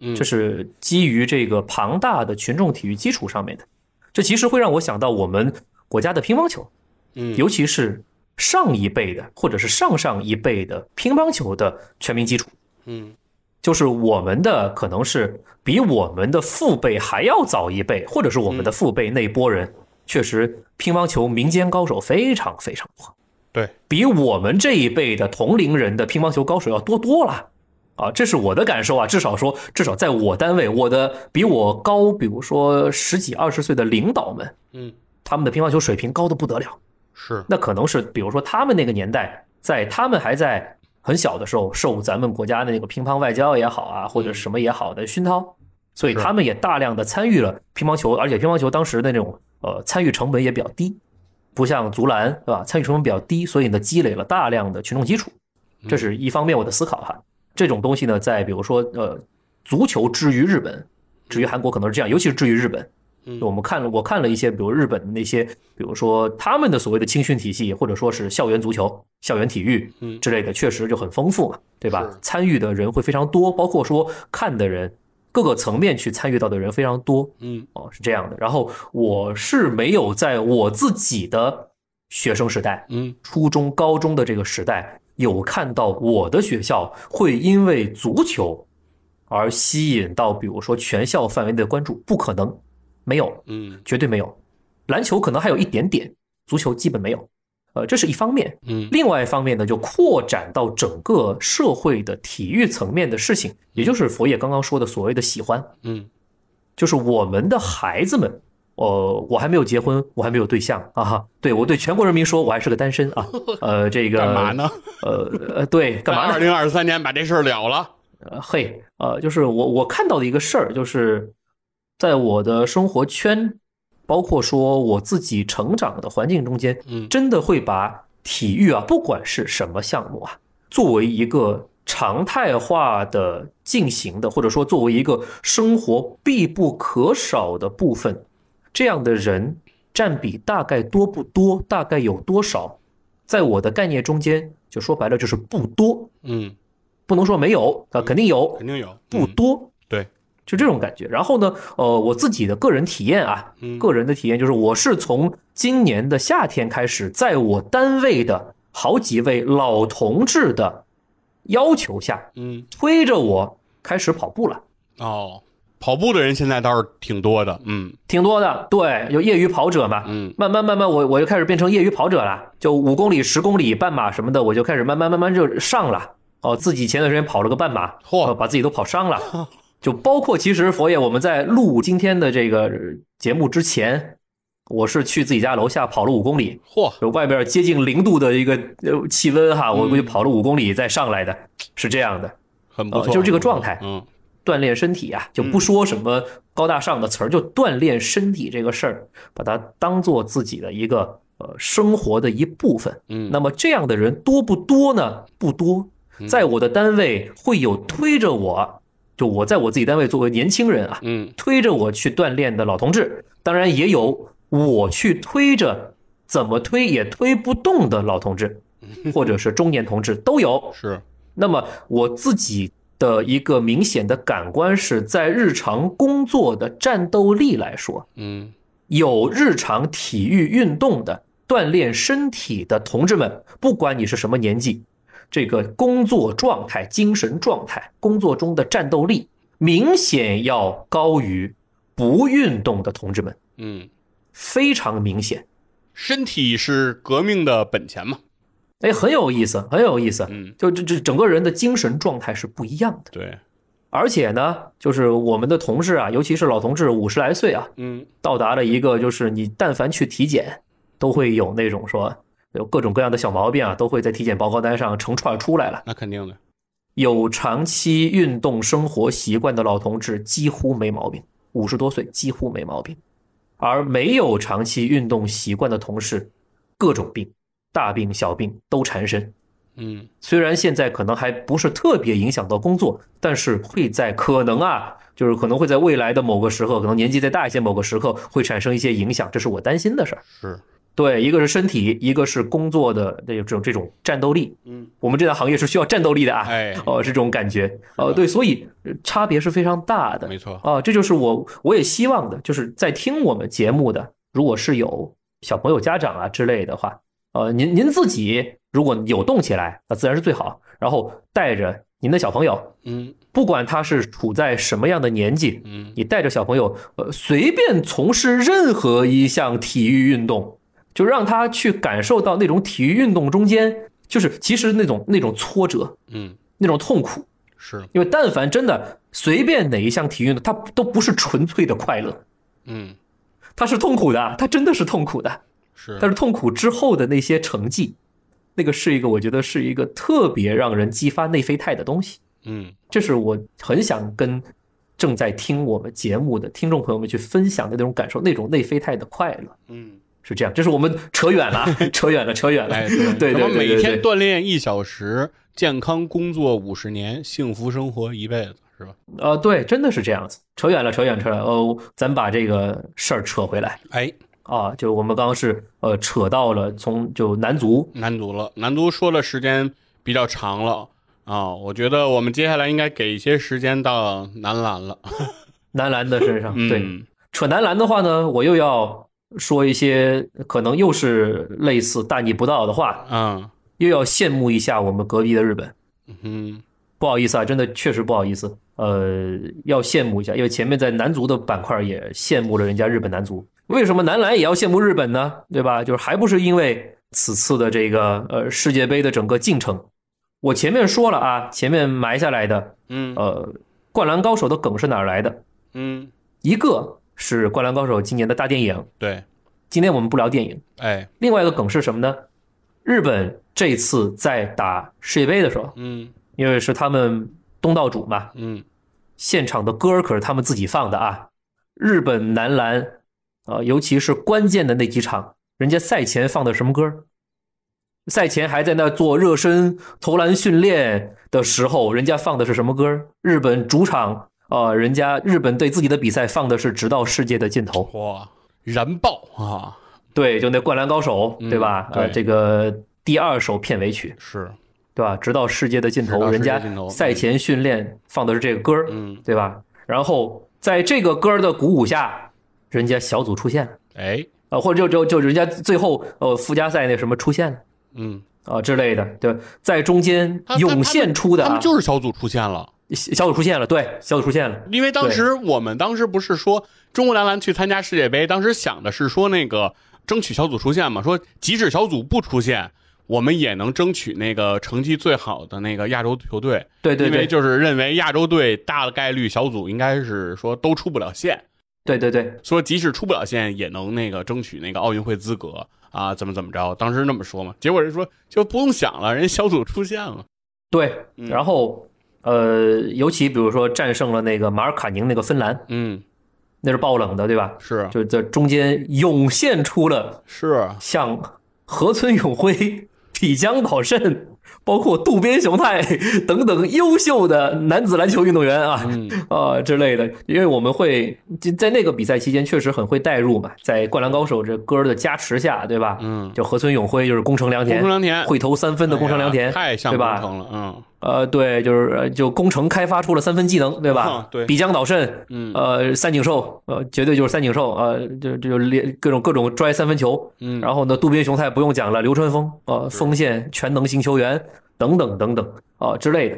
[SPEAKER 1] 嗯
[SPEAKER 2] 这是基于这个庞大的群众体育基础上面的，这其实会让我想到我们国家的乒乓球，
[SPEAKER 1] 嗯
[SPEAKER 2] 尤其是上一辈的或者是上上一辈的乒乓球的全民基础，
[SPEAKER 1] 嗯
[SPEAKER 2] 就是我们的可能是比我们的父辈还要早一辈，或者是我们的父辈那波人，确实乒乓球民间高手非常非常多，
[SPEAKER 1] 对，
[SPEAKER 2] 比我们这一辈的同龄人的乒乓球高手要多多了。啊，这是我的感受啊，至少说，至少在我单位，我的比我高，比如说十几二十岁的领导们，
[SPEAKER 1] 嗯，
[SPEAKER 2] 他们的乒乓球水平高的不得了。
[SPEAKER 1] 是，
[SPEAKER 2] 那可能是比如说他们那个年代，在他们还在很小的时候，受咱们国家的那个乒乓外交也好啊，或者什么也好的熏陶，所以
[SPEAKER 1] 是
[SPEAKER 2] 他们也大量的参与了乒乓球，而且乒乓球当时的那种呃参与成本也比较低，不像足篮对吧？参与成本比较低，所以呢积累了大量的群众基础，这是一方面我的思考哈。这种东西呢，在比如说呃足球之于日本，至于韩国可能是这样，尤其是至于日本，
[SPEAKER 1] 嗯
[SPEAKER 2] 我们看了，我看了一些，比如日本的那些，比如说他们的所谓的青训体系，或者说是校园足球、校园体育
[SPEAKER 1] 嗯
[SPEAKER 2] 之类的，确实就很丰富嘛，对吧
[SPEAKER 1] 是？
[SPEAKER 2] 参与的人会非常多，包括说看的人，各个层面去参与到的人非常多
[SPEAKER 1] 嗯
[SPEAKER 2] 哦，是这样的。然后我是没有在我自己的学生时代，
[SPEAKER 1] 嗯
[SPEAKER 2] 初中、高中的这个时代，有看到我的学校会因为足球而吸引到，比如说全校范围内的关注，不可能，没有。
[SPEAKER 1] 嗯
[SPEAKER 2] 绝对没有。篮球可能还有一点点，足球基本没有。呃，这是一方面。
[SPEAKER 1] 嗯
[SPEAKER 2] 另外一方面呢，就扩展到整个社会的体育层面的事情，也就是佛爷刚刚说的所谓的喜欢，
[SPEAKER 1] 嗯
[SPEAKER 2] 就是我们的孩子们。呃，我还没有结婚，我还没有对象啊哈。对我对全国人民说，我还是个单身啊。呃，这个
[SPEAKER 1] 干嘛？呢？
[SPEAKER 2] 呃呃，对， <laughs> 干嘛呢
[SPEAKER 1] 二？零二三年把这事儿了了。
[SPEAKER 2] 呃，嘿，呃，就是我我看到的一个事儿，就是在我的生活圈，包括说我自己成长的环境中间，
[SPEAKER 1] 嗯
[SPEAKER 2] 真的会把体育啊，不管是什么项目啊，作为一个常态化的进行的，或者说作为一个生活必不可少的部分，这样的人占比大概多不多？大概有多少？在我的概念中间，就说白了就是不多，
[SPEAKER 1] 嗯，
[SPEAKER 2] 不能说没有啊，肯定有，
[SPEAKER 1] 肯定有。
[SPEAKER 2] 不多，
[SPEAKER 1] 嗯对，
[SPEAKER 2] 就这种感觉。然后呢，呃，我自己的个人体验啊，
[SPEAKER 1] 嗯
[SPEAKER 2] 个人的体验就是，我是从今年的夏天开始，在我单位的好几位老同志的要求下，
[SPEAKER 1] 嗯
[SPEAKER 2] 推着我开始跑步了，
[SPEAKER 1] 哦，跑步的人现在倒是挺多的。嗯
[SPEAKER 2] 挺多的。对，有业余跑者嘛，
[SPEAKER 1] 嗯
[SPEAKER 2] 慢慢慢慢，我我就开始变成业余跑者了，就五公里、十公里、半马什么的，我就开始慢慢慢慢就上了。哦，自己前段时间跑了个半马，
[SPEAKER 1] 嚯
[SPEAKER 2] 呃把自己都跑伤了。就包括其实佛爷，我们在录今天的这个呃节目之前，我是去自己家楼下跑了五公里，
[SPEAKER 1] 嚯，
[SPEAKER 2] 有外边接近零度的一个呃气温哈，我估计跑了五公里再上来的，是这样的。
[SPEAKER 1] 很不
[SPEAKER 2] 呃
[SPEAKER 1] 错，
[SPEAKER 2] 就是这个状态
[SPEAKER 1] 嗯
[SPEAKER 2] 锻炼身体啊，就不说什么高大上的词儿，就锻炼身体这个事儿，把它当做自己的一个呃生活的一部分。
[SPEAKER 1] 嗯
[SPEAKER 2] 那么这样的人多不多呢？不多，在我的单位会有推着我，就我在我自己单位作为年轻人啊，
[SPEAKER 1] 嗯
[SPEAKER 2] 推着我去锻炼的老同志，当然也有我去推着，怎么推也推不动的老同志，
[SPEAKER 1] 嗯
[SPEAKER 2] 或者是中年同志都有。
[SPEAKER 1] 是
[SPEAKER 2] 那么我自己的一个明显的感官是在日常工作的战斗力来说，
[SPEAKER 1] 嗯
[SPEAKER 2] 有日常体育运动的锻炼身体的同志们，不管你是什么年纪，这个工作状态、精神状态、工作中的战斗力，明显要高于不运动的同志们，
[SPEAKER 1] 嗯，
[SPEAKER 2] 非常明显。
[SPEAKER 1] 身体是革命的本钱嘛。
[SPEAKER 2] 哎，很有意思，很有意思。
[SPEAKER 1] 嗯，
[SPEAKER 2] 就这这整个人的精神状态是不一样的。
[SPEAKER 1] 对，
[SPEAKER 2] 而且呢，就是我们的同事啊，尤其是老同志，五十来岁啊，
[SPEAKER 1] 嗯
[SPEAKER 2] 到达了一个就是你但凡去体检，都会有那种说有各种各样的小毛病啊，都会在体检报告单上成串儿出来了。
[SPEAKER 1] 那肯定的，
[SPEAKER 2] 有长期运动生活习惯的老同志几乎没毛病，五十多岁几乎没毛病，而没有长期运动习惯的同事，各种病，大病小病都缠身。
[SPEAKER 1] 嗯，
[SPEAKER 2] 虽然现在可能还不是特别影响到工作，但是会在可能啊，就是可能会在未来的某个时刻，可能年纪再大一些，某个时刻会产生一些影响，这是我担心的事儿。
[SPEAKER 1] 是，
[SPEAKER 2] 对，一个是身体，一个是工作的这种这种战斗力。
[SPEAKER 1] 嗯，
[SPEAKER 2] 我们这个行业是需要战斗力的啊。
[SPEAKER 1] 哎，
[SPEAKER 2] 哦，这种感觉，呃，对，所以呃差别是非常大的
[SPEAKER 1] 没错，
[SPEAKER 2] 啊，这就是我我也希望的，就是在听我们节目的，如果是有小朋友、家长啊之类的话，呃，您您自己如果有动起来，那自然是最好，然后带着您的小朋友，
[SPEAKER 1] 嗯
[SPEAKER 2] 不管他是处在什么样的年纪，
[SPEAKER 1] 嗯，
[SPEAKER 2] 你带着小朋友，呃，随便从事任何一项体育运动，就让他去感受到那种体育运动中间，就是其实那种那种挫折，
[SPEAKER 1] 嗯
[SPEAKER 2] 那种痛苦。
[SPEAKER 1] 是，
[SPEAKER 2] 因为但凡真的随便哪一项体育运动，它都不是纯粹的快乐，
[SPEAKER 1] 嗯
[SPEAKER 2] 它是痛苦的，它真的是痛苦的。
[SPEAKER 1] 是，
[SPEAKER 2] 但是痛苦之后的那些成绩，那个是一个我觉得是一个特别让人激发内啡肽的东西。
[SPEAKER 1] 嗯
[SPEAKER 2] 这是我很想跟正在听我们节目的听众朋友们去分享的那种感受，那种内啡肽的快乐
[SPEAKER 1] 嗯，
[SPEAKER 2] 是这样。这是我们扯远了 <laughs> 啊，扯远了，扯远了。
[SPEAKER 1] 哎，
[SPEAKER 2] 对对
[SPEAKER 1] 什么
[SPEAKER 2] 对对
[SPEAKER 1] 每天
[SPEAKER 2] 对，
[SPEAKER 1] 锻炼一小时，健康工作五十年，幸福生活一辈子，是吧？
[SPEAKER 2] 呃，对，真的是这样子，扯远了，扯远了，扯远了。哦，咱把这个事儿扯回来。
[SPEAKER 1] 哎，
[SPEAKER 2] 啊，就我们刚刚是呃扯到了从就男足，
[SPEAKER 1] 男足了，男足说的时间比较长了啊，我觉得我们接下来应该给一些时间到男篮了。
[SPEAKER 2] 男篮的身上，对，
[SPEAKER 1] 嗯，
[SPEAKER 2] 扯男篮的话呢，我又要说一些可能又是类似大逆不道的话，
[SPEAKER 1] 啊，
[SPEAKER 2] 又要羡慕一下我们隔壁的日本。
[SPEAKER 1] 嗯
[SPEAKER 2] 不好意思啊，真的确实不好意思，呃，要羡慕一下，因为前面在男足的板块也羡慕了人家日本男足。为什么男篮也要羡慕日本呢？对吧？就是还不是因为此次的这个呃世界杯的整个进程。我前面说了啊，前面埋下来的
[SPEAKER 1] 嗯
[SPEAKER 2] 呃，灌篮高手的梗是哪儿来的？
[SPEAKER 1] 嗯，
[SPEAKER 2] 一个是灌篮高手今年的大电影，
[SPEAKER 1] 对，
[SPEAKER 2] 今天我们不聊电影。
[SPEAKER 1] 哎，
[SPEAKER 2] 另外一个梗是什么呢？日本这次在打世界杯的时候，
[SPEAKER 1] 嗯
[SPEAKER 2] 因为是他们东道主嘛，
[SPEAKER 1] 嗯
[SPEAKER 2] 现场的歌儿可是他们自己放的啊。日本男篮，呃，尤其是关键的那几场，人家赛前放的什么歌儿？赛前还在那做热身、投篮训练的时候，人家放的是什么歌儿？日本主场，呃，人家日本对自己的比赛放的是《直到世界的尽头》。
[SPEAKER 1] 哇，燃爆啊！
[SPEAKER 2] 对，就那《灌篮高手》，
[SPEAKER 1] 嗯
[SPEAKER 2] 对吧？呃，
[SPEAKER 1] 对
[SPEAKER 2] 这个第二首片尾曲，
[SPEAKER 1] 是，
[SPEAKER 2] 对吧？直到世界的尽
[SPEAKER 1] 直到
[SPEAKER 2] 头，
[SPEAKER 1] 世
[SPEAKER 2] 人
[SPEAKER 1] 界
[SPEAKER 2] 家
[SPEAKER 1] 尽头
[SPEAKER 2] 赛前训练放的是这个歌儿。
[SPEAKER 1] 嗯，
[SPEAKER 2] 对吧？然后在这个歌儿的鼓舞下，人家小组出现了，
[SPEAKER 1] 哎，
[SPEAKER 2] 呃，或者就就就人家最后呃附加赛那什么出现了
[SPEAKER 1] 嗯，
[SPEAKER 2] 啊、之类的，对，在中间
[SPEAKER 1] 他他
[SPEAKER 2] 涌现出的
[SPEAKER 1] 他
[SPEAKER 2] 啊
[SPEAKER 1] 们，就是小组出现了。
[SPEAKER 2] 小组出现了，对，小组出现了，
[SPEAKER 1] 因为当时我们当时不是说中国男篮去参加世界杯，当时想的是说那个争取小组出线嘛，说即使小组不出现，我们也能争取那个成绩最好的那个亚洲球队，
[SPEAKER 2] 对对
[SPEAKER 1] 因为
[SPEAKER 2] 对，
[SPEAKER 1] 就是认为亚洲队大概率小组应该是说都出不了线，
[SPEAKER 2] 对对对，
[SPEAKER 1] 说即使出不了线也能那个争取那个奥运会资格啊，怎么怎么着，当时那么说嘛，结果人说就不用想了，人小组出线了，
[SPEAKER 2] 对，
[SPEAKER 1] 嗯
[SPEAKER 2] 然后呃，尤其比如说战胜了那个马尔卡宁那个芬兰，
[SPEAKER 1] 嗯，
[SPEAKER 2] 那是爆冷的，对吧？
[SPEAKER 1] 是
[SPEAKER 2] 就在中间涌现出了
[SPEAKER 1] 是，
[SPEAKER 2] 像河村永辉、 <laughs> 比江岛慎，包括渡边雄太 <laughs> 等等优秀的男子篮球运动员啊。
[SPEAKER 1] 嗯
[SPEAKER 2] 啊之类的，因为我们会就在那个比赛期间确实很会代入嘛，在《灌篮高手》这歌的加持下，对吧？
[SPEAKER 1] 嗯，
[SPEAKER 2] 就河村永辉就是宫城良
[SPEAKER 1] 宫
[SPEAKER 2] 田
[SPEAKER 1] 城，良田。
[SPEAKER 2] 会投三分的宫城良
[SPEAKER 1] 哎
[SPEAKER 2] 田
[SPEAKER 1] 呀，太像
[SPEAKER 2] 对
[SPEAKER 1] 工
[SPEAKER 2] 吧？
[SPEAKER 1] 程了，嗯，
[SPEAKER 2] 呃，对，就是呃就宫城开发出了三分技能，对吧
[SPEAKER 1] 啊？对
[SPEAKER 2] 比江岛慎，
[SPEAKER 1] 嗯
[SPEAKER 2] 呃，三井寿，呃，绝对就是三井寿，呃，就就连各种各种拽三分球，
[SPEAKER 1] 嗯
[SPEAKER 2] 然后呢，渡边雄太不用讲了，流川枫，呃，锋线全能型球员等等等等啊、之类的。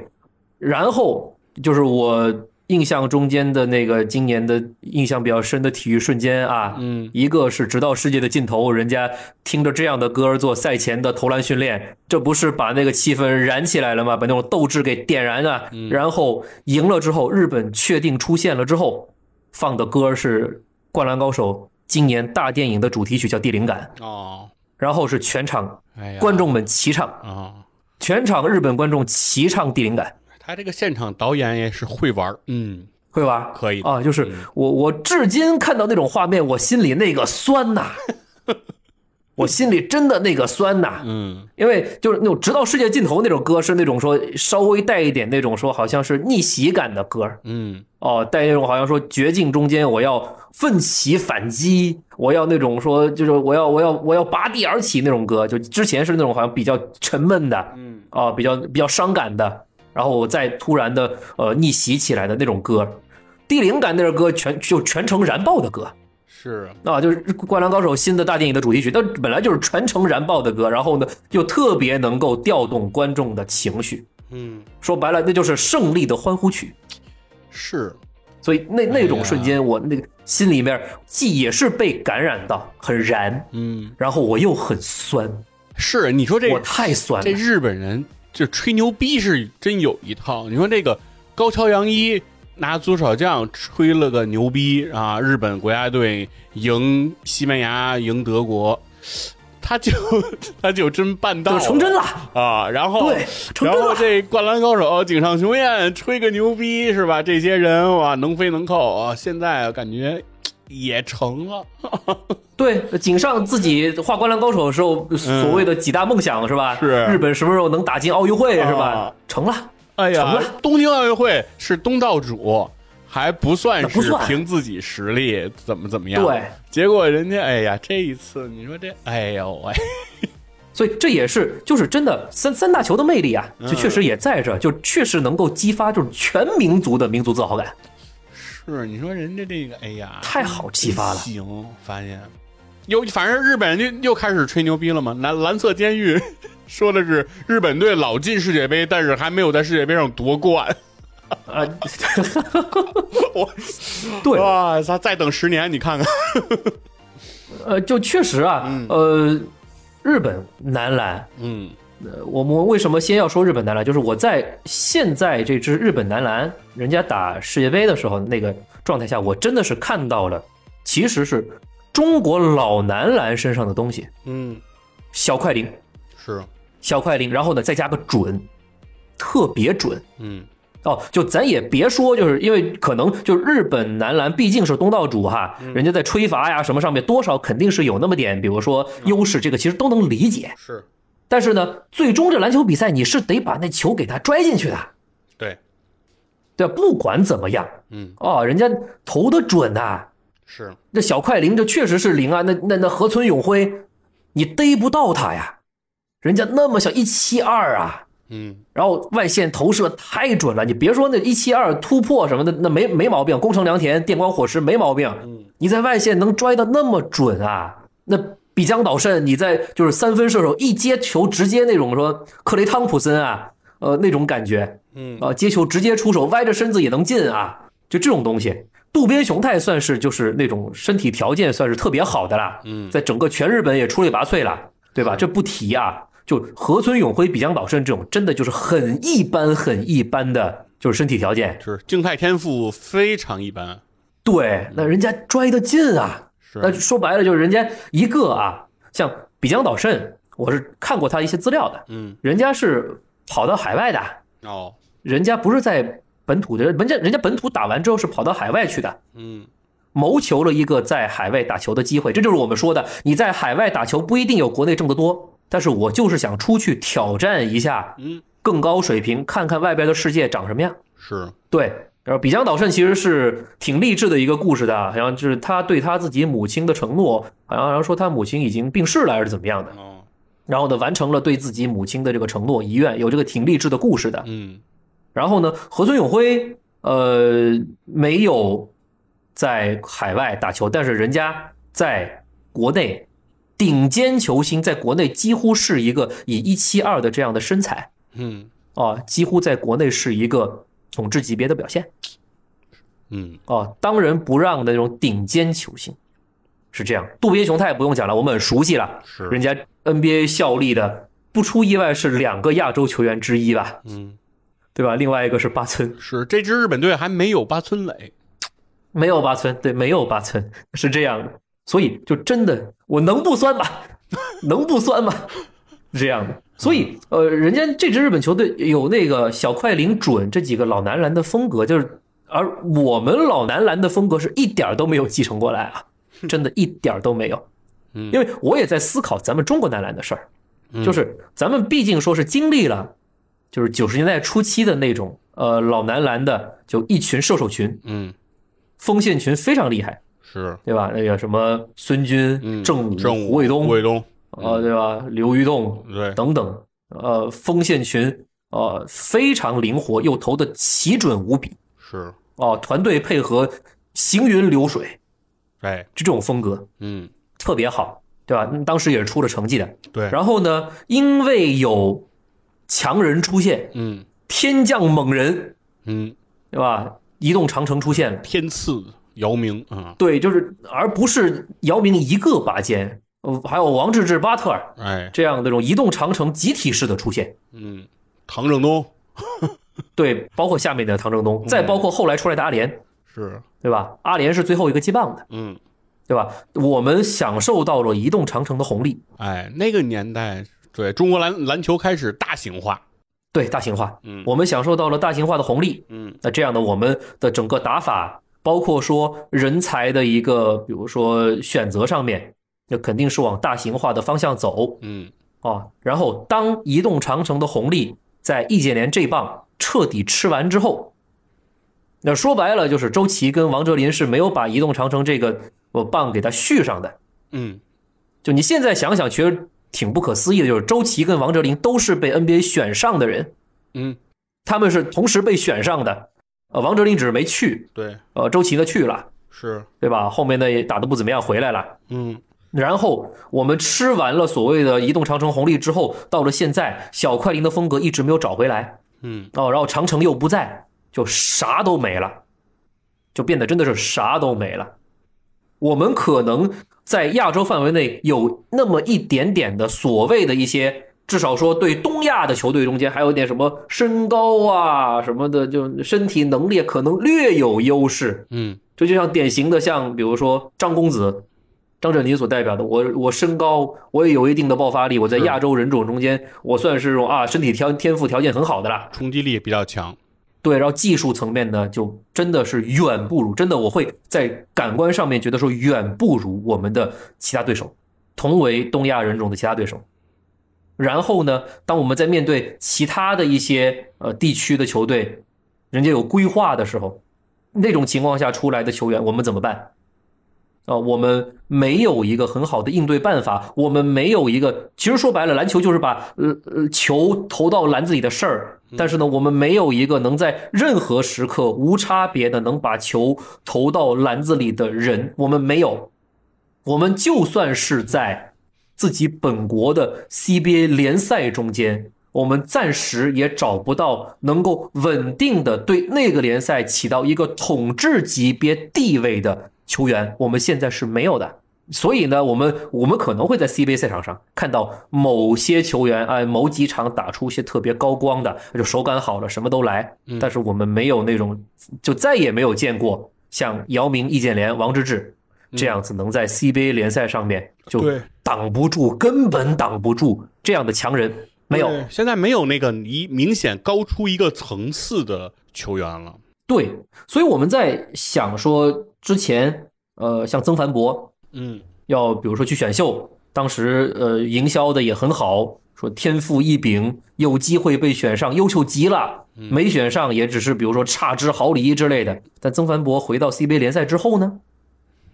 [SPEAKER 2] 然后就是我印象中间的那个今年的印象比较深的体育瞬间啊，
[SPEAKER 1] 嗯
[SPEAKER 2] 一个是直到世界的尽头，人家听着这样的歌儿做赛前的投篮训练，这不是把那个气氛燃起来了吗？把那种斗志给点燃啊！
[SPEAKER 1] 嗯
[SPEAKER 2] 然后赢了之后，日本确定出线了之后，放的歌儿是《灌篮高手》今年大电影的主题曲，叫《第零感》。
[SPEAKER 1] 哦，
[SPEAKER 2] 然后是全场
[SPEAKER 1] 哎呀，
[SPEAKER 2] 观众们齐唱，
[SPEAKER 1] 啊、
[SPEAKER 2] 全场日本观众齐唱地灵感，
[SPEAKER 1] 他这个现场导演也是会玩儿，嗯，
[SPEAKER 2] 会吧？
[SPEAKER 1] 可以嗯的
[SPEAKER 2] 啊，就是我我至今看到那种画面，我心里那个酸呐、
[SPEAKER 1] <laughs>
[SPEAKER 2] 我心里真的那个酸呐、
[SPEAKER 1] 嗯，
[SPEAKER 2] 因为就是那种直到世界尽头那种歌，是那种说稍微带一点那种说好像是逆袭感的歌，
[SPEAKER 1] 嗯，
[SPEAKER 2] 哦，带那种好像说绝境中间我要奋起反击，我要那种说就是我要我要我要拔地而起那种歌，就之前是那种好像比较沉闷的，嗯，啊，比较比较伤感的，然后我再突然的呃逆袭起来的那种歌，地灵感那首歌全就全程燃爆的歌，
[SPEAKER 1] 是啊，
[SPEAKER 2] 啊，就是《灌篮高手》新的大电影的主题曲，但本来就是全程燃爆的歌，然后呢，又特别能够调动观众的情绪。
[SPEAKER 1] 嗯，
[SPEAKER 2] 说白了，那就是胜利的欢呼曲。
[SPEAKER 1] 是，啊
[SPEAKER 2] 所以那那
[SPEAKER 1] 哎
[SPEAKER 2] 种
[SPEAKER 1] 呀
[SPEAKER 2] 瞬间，我那个心里面既也是被感染到，很燃，
[SPEAKER 1] 嗯，
[SPEAKER 2] 然后我又很酸，
[SPEAKER 1] 是。啊你说这
[SPEAKER 2] 我太酸
[SPEAKER 1] 这
[SPEAKER 2] 了。
[SPEAKER 1] 日本人就吹牛逼是真有一套。你说这个高桥洋一拿足少将吹了个牛逼啊，日本国家队赢西班牙、赢德国，他就 <laughs> 他就真办到
[SPEAKER 2] 就
[SPEAKER 1] 了，
[SPEAKER 2] 成真了，
[SPEAKER 1] 啊。然后
[SPEAKER 2] 对，成
[SPEAKER 1] 然
[SPEAKER 2] 真
[SPEAKER 1] 后
[SPEAKER 2] 了。
[SPEAKER 1] 这《灌篮高手》井上雄彦吹个牛逼是吧？这些人哇能飞能扣啊，现在感觉也成了。
[SPEAKER 2] 对，井上自己画《灌篮高手》的时候，所谓的几大梦想是吧？
[SPEAKER 1] 嗯是
[SPEAKER 2] 日本什么时候能打进奥运会是
[SPEAKER 1] 啊
[SPEAKER 2] 吧？成了。
[SPEAKER 1] 哎
[SPEAKER 2] 成
[SPEAKER 1] 呀
[SPEAKER 2] 了，
[SPEAKER 1] 东京奥运会是东道主，还不算
[SPEAKER 2] 那不
[SPEAKER 1] 是
[SPEAKER 2] 算
[SPEAKER 1] 凭自己实力怎么怎么样。
[SPEAKER 2] 对，
[SPEAKER 1] 结果人家哎呀，这一次你说这，哎呦喂、
[SPEAKER 2] 所以这也是就是真的三三大球的魅力啊，就确实也在这儿，就确实能够激发就是全民族的民族自豪感。
[SPEAKER 1] 是你说人家这个，哎呀，
[SPEAKER 2] 太好激发了
[SPEAKER 1] 行，发现又反正日本人就又开始吹牛逼了嘛。蓝蓝色监狱 <laughs> 说的是日本队老进世界杯，但是还没有在世界杯上夺冠。
[SPEAKER 2] 呃，
[SPEAKER 1] 我
[SPEAKER 2] 对，
[SPEAKER 1] 哇，他再等十年，你看看，
[SPEAKER 2] 呃，就确实啊，呃，日本男篮，
[SPEAKER 1] 嗯
[SPEAKER 2] 呃我们为什么先要说日本男篮？就是我在现在这支日本男篮人家打世界杯的时候那个状态下，我真的是看到了，其实是中国老男篮身上的东西，
[SPEAKER 1] 嗯，
[SPEAKER 2] 小快灵，
[SPEAKER 1] 是，
[SPEAKER 2] 小快灵，然后呢再加个准，特别准。
[SPEAKER 1] 嗯
[SPEAKER 2] 哦，就咱也别说，就是因为可能就是日本男篮毕竟是东道主哈，人家在吹罚呀什么上面多少肯定是有那么点，比如说优势，这个其实都能理解。
[SPEAKER 1] 是，
[SPEAKER 2] 但是呢，最终这篮球比赛你是得把那球给他拽进去的，
[SPEAKER 1] 对，
[SPEAKER 2] 对吧？不管怎么样，
[SPEAKER 1] 嗯
[SPEAKER 2] 哦，人家投的准呐、
[SPEAKER 1] 是，
[SPEAKER 2] 这小快灵这确实是灵啊，那那那河村永辉，你逮不到他呀，人家那么小一七二啊，
[SPEAKER 1] 嗯
[SPEAKER 2] 然后外线投射太准了，你别说那一七二突破什么的，那没没毛病。宫城良田、电光火石没毛病。
[SPEAKER 1] 嗯，
[SPEAKER 2] 你在外线能拽的那么准啊？那比江岛慎，你在就是三分射手一接球直接那种说克雷汤普森啊，呃那种感觉
[SPEAKER 1] 嗯
[SPEAKER 2] 啊、接球直接出手，歪着身子也能进啊，就这种东西。渡边雄太算是就是那种身体条件算是特别好的啦，
[SPEAKER 1] 嗯
[SPEAKER 2] 在整个全日本也出类拔萃了，对吧？这不提啊，就河村永辉、比江岛慎这种，真的就是很一般、很一般的，就是身体条件。
[SPEAKER 1] 是，静态天赋非常一般，
[SPEAKER 2] 对，那人家拽得进啊，
[SPEAKER 1] 是
[SPEAKER 2] 那说白了就是人家一个啊，像比江岛慎，我是看过他一些资料的，
[SPEAKER 1] 嗯
[SPEAKER 2] 人家是跑到海外的，
[SPEAKER 1] 哦，
[SPEAKER 2] 人家不是在本土的，人家人家本土打完之后是跑到海外去的，
[SPEAKER 1] 嗯
[SPEAKER 2] 谋求了一个在海外打球的机会。这就是我们说的，你在海外打球不一定有国内挣得多，但是我就是想出去挑战一下
[SPEAKER 1] 嗯
[SPEAKER 2] 更高水平，看看外边的世界长什么样。
[SPEAKER 1] 是，
[SPEAKER 2] 对，然后比江岛慎其实是挺励志的一个故事的，啊好像就是他对他自己母亲的承诺，好像好像说他母亲已经病逝了还是怎么样的，
[SPEAKER 1] 哦，
[SPEAKER 2] 然后呢完成了对自己母亲的这个承诺遗愿，有这个挺励志的故事的。
[SPEAKER 1] 嗯
[SPEAKER 2] 然后呢，河村永辉呃没有在海外打球，但是人家在国内顶尖球星，在国内几乎是一个以一七二的这样的身材
[SPEAKER 1] 嗯
[SPEAKER 2] 啊，几乎在国内是一个统治级别的表现
[SPEAKER 1] 嗯
[SPEAKER 2] 啊，当仁不让的那种顶尖球星。是这样，渡边雄太不用讲了，我们很熟悉了，
[SPEAKER 1] 是
[SPEAKER 2] 人家 NBA 效力的，不出意外是两个亚洲球员之一吧，
[SPEAKER 1] 嗯
[SPEAKER 2] 对吧？另外一个是八村，
[SPEAKER 1] 是，这支日本队还没有八村垒，
[SPEAKER 2] 没有八寸，对，没有八寸，是这样的。所以就真的，我能不酸吗？ <laughs> 能不酸吗？是这样的。所以，呃，人家这支日本球队有那个小快灵准这几个老男篮的风格，就是而我们老男篮的风格是一点儿都没有继承过来啊，真的一点儿都没有。因为我也在思考咱们中国男篮的事儿，就是咱们毕竟说是经历了，就是九十年代初期的那种呃老男篮的，就一群射手群、
[SPEAKER 1] 嗯，
[SPEAKER 2] 锋线群非常厉害，
[SPEAKER 1] 是
[SPEAKER 2] 对吧？那个什么孙军、
[SPEAKER 1] 嗯
[SPEAKER 2] 郑武、
[SPEAKER 1] 正
[SPEAKER 2] 胡卫东
[SPEAKER 1] 胡，卫嗯东，
[SPEAKER 2] 呃，对吧？刘玉栋
[SPEAKER 1] 对，
[SPEAKER 2] 等等，呃，锋线群呃非常灵活，又投的奇准无比
[SPEAKER 1] 是，
[SPEAKER 2] 哦、团队配合行云流水，
[SPEAKER 1] 哎，
[SPEAKER 2] 这种风格
[SPEAKER 1] 嗯，
[SPEAKER 2] 特别好，对吧？嗯当时也是出了成绩的。
[SPEAKER 1] 对，
[SPEAKER 2] 然后呢，因为有强人出现，
[SPEAKER 1] 嗯
[SPEAKER 2] 天降猛人，
[SPEAKER 1] 嗯，
[SPEAKER 2] 对吧？移动长城出现了，
[SPEAKER 1] 天赐姚明啊，
[SPEAKER 2] 对，就是而不是姚明一个拔尖，呃还有王治郅、巴特尔
[SPEAKER 1] 哎，
[SPEAKER 2] 这样的这种移动长城集体式的出现，
[SPEAKER 1] 嗯，唐正东
[SPEAKER 2] 对，包括下面的唐正东，再包括后来出来的阿联，
[SPEAKER 1] 是，
[SPEAKER 2] 对吧？阿联是最后一个接棒的，
[SPEAKER 1] 嗯，
[SPEAKER 2] 对吧？我们享受到了移动长城的红利，
[SPEAKER 1] 哎，那个年代，对中国篮篮球开始大型化，
[SPEAKER 2] 对大型化，
[SPEAKER 1] 嗯
[SPEAKER 2] 我们享受到了大型化的红利，
[SPEAKER 1] 嗯
[SPEAKER 2] 那这样呢，我们的整个打法，包括说人才的一个，比如说选择上面，那肯定是往大型化的方向走
[SPEAKER 1] 嗯，
[SPEAKER 2] 啊。然后，当移动长城的红利在易建联这棒彻底吃完之后，那说白了就是周琦跟王哲林是没有把移动长城这个呃棒给它续上的。
[SPEAKER 1] 嗯，
[SPEAKER 2] 就你现在想想，其实挺不可思议的，就是周琦跟王哲林都是被 NBA 选上的人，
[SPEAKER 1] 嗯，
[SPEAKER 2] 他们是同时被选上的。呃，王哲林只是没去，
[SPEAKER 1] 对，
[SPEAKER 2] 呃，周琦呢去了，
[SPEAKER 1] 是，
[SPEAKER 2] 对吧？后面呢也打得不怎么样，回来了。
[SPEAKER 1] 嗯
[SPEAKER 2] 然后我们吃完了所谓的移动长城红利之后，到了现在，小快灵的风格一直没有找回来
[SPEAKER 1] 嗯，
[SPEAKER 2] 哦，然后长城又不在，就啥都没了，就变得真的是啥都没了。我们可能在亚洲范围内有那么一点点的所谓的一些，至少说对东亚的球队中间还有一点什么身高啊什么的，就身体能力可能略有优势，
[SPEAKER 1] 嗯
[SPEAKER 2] 这就像典型的，像比如说张公子、张镇麟所代表的，我我身高我也有一定的爆发力，我在
[SPEAKER 1] 是
[SPEAKER 2] 亚洲人种中间，我算是啊身体条天赋条件很好的了。
[SPEAKER 1] 冲击力比较强，
[SPEAKER 2] 对，然后技术层面呢，就真的是远不如，真的我会在感官上面觉得说远不如我们的其他对手，同为东亚人种的其他对手。然后呢，当我们在面对其他的一些呃地区的球队，人家有规划的时候，那种情况下出来的球员，我们怎么办？啊、我们没有一个很好的应对办法，我们没有一个，其实说白了，篮球就是把呃呃球投到篮子里的事儿，但是呢，我们没有一个能在任何时刻无差别的能把球投到篮子里的人，我们没有，我们就算是在自己本国的 CBA 联赛中间，我们暂时也找不到能够稳定的对那个联赛起到一个统治级别地位的球员，我们现在是没有的。所以呢，我们我们可能会在 CBA 赛场上看到某些球员啊、哎某几场打出一些特别高光的，就手感好了，什么都来。但是我们没有那种，就再也没有见过像姚明、易建联、王治郅这样子能在 CBA 联赛上面就
[SPEAKER 1] 对
[SPEAKER 2] 挡不住，根本挡不住这样的强人，没有。
[SPEAKER 1] 对，现在没有那个一明显高出一个层次的球员了，
[SPEAKER 2] 对，所以我们在想说，之前呃，像曾凡博
[SPEAKER 1] 嗯
[SPEAKER 2] 要比如说去选秀，当时呃营销的也很好，说天赋异禀，有机会被选上，优秀极了。没选上也只是比如说差之毫厘之类的。但曾凡博回到 CBA 联赛之后呢，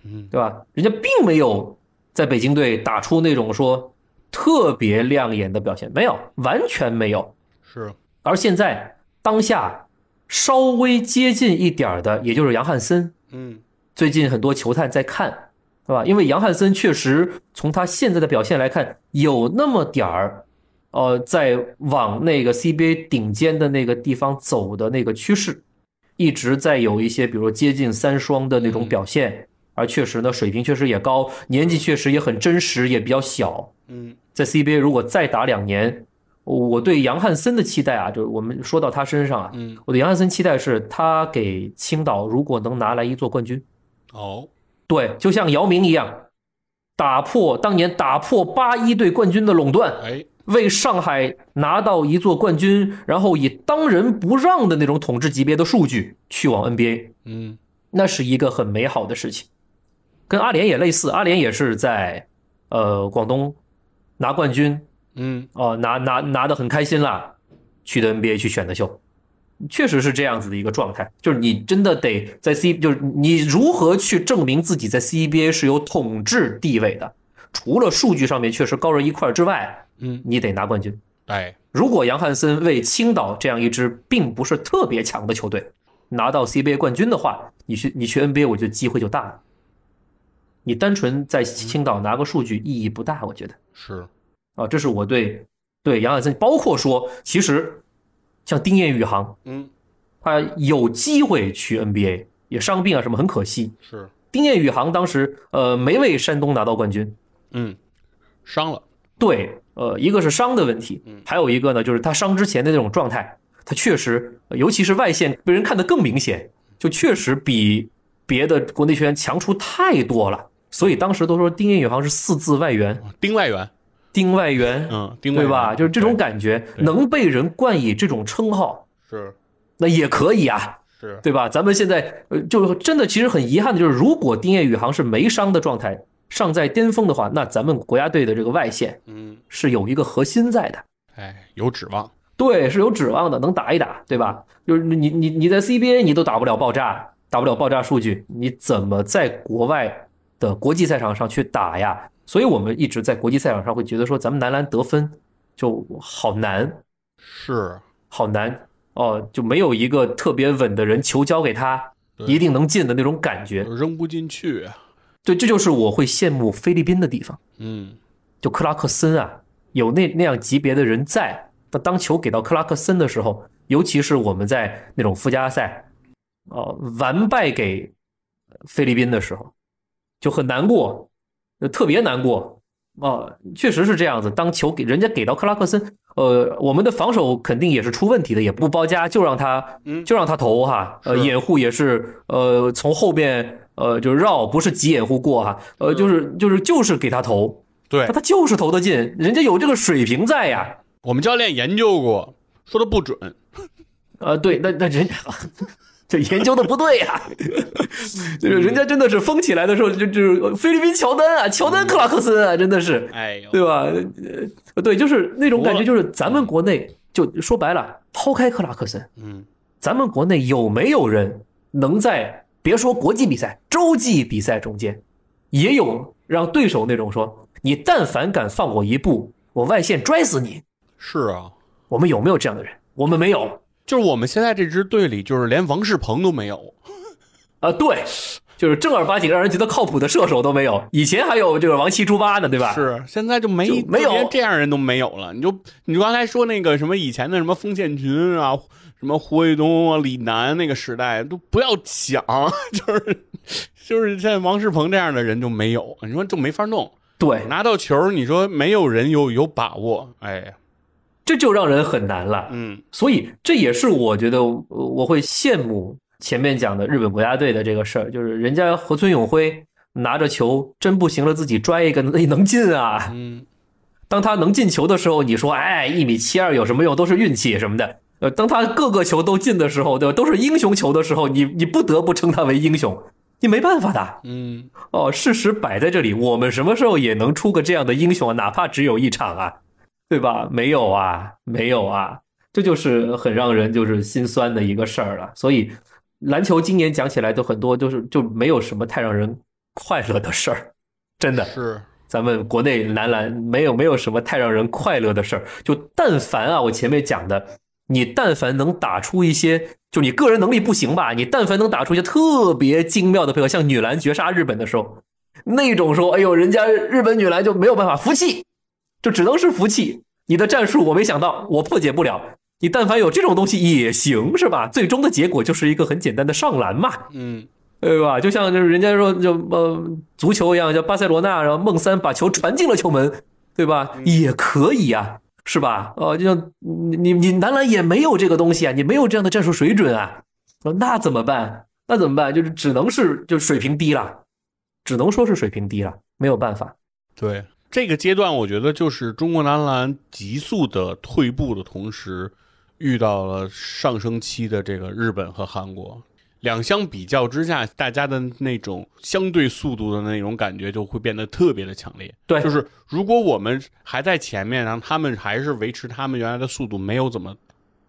[SPEAKER 1] 嗯，
[SPEAKER 2] 对吧？人家并没有在北京队打出那种说特别亮眼的表现，没有，完全没有。
[SPEAKER 1] 是，
[SPEAKER 2] 而现在当下稍微接近一点儿的，也就是杨汉森，
[SPEAKER 1] 嗯
[SPEAKER 2] 最近很多球探在看，对吧？因为杨汉森确实从他现在的表现来看，有那么点儿，呃，在往那个 CBA 顶尖的那个地方走的那个趋势，一直在有一些，比如说接近三双的那种表现，而确实呢，水平确实也高，年纪确实也很真实，也比较小，
[SPEAKER 1] 嗯
[SPEAKER 2] 在 CBA 如果再打两年，我对杨汉森的期待啊，就是我们说到他身上啊，
[SPEAKER 1] 嗯，
[SPEAKER 2] 我对杨汉森期待是他给青岛如果能拿来一座冠军，
[SPEAKER 1] 哦，
[SPEAKER 2] 对，就像姚明一样，打破当年打破八一队冠军的垄断，
[SPEAKER 1] 哎，
[SPEAKER 2] 为上海拿到一座冠军，然后以当仁不让的那种统治级别的数据去往 NBA，
[SPEAKER 1] 嗯，
[SPEAKER 2] 那是一个很美好的事情。跟阿联也类似，阿联也是在呃广东拿冠军，
[SPEAKER 1] 嗯，
[SPEAKER 2] 哦、拿拿拿的很开心啦，去的 NBA 去选的秀，确实是这样子的一个状态，就是你真的得在 C，就是你如何去证明自己在 CBA 是有统治地位的，除了数据上面确实高人一块儿之外，
[SPEAKER 1] 嗯，
[SPEAKER 2] 你得拿冠军。
[SPEAKER 1] 哎，
[SPEAKER 2] 如果杨汉森为青岛这样一支并不是特别强的球队拿到 CBA 冠军的话，你去你去 NBA，我觉得机会就大了。你单纯在青岛拿个数据意义不大，我觉得。
[SPEAKER 1] 是，
[SPEAKER 2] 啊，这是我对对杨海森，包括说，其实像丁彦雨航，
[SPEAKER 1] 嗯，
[SPEAKER 2] 他有机会去 NBA，也伤病啊什么，很可惜。
[SPEAKER 1] 是，
[SPEAKER 2] 丁彦雨航当时呃没为山东拿到冠军，
[SPEAKER 1] 嗯，伤了，
[SPEAKER 2] 对，呃，一个是伤的问题，还有一个呢就是他伤之前的那种状态，他确实，呃尤其是外线被人看得更明显，就确实比别的国内球员强出太多了。所以当时都说丁彦雨航是四字外援，
[SPEAKER 1] 丁外援，
[SPEAKER 2] 丁外援，
[SPEAKER 1] 嗯，丁外
[SPEAKER 2] 对
[SPEAKER 1] 援
[SPEAKER 2] 吧？就是这种
[SPEAKER 1] 对
[SPEAKER 2] 感觉，
[SPEAKER 1] 对
[SPEAKER 2] 能被人冠以这种称号，
[SPEAKER 1] 是
[SPEAKER 2] 那也可以啊，
[SPEAKER 1] 是，
[SPEAKER 2] 对吧？咱们现在呃，就真的其实很遗憾的就是，如果丁彦雨航是没伤的状态，尚在巅峰的话，那咱们国家队的这个外线
[SPEAKER 1] 嗯，
[SPEAKER 2] 是有一个核心在的，
[SPEAKER 1] 哎，有指望，
[SPEAKER 2] 对，是有指望的，能打一打，对吧？就是你你你在 CBA 你都打不了爆炸，打不了爆炸数据，你怎么在国外的国际赛场上去打呀？所以我们一直在国际赛场上会觉得说，咱们男篮得分就好难，
[SPEAKER 1] 是，
[SPEAKER 2] 好难哦，就没有一个特别稳的人球交给他
[SPEAKER 1] 对
[SPEAKER 2] 一定能进的那种感觉。
[SPEAKER 1] 扔不进去啊，
[SPEAKER 2] 对，这就是我会羡慕菲律宾的地方，
[SPEAKER 1] 嗯，
[SPEAKER 2] 就克拉克森啊，有那那样级别的人在。那当球给到克拉克森的时候，尤其是我们在那种附加赛，哦，完败给菲律宾的时候，就很难过，呃特别难过。哦，确实是这样子。当球给人家给到克拉克森，呃，我们的防守肯定也是出问题的，也不包夹，就让他，
[SPEAKER 1] 嗯
[SPEAKER 2] 就让他投哈。呃，
[SPEAKER 1] 是
[SPEAKER 2] 掩护也是，呃，从后边，呃，就绕，不是急掩护过哈，
[SPEAKER 1] 嗯
[SPEAKER 2] 呃，就是就是就是给他投，
[SPEAKER 1] 对
[SPEAKER 2] 他，他就是投得进，人家有这个水平在呀。
[SPEAKER 1] 我们教练研究过，说的不准，
[SPEAKER 2] 呃，对，那那人家 <laughs> 这研究的不对呀、 <laughs> 就是人家真的是疯起来的时候，就就是菲律宾乔丹啊，乔丹克拉克森啊，真的是，
[SPEAKER 1] 哎呦，
[SPEAKER 2] 对吧？呃，对，就是那种感觉，就是咱们国内就说白了，抛开克拉克森，
[SPEAKER 1] 嗯，
[SPEAKER 2] 咱们国内有没有人能在别说国际比赛、洲际比赛中间，也有让对手那种说，你但凡敢放我一步，我外线拽死你。
[SPEAKER 1] 是啊，
[SPEAKER 2] 我们有没有这样的人？我们没有。
[SPEAKER 1] 就是我们现在这支队里，就是连王仕鹏都没有，
[SPEAKER 2] 啊，对，就是正儿八经让人觉得靠谱的射手都没有。以前还有这个王七猪八呢，对吧？
[SPEAKER 1] 是现在就没
[SPEAKER 2] 就没有
[SPEAKER 1] 就连这样人都没有了。你就你就刚才说那个什么以前的什么封建群啊，什么胡卫东啊、李楠那个时代都不要想， <laughs> 就是就是像王仕鹏这样的人就没有，你说就没法弄。
[SPEAKER 2] 对，
[SPEAKER 1] 拿到球，你说没有人有有把握，哎，
[SPEAKER 2] 这就让人很难了。
[SPEAKER 1] 嗯
[SPEAKER 2] 所以这也是我觉得呃我会羡慕前面讲的日本国家队的这个事儿，就是人家河村永辉拿着球真不行了，自己拽一个， <laughs> 那能进啊。
[SPEAKER 1] 嗯，
[SPEAKER 2] 当他能进球的时候，你说哎，一米七二有什么用？都是运气什么的。呃，当他各个球都进的时候，对吧？都是英雄球的时候，你你不得不称他为英雄，你没办法的。
[SPEAKER 1] 嗯，
[SPEAKER 2] 哦，事实摆在这里，我们什么时候也能出个这样的英雄啊？哪怕只有一场啊，对吧？没有啊，没有啊，这就是很让人就是心酸的一个事儿了。所以，篮球今年讲起来就很多，就是就没有什么太让人快乐的事儿，真的。
[SPEAKER 1] 是，
[SPEAKER 2] 咱们国内男篮没有没有什么太让人快乐的事儿，就但凡啊，我前面讲的，你但凡能打出一些，就你个人能力不行吧，你但凡能打出一些特别精妙的配合，像女篮绝杀日本的时候，那种说，哎呦，人家日本女篮就没有办法服气，就只能是服气。你的战术我没想到，我破解不了。你但凡有这种东西也行，是吧？最终的结果就是一个很简单的上篮嘛。
[SPEAKER 1] 嗯
[SPEAKER 2] 对吧？就像就是人家说就呃足球一样，叫巴塞罗那，然后梦三把球传进了球门，对吧？
[SPEAKER 1] 嗯
[SPEAKER 2] 也可以啊，是吧？呃，就像你你你男篮也没有这个东西啊，你没有这样的战术水准啊，呃那怎么办？那怎么办？就是只能是就水平低了，只能说是水平低了，没有办法。
[SPEAKER 1] 对这个阶段，我觉得就是中国男篮急速的退步的同时，遇到了上升期的这个日本和韩国。两相比较之下，大家的那种相对速度的那种感觉就会变得特别的强烈。
[SPEAKER 2] 对
[SPEAKER 1] 就是如果我们还在前面，然后他们还是维持他们原来的速度，没有怎么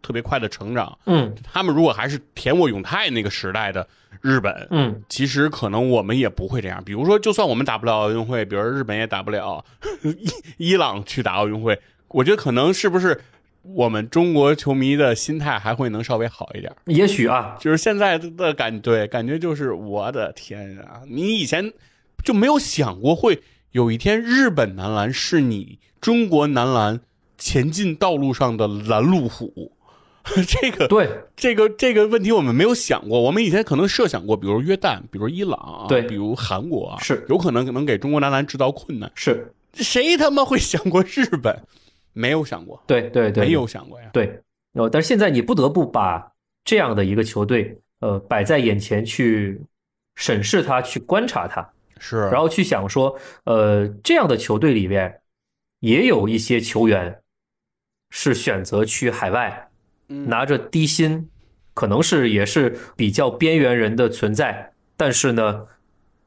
[SPEAKER 1] 特别快的成长，
[SPEAKER 2] 嗯
[SPEAKER 1] 他们如果还是田沃永泰那个时代的日本，
[SPEAKER 2] 嗯，
[SPEAKER 1] 其实可能我们也不会这样。比如说，就算我们打不了奥运会，比如日本也打不了，伊伊朗去打奥运会，我觉得可能是不是我们中国球迷的心态还会能稍微好一点。
[SPEAKER 2] 也许啊，
[SPEAKER 1] 就是现在的感对感觉就是我的天啊！你以前就没有想过会有一天日本男篮是你中国男篮前进道路上的拦路虎， <laughs> 这个
[SPEAKER 2] 对
[SPEAKER 1] 这个这个问题我们没有想过，我们以前可能设想过，比如约旦，比如伊朗啊，
[SPEAKER 2] 对
[SPEAKER 1] 比如韩国啊，
[SPEAKER 2] 是
[SPEAKER 1] 有可能能给中国男篮制造困难。
[SPEAKER 2] 是，
[SPEAKER 1] 谁他妈会想过日本？没有想过，
[SPEAKER 2] 对对对，
[SPEAKER 1] 没有想过呀。
[SPEAKER 2] 对，呃，但是现在你不得不把这样的一个球队，呃，摆在眼前去审视它，去观察它，
[SPEAKER 1] 是，
[SPEAKER 2] 然后去想说，呃，这样的球队里边也有一些球员是选择去海外，拿着低薪，可能是也是比较边缘人的存在，但是呢，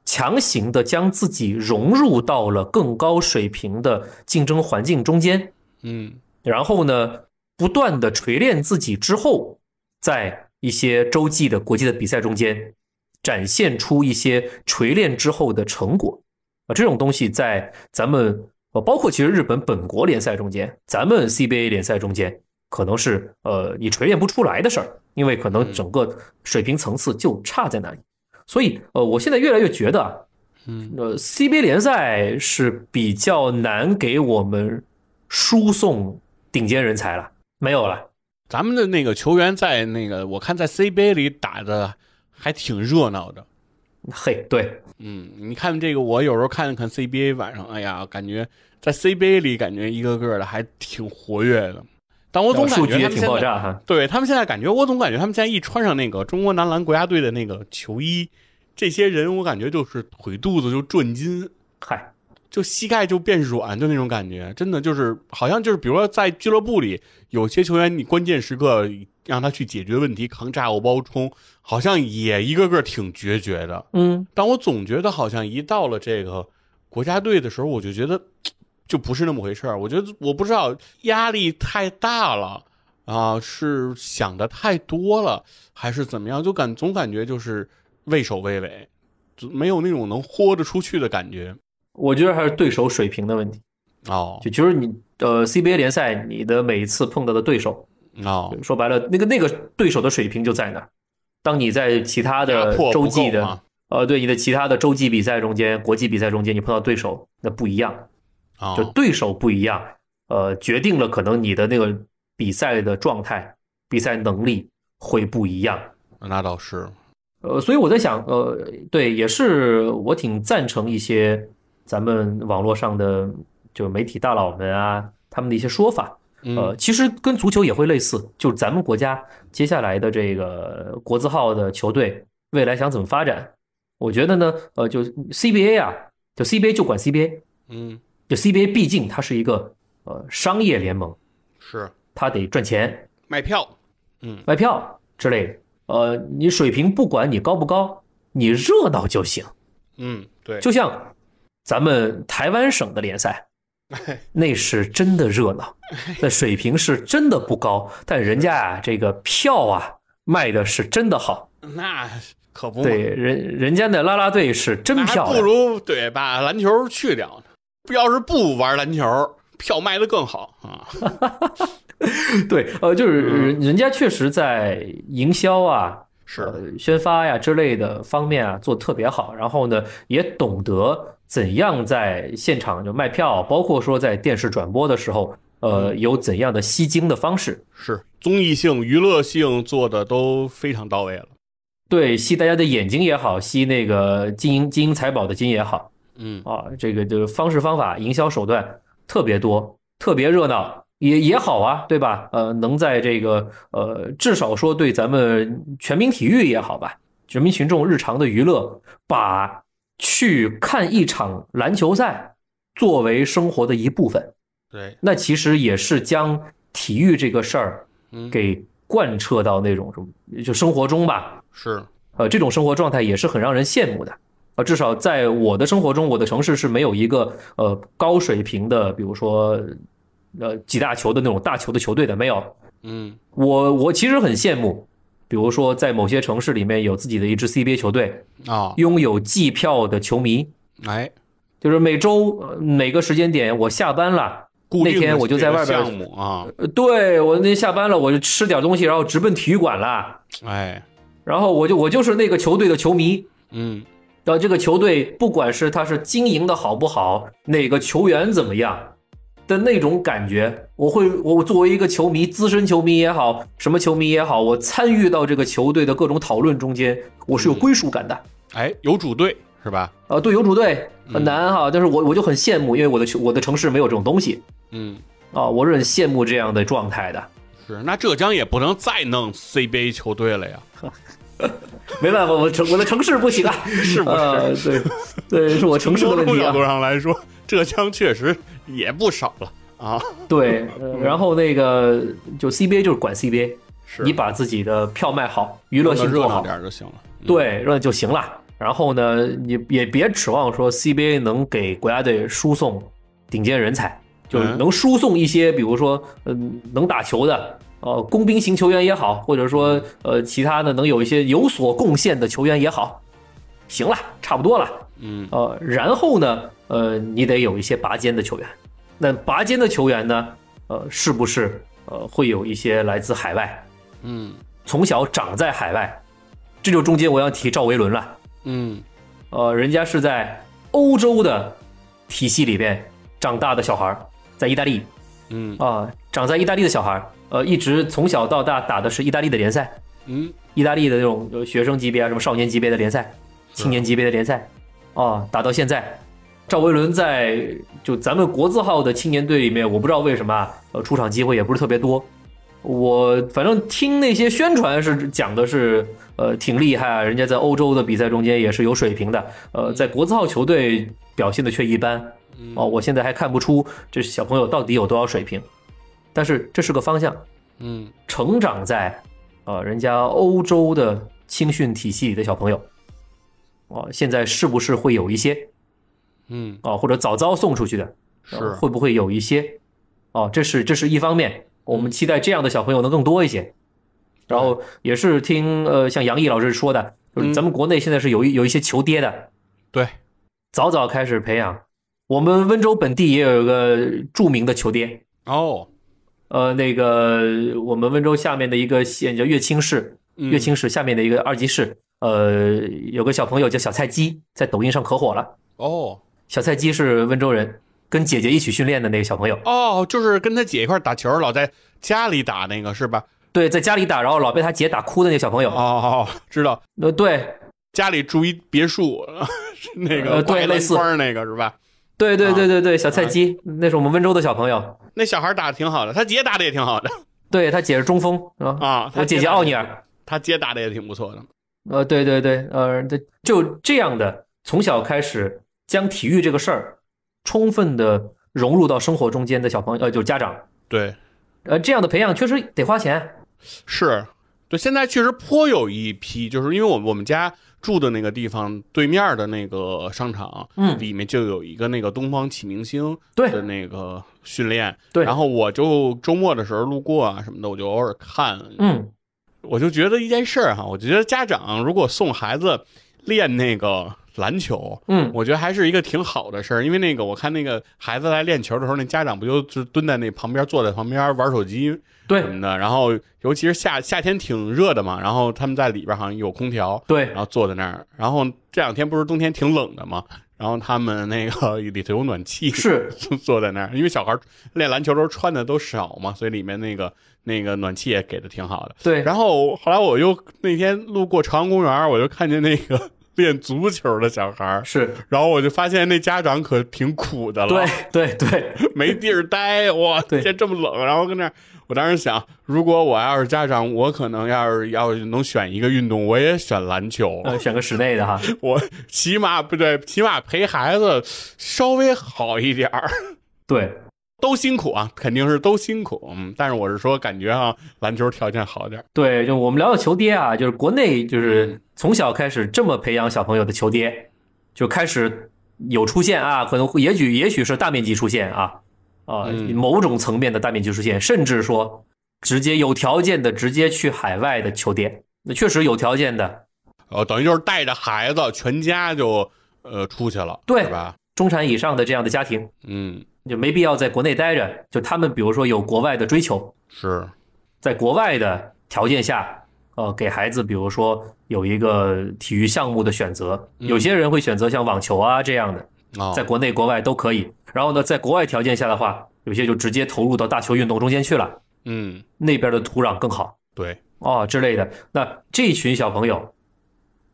[SPEAKER 2] 强行的将自己融入到了更高水平的竞争环境中间，
[SPEAKER 1] 嗯，
[SPEAKER 2] 然后呢，不断的锤炼自己之后，在一些洲际的国际的比赛中间，展现出一些锤炼之后的成果啊，这种东西在咱们呃，包括其实日本本国联赛中间，咱们 CBA 联赛中间，可能是呃你锤炼不出来的事儿，因为可能整个水平层次就差在那里。所以呃，我现在越来越觉得啊，
[SPEAKER 1] 嗯，
[SPEAKER 2] 呃，CBA 联赛是比较难给我们输送顶尖人才了，没有了。
[SPEAKER 1] 咱们的那个球员在那个，我看在 CBA 里打的还挺热闹的。
[SPEAKER 2] 嘿，对，
[SPEAKER 1] 嗯，你看这个，我有时候看看 CBA 晚上，哎呀，感觉在 CBA 里感觉一个个的还挺活跃的。但我总感
[SPEAKER 2] 数
[SPEAKER 1] 觉
[SPEAKER 2] 据
[SPEAKER 1] 他
[SPEAKER 2] 也
[SPEAKER 1] 们
[SPEAKER 2] 挺
[SPEAKER 1] 现
[SPEAKER 2] 爆
[SPEAKER 1] 在
[SPEAKER 2] 炸哈。
[SPEAKER 1] 对他们现在感觉，我总感觉他们现在一穿上那个中国男篮国家队的那个球衣，这些人我感觉就是腿肚子就转筋，
[SPEAKER 2] 嗨，
[SPEAKER 1] 就膝盖就变软，就那种感觉，真的就是好像就是，比如说在俱乐部里，有些球员你关键时刻让他去解决问题，扛炸药包冲，好像也一个个挺决绝的。
[SPEAKER 2] 嗯，
[SPEAKER 1] 但我总觉得好像一到了这个国家队的时候，我就觉得就不是那么回事儿。我觉得我不知道压力太大了啊，是想的太多了，还是怎么样？就感总感觉就是畏首畏尾，就没有那种能豁得出去的感觉。
[SPEAKER 2] 我觉得还是对手水平的问题。
[SPEAKER 1] 哦
[SPEAKER 2] 就就是你呃 CBA 联赛，你的每一次碰到的对手，
[SPEAKER 1] 哦，
[SPEAKER 2] 说白了，那个那个对手的水平就在那儿。当你在其他
[SPEAKER 1] 压
[SPEAKER 2] 的
[SPEAKER 1] 迫
[SPEAKER 2] 洲
[SPEAKER 1] 不够
[SPEAKER 2] 际的
[SPEAKER 1] 嘛？
[SPEAKER 2] 呃，对你的其他的洲际比赛中间、国际比赛中间，你碰到对手那不一样。
[SPEAKER 1] 啊，
[SPEAKER 2] 就对手不一样，呃，决定了可能你的那个比赛的状态、比赛能力会不一样。
[SPEAKER 1] 那倒是，
[SPEAKER 2] 呃，所以我在想，呃，对，也是我挺赞成一些咱们网络上的就媒体大佬们啊，他们的一些说法。呃，
[SPEAKER 1] 嗯
[SPEAKER 2] 其实跟足球也会类似，就是咱们国家接下来的这个国字号的球队未来想怎么发展，我觉得呢，呃，就 CBA 啊，就 CBA 就管 CBA，
[SPEAKER 1] 嗯，
[SPEAKER 2] 就 CBA 毕竟它是一个呃商业联盟，
[SPEAKER 1] 是
[SPEAKER 2] 它得赚钱、
[SPEAKER 1] 卖票，
[SPEAKER 2] 卖票之类的。呃，你水平不管你高不高，你热闹就行。
[SPEAKER 1] 嗯，对，
[SPEAKER 2] 就像咱们台湾省的联赛，那是真的
[SPEAKER 1] <laughs>
[SPEAKER 2] 热闹，那水平是真的不高，但人家啊这个票啊卖的是真的好。
[SPEAKER 1] <laughs> 那可不嘛，
[SPEAKER 2] 对，人人家的啦啦队是真
[SPEAKER 1] 哦那还
[SPEAKER 2] 漂
[SPEAKER 1] 不
[SPEAKER 2] 亮。
[SPEAKER 1] 如对把篮球去掉呢。要是不玩篮球，票卖的更好啊。
[SPEAKER 2] 对，呃，就是
[SPEAKER 1] 嗯
[SPEAKER 2] 人人家确实在营销啊，
[SPEAKER 1] 是，
[SPEAKER 2] 呃、宣发呀之类的方面啊做得特别好，然后呢也懂得怎样在现场就卖票，包括说在电视转播的时候，呃有怎样的吸睛的方式，
[SPEAKER 1] 是综艺性、娱乐性做的都非常到位了。
[SPEAKER 2] 对吸大家的眼睛也好，吸那个金银金银财宝的金也好
[SPEAKER 1] 嗯，
[SPEAKER 2] 啊，这个就是方式方法、营销手段特别多，特别热闹。也也好啊，对吧？呃，能在这个呃，至少说对咱们全民体育也好吧，人民群众日常的娱乐，把去看一场篮球赛作为生活的一部分，
[SPEAKER 1] 对，
[SPEAKER 2] 那其实也是将体育这个事儿
[SPEAKER 1] 嗯，
[SPEAKER 2] 给贯彻到那种就生活中吧，
[SPEAKER 1] 是，
[SPEAKER 2] 呃，这种生活状态也是很让人羡慕的。呃，至少在我的生活中，我的城市是没有一个呃高水平的，比如说呃几大球的那种大球的球队的，没有。
[SPEAKER 1] 嗯
[SPEAKER 2] 我我其实很羡慕，比如说在某些城市里面有自己的一支 CBA 球队，
[SPEAKER 1] 啊，
[SPEAKER 2] 拥有季票的球迷，
[SPEAKER 1] 哎，
[SPEAKER 2] 就是每周呃每个时间点我下班了，
[SPEAKER 1] 固定
[SPEAKER 2] 那天
[SPEAKER 1] 的
[SPEAKER 2] 我就在
[SPEAKER 1] 这个
[SPEAKER 2] 外边
[SPEAKER 1] 项目啊，
[SPEAKER 2] 呃对我那下班了我就吃点东西，然后直奔体育馆啦，
[SPEAKER 1] 哎，
[SPEAKER 2] 然后我就我就是那个球队的球迷，
[SPEAKER 1] 嗯，
[SPEAKER 2] 然后这个球队不管是他是经营的好不好，哪个球员怎么样的那种感觉，我会我作为一个球迷，资深球迷也好，什么球迷也好，我参与到这个球队的各种讨论中间，我
[SPEAKER 1] 嗯
[SPEAKER 2] 是有归属感的。
[SPEAKER 1] 哎，有主队是吧？
[SPEAKER 2] 啊，对，有主队
[SPEAKER 1] 嗯
[SPEAKER 2] 很难哈，但是我我就很羡慕，因为我的球我的城市没有这种东西
[SPEAKER 1] 嗯，
[SPEAKER 2] 啊，我是很羡慕这样的状态的。
[SPEAKER 1] 是，那浙江也不能再弄 CBA 球队了呀，
[SPEAKER 2] 没办法，我城我的城市不行啊，
[SPEAKER 1] <laughs> 是不是？
[SPEAKER 2] 呃，对
[SPEAKER 1] <laughs>
[SPEAKER 2] 对，是我城市的问
[SPEAKER 1] 某种
[SPEAKER 2] 题啊
[SPEAKER 1] 角。度上来说，浙江确实也不少了啊。
[SPEAKER 2] 对，呃然后那个就 CBA 就是管 CBA，
[SPEAKER 1] 是
[SPEAKER 2] 你把自己的票卖好，娱
[SPEAKER 1] 娱
[SPEAKER 2] 乐性
[SPEAKER 1] 热
[SPEAKER 2] 做
[SPEAKER 1] 闹
[SPEAKER 2] 好，
[SPEAKER 1] 点儿就行了。嗯，
[SPEAKER 2] 对，热就行了。然后呢，你也别指望说 CBA 能给国家队输送顶尖人才，就是
[SPEAKER 1] 嗯
[SPEAKER 2] 能输送一些，比如说，嗯、能打球的，呃，工兵型球员也好，或者说，呃，其他的能有一些有所贡献的球员也好，行了，差不多了。
[SPEAKER 1] 嗯，
[SPEAKER 2] 呃，然后呢，呃，你得有一些拔尖的球员。那拔尖的球员呢，呃，是不是呃会有一些来自海外，
[SPEAKER 1] 嗯
[SPEAKER 2] 从小长在海外？这就中间我要提赵维伦了。
[SPEAKER 1] 嗯，
[SPEAKER 2] 呃，人家是在欧洲的体系里边长大的小孩儿，在意大利
[SPEAKER 1] 嗯
[SPEAKER 2] 啊、长在意大利的小孩儿，呃，一直从小到大打的是意大利的联赛，
[SPEAKER 1] 嗯，
[SPEAKER 2] 意大利的这种呃学生级别啊，什么少年级别的联赛、青年级别的联赛，啊，打到现在，赵维伦在就咱们国字号的青年队里面，我不知道为什么啊，呃，出场机会也不是特别多。我反正听那些宣传是讲的是，呃，挺厉害啊，人家在欧洲的比赛中间也是有水平的，呃，在国字号球队表现的却一般。
[SPEAKER 1] 嗯
[SPEAKER 2] 哦，我现在还看不出这小朋友到底有多少水平，但是这是个方向。
[SPEAKER 1] 嗯
[SPEAKER 2] 成长在呃人家欧洲的青训体系里的小朋友，啊、现在是不是会有一些
[SPEAKER 1] 嗯，
[SPEAKER 2] 啊、或者早早送出去的，
[SPEAKER 1] 是
[SPEAKER 2] 呃会不会有一些？啊、这是这是一方面，我们期待这样的小朋友能更多一些。然后也是听呃，像杨毅老师说的，就是
[SPEAKER 1] 嗯
[SPEAKER 2] 咱们国内现在是有一有一些球爹的，
[SPEAKER 1] 对，
[SPEAKER 2] 早早开始培养。我们温州本地也有一个著名的球爹，
[SPEAKER 1] 哦，
[SPEAKER 2] 呃，那个我们温州下面的一个县叫乐清市，
[SPEAKER 1] 嗯
[SPEAKER 2] 乐清市下面的一个二级市，呃，有个小朋友叫小菜鸡，在抖音上可火了。
[SPEAKER 1] 哦
[SPEAKER 2] 小菜鸡是温州人，跟姐姐一起训练的那个小朋友，
[SPEAKER 1] 哦，就是跟他姐一块儿打球，老在家里打那个是吧？
[SPEAKER 2] 对，在家里打，然后老被他姐打哭的那个小朋
[SPEAKER 1] 哦
[SPEAKER 2] 友，
[SPEAKER 1] 哦，哦知道，
[SPEAKER 2] 呃，对，
[SPEAKER 1] 家里住一别墅，是那个
[SPEAKER 2] 呃对
[SPEAKER 1] 挂一
[SPEAKER 2] 类
[SPEAKER 1] 篮
[SPEAKER 2] 似
[SPEAKER 1] 筐儿那个是吧？
[SPEAKER 2] 对对
[SPEAKER 1] 啊
[SPEAKER 2] 对对对，小菜鸡，那是我们温州的小朋友，
[SPEAKER 1] 那小孩儿打的挺好的，他姐打的也挺好的
[SPEAKER 2] 对他姐是中锋啊，
[SPEAKER 1] 啊。他
[SPEAKER 2] 我姐姐
[SPEAKER 1] 打得
[SPEAKER 2] 奥尼尔，
[SPEAKER 1] 他姐打的也挺不错的。
[SPEAKER 2] 呃，对对对，呃，对，就这样的，从小开始将体育这个事儿充分的融入到生活中间的小朋友，呃，就是家长，
[SPEAKER 1] 对，
[SPEAKER 2] 呃，这样的培养确实得花钱，
[SPEAKER 1] 是，对，现在确实颇有一批，就是因为我我们家住的那个地方对面儿的那个商场，
[SPEAKER 2] 嗯
[SPEAKER 1] 里面就有一个那个东方启明星
[SPEAKER 2] 对
[SPEAKER 1] 的那个训练，
[SPEAKER 2] 对
[SPEAKER 1] 然后我就周末的时候路过啊什么的，我就偶尔看，
[SPEAKER 2] 嗯，
[SPEAKER 1] 我就觉得一件事儿、哈，我觉得家长如果送孩子练那个篮球，
[SPEAKER 2] 嗯
[SPEAKER 1] 我觉得还是一个挺好的事儿，因为那个我看那个孩子来练球的时候，那家长不就是蹲在那旁边坐在旁边玩手机
[SPEAKER 2] 对
[SPEAKER 1] 什么的，然后尤其是夏夏天挺热的嘛，然后他们在里边好像有空调，
[SPEAKER 2] 对
[SPEAKER 1] 然，后坐在那儿，然后这两天不是冬天挺冷的嘛，然后他们那个 <laughs> 里头有暖气，
[SPEAKER 2] 是，
[SPEAKER 1] <laughs> 坐在那儿，因为小孩练篮球的时候穿的都少嘛，所以里面那个那个暖气也给的挺好的。
[SPEAKER 2] 对，
[SPEAKER 1] 然后后来我又那天路过朝阳公园，我就看见那个 <laughs> 练足球的小孩儿，
[SPEAKER 2] 是，
[SPEAKER 1] 然后我就发现那家长可挺苦的了，
[SPEAKER 2] 对，对，对，
[SPEAKER 1] 没地儿待，哇，
[SPEAKER 2] 对
[SPEAKER 1] 天这么冷，然后跟那儿，我当时想，如果我要是家长，我可能要是要是能选一个运动，我也选篮球。
[SPEAKER 2] 呃，选个室内的哈，
[SPEAKER 1] 我起码不对，起码陪孩子稍微好一点儿。
[SPEAKER 2] 对，
[SPEAKER 1] 都辛苦啊，肯定是都辛苦。嗯，但是我是说，感觉啊，篮球条件好点儿。
[SPEAKER 2] 对，就我们聊聊球爹啊，就是国内
[SPEAKER 1] 嗯
[SPEAKER 2] 就是从小开始这么培养小朋友的球爹，就开始有出现啊，可能会也许也许是大面积出现啊，啊、
[SPEAKER 1] 嗯
[SPEAKER 2] 某种层面的大面积出现，甚至说直接有条件的直接去海外的球爹，那确实有条件的，
[SPEAKER 1] 哦，等于就是带着孩子，全家就呃出去了，
[SPEAKER 2] 对
[SPEAKER 1] 是吧？
[SPEAKER 2] 中产以上的这样的家庭
[SPEAKER 1] 嗯，
[SPEAKER 2] 就没必要在国内待着，就他们比如说有国外的追求，
[SPEAKER 1] 是，
[SPEAKER 2] 在国外的条件下，呃，给孩子比如说有一个体育项目的选择，有些人会选择像网球啊这样的，
[SPEAKER 1] 哦，
[SPEAKER 2] 在国内国外都可以。然后呢，在国外条件下的话，有些就直接投入到大球运动中间去了，
[SPEAKER 1] 嗯，
[SPEAKER 2] 那边的土壤更好
[SPEAKER 1] 对，
[SPEAKER 2] 哦之类的。那这群小朋友，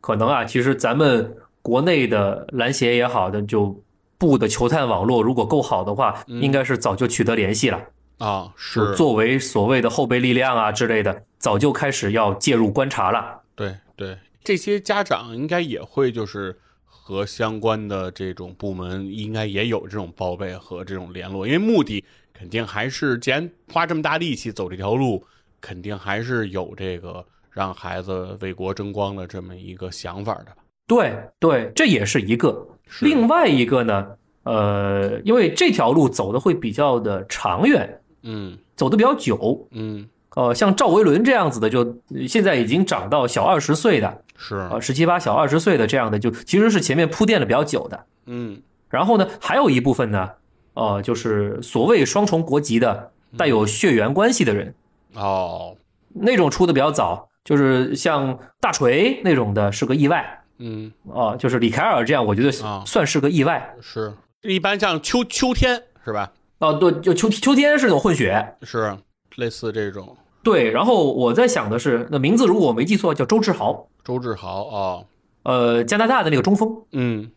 [SPEAKER 2] 可能啊，其实咱们国内的篮协也好的就。布的球探网络如果够好的话，应该是早就取得联系了。
[SPEAKER 1] 啊，，
[SPEAKER 2] 就是作为所谓的后备力量啊之类的，早就开始要介入观察了。
[SPEAKER 1] 对对，这些家长应该也会就是和相关的这种部门应该也有这种报备和这种联络，因为目的肯定还是，既然花这么大力气走这条路，肯定还是有这个让孩子为国争光的这么一个想法的吧。
[SPEAKER 2] 对对，这也是一个。
[SPEAKER 1] 是
[SPEAKER 2] 另外一个呢，呃，因为这条路走的会比较的长远，
[SPEAKER 1] 嗯
[SPEAKER 2] 走的比较久。
[SPEAKER 1] 嗯，
[SPEAKER 2] 呃，像赵维伦这样子的，就呃现在已经长到小二十岁
[SPEAKER 1] 啊
[SPEAKER 2] 的，
[SPEAKER 1] 是，
[SPEAKER 2] 呃，十七八小二十岁的这样的，就其实是前面铺垫的比较久的。
[SPEAKER 1] 嗯
[SPEAKER 2] 然后呢，还有一部分呢，呃，就是所谓双重国籍的带有血缘关系的人，
[SPEAKER 1] 哦，
[SPEAKER 2] 那种出的比较早，就是像大锤那种的是个意外
[SPEAKER 1] 嗯
[SPEAKER 2] 啊、就是李凯尔这样，我觉得
[SPEAKER 1] 啊
[SPEAKER 2] 算是个意外
[SPEAKER 1] 是，一般像秋秋天是吧？
[SPEAKER 2] 啊、对，就秋秋天是那种混血，
[SPEAKER 1] 是类似这种
[SPEAKER 2] 对。然后我在想的是，那名字如果我没记错，叫周志豪，
[SPEAKER 1] 周志豪哦，
[SPEAKER 2] 呃，加拿大的那个中锋，
[SPEAKER 1] 嗯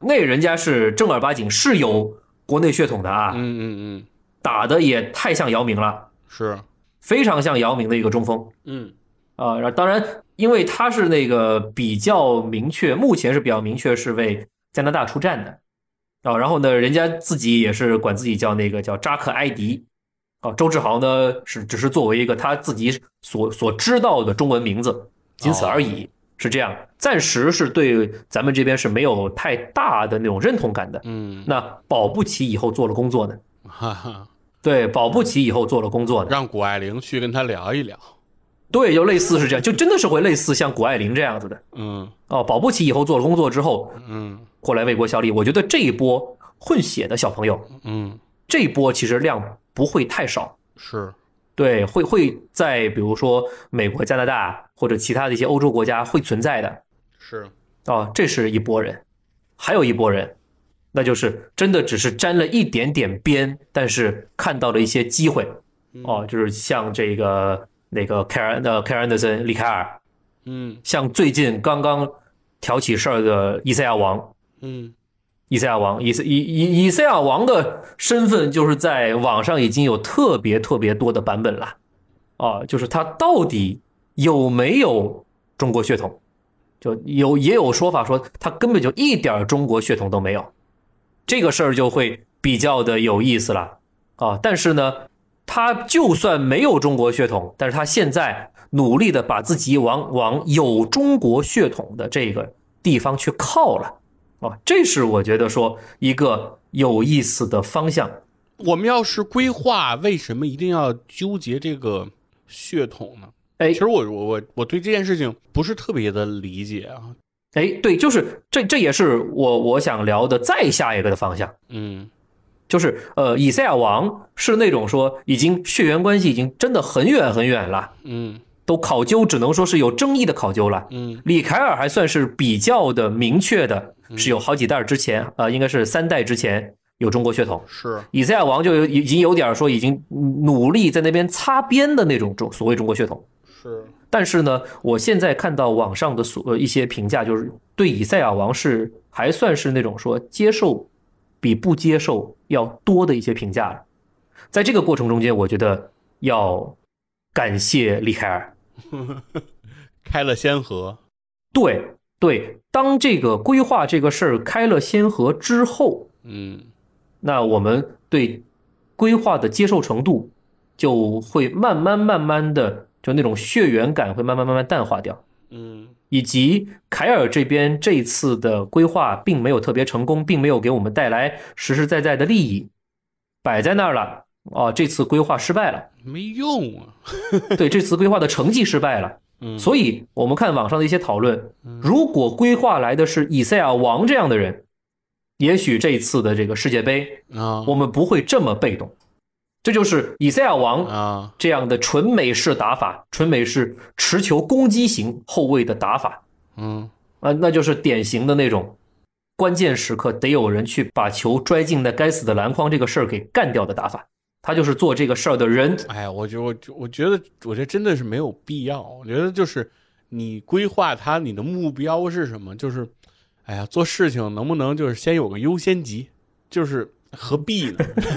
[SPEAKER 2] 那人家是正儿八经是有国内血统的啊，
[SPEAKER 1] 嗯嗯嗯，
[SPEAKER 2] 打的也太像姚明了，
[SPEAKER 1] 是，
[SPEAKER 2] 非常像姚明的一个中锋。
[SPEAKER 1] 嗯
[SPEAKER 2] 啊，然后当然，因为他是那个比较明确，目前是比较明确是为加拿大出战的啊。然后呢，人家自己也是管自己叫那个叫扎克埃迪啊。周志豪呢是只是作为一个他自己所所知道的中文名字，仅此而已，是这样。暂时是对咱们这边是没有太大的那种认同感的。
[SPEAKER 1] 嗯，
[SPEAKER 2] 那保不齐以后做了工作呢？
[SPEAKER 1] 哈哈。
[SPEAKER 2] 对，保不齐以后做了工作呢？
[SPEAKER 1] 让谷爱凌去跟他聊一聊。
[SPEAKER 2] 对，就类似是这样，就真的是会类似像谷爱凌这样子的。
[SPEAKER 1] 嗯
[SPEAKER 2] 哦，保不齐以后做了工作之后
[SPEAKER 1] 嗯
[SPEAKER 2] 过来为国效力。我觉得这一波混血的小朋友，
[SPEAKER 1] 嗯，
[SPEAKER 2] 这一波其实量不会太少，
[SPEAKER 1] 是，
[SPEAKER 2] 对，会会在比如说美国、加拿大或者其他的一些欧洲国家会存在的。
[SPEAKER 1] 是，
[SPEAKER 2] 哦，这是一波人，还有一波人，那就是真的只是沾了一点点边，但是看到了一些机会。哦，就是像这个那个凯尔呃凯尔安德森、里凯尔，
[SPEAKER 1] 嗯
[SPEAKER 2] 像最近刚刚挑起事儿的伊塞亚王。
[SPEAKER 1] 嗯，
[SPEAKER 2] 以赛亚王，以赛以以以赛亚王的身份就是在网上已经有特别特别多的版本了，啊，就是他到底有没有中国血统？就有也有说法说他根本就一点儿中国血统都没有，这个事儿就会比较的有意思了啊。但是呢，他就算没有中国血统，但是他现在努力的把自己往往有中国血统的这个地方去靠了。啊，这是我觉得说一个有意思的方向。
[SPEAKER 1] 我们要是规划，为什么一定要纠结这个血统呢？
[SPEAKER 2] 哎
[SPEAKER 1] 其实我我我我对这件事情不是特别的理解啊。
[SPEAKER 2] 哎，对，就是这，这也是我我想聊的再下一个的方向，
[SPEAKER 1] 嗯
[SPEAKER 2] 就是呃，以赛亚王是那种说已经血缘关系已经真的很远很远了，
[SPEAKER 1] 嗯
[SPEAKER 2] 都考究只能说是有争议的考究了。
[SPEAKER 1] 嗯
[SPEAKER 2] 李凯尔还算是比较的明确的，是有好几代之前，呃，应该是三代之前有中国血统。
[SPEAKER 1] 是，
[SPEAKER 2] 以赛亚王就有已经有点儿说已经努力在那边擦边的那种中所谓中国血统。
[SPEAKER 1] 是，
[SPEAKER 2] 但是呢，我现在看到网上的所呃一些评价，就是对以赛亚王是还算是那种说接受比不接受要多的一些评价了。在这个过程中间，我觉得要感谢李凯尔。
[SPEAKER 1] 开了先河，
[SPEAKER 2] 对对，当这个规划这个事儿开了先河之后，
[SPEAKER 1] 嗯，
[SPEAKER 2] 那我们对规划的接受程度就会慢慢慢慢的，就那种血缘感会慢慢慢慢淡化掉，
[SPEAKER 1] 嗯
[SPEAKER 2] 以及凯尔这边这次的规划并没有特别成功，并没有给我们带来实实在在的利益，摆在那儿了。哦，这次规划失败了，
[SPEAKER 1] 没用啊，
[SPEAKER 2] 对，这次规划的成绩失败了。
[SPEAKER 1] 嗯，
[SPEAKER 2] 所以我们看网上的一些讨论，如果规划来的是以赛亚王这样的人，也许这次的这个世界杯，
[SPEAKER 1] 啊
[SPEAKER 2] 我们不会这么被动。这就是以赛亚王
[SPEAKER 1] 啊，
[SPEAKER 2] 这样的纯美式打法，纯美式持球攻击型后卫的打法
[SPEAKER 1] 嗯
[SPEAKER 2] 啊、那就是典型的那种关键时刻得有人去把球拽进那该死的篮筐这个事儿给干掉的打法。他就是做这个事儿的人，
[SPEAKER 1] 哎呀，我觉我我觉得，我觉得真的是没有必要。我觉得就是你规划它，你的目标是什么？就是，哎呀，做事情能不能就是先有个优先级？就是何必呢？ <laughs>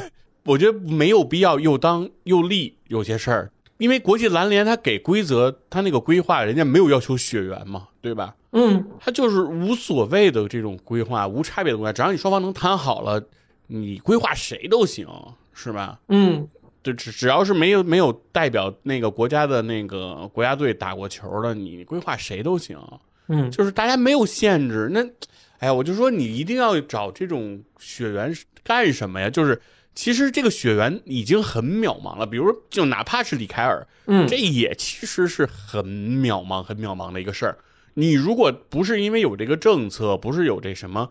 [SPEAKER 1] 我觉得没有必要又当又立有些事儿，因为国际篮联它给规则，它那个规划人家没有要求血缘嘛，对吧？
[SPEAKER 2] 嗯，
[SPEAKER 1] 它就是无所谓的这种规划，无差别的规划，只要你双方能谈好了，你规划谁都行，是吧？
[SPEAKER 2] 嗯，
[SPEAKER 1] 就只只要是没有没有代表那个国家的那个国家队打过球的，你规划谁都行。
[SPEAKER 2] 嗯
[SPEAKER 1] 就是大家没有限制。那，哎呀，我就说你一定要找这种血缘是干什么呀？就是其实这个血缘已经很渺茫了。比如，就哪怕是李凯尔，
[SPEAKER 2] 嗯
[SPEAKER 1] 这也其实是很渺茫、很渺茫的一个事儿。你如果不是因为有这个政策，不是有这什么，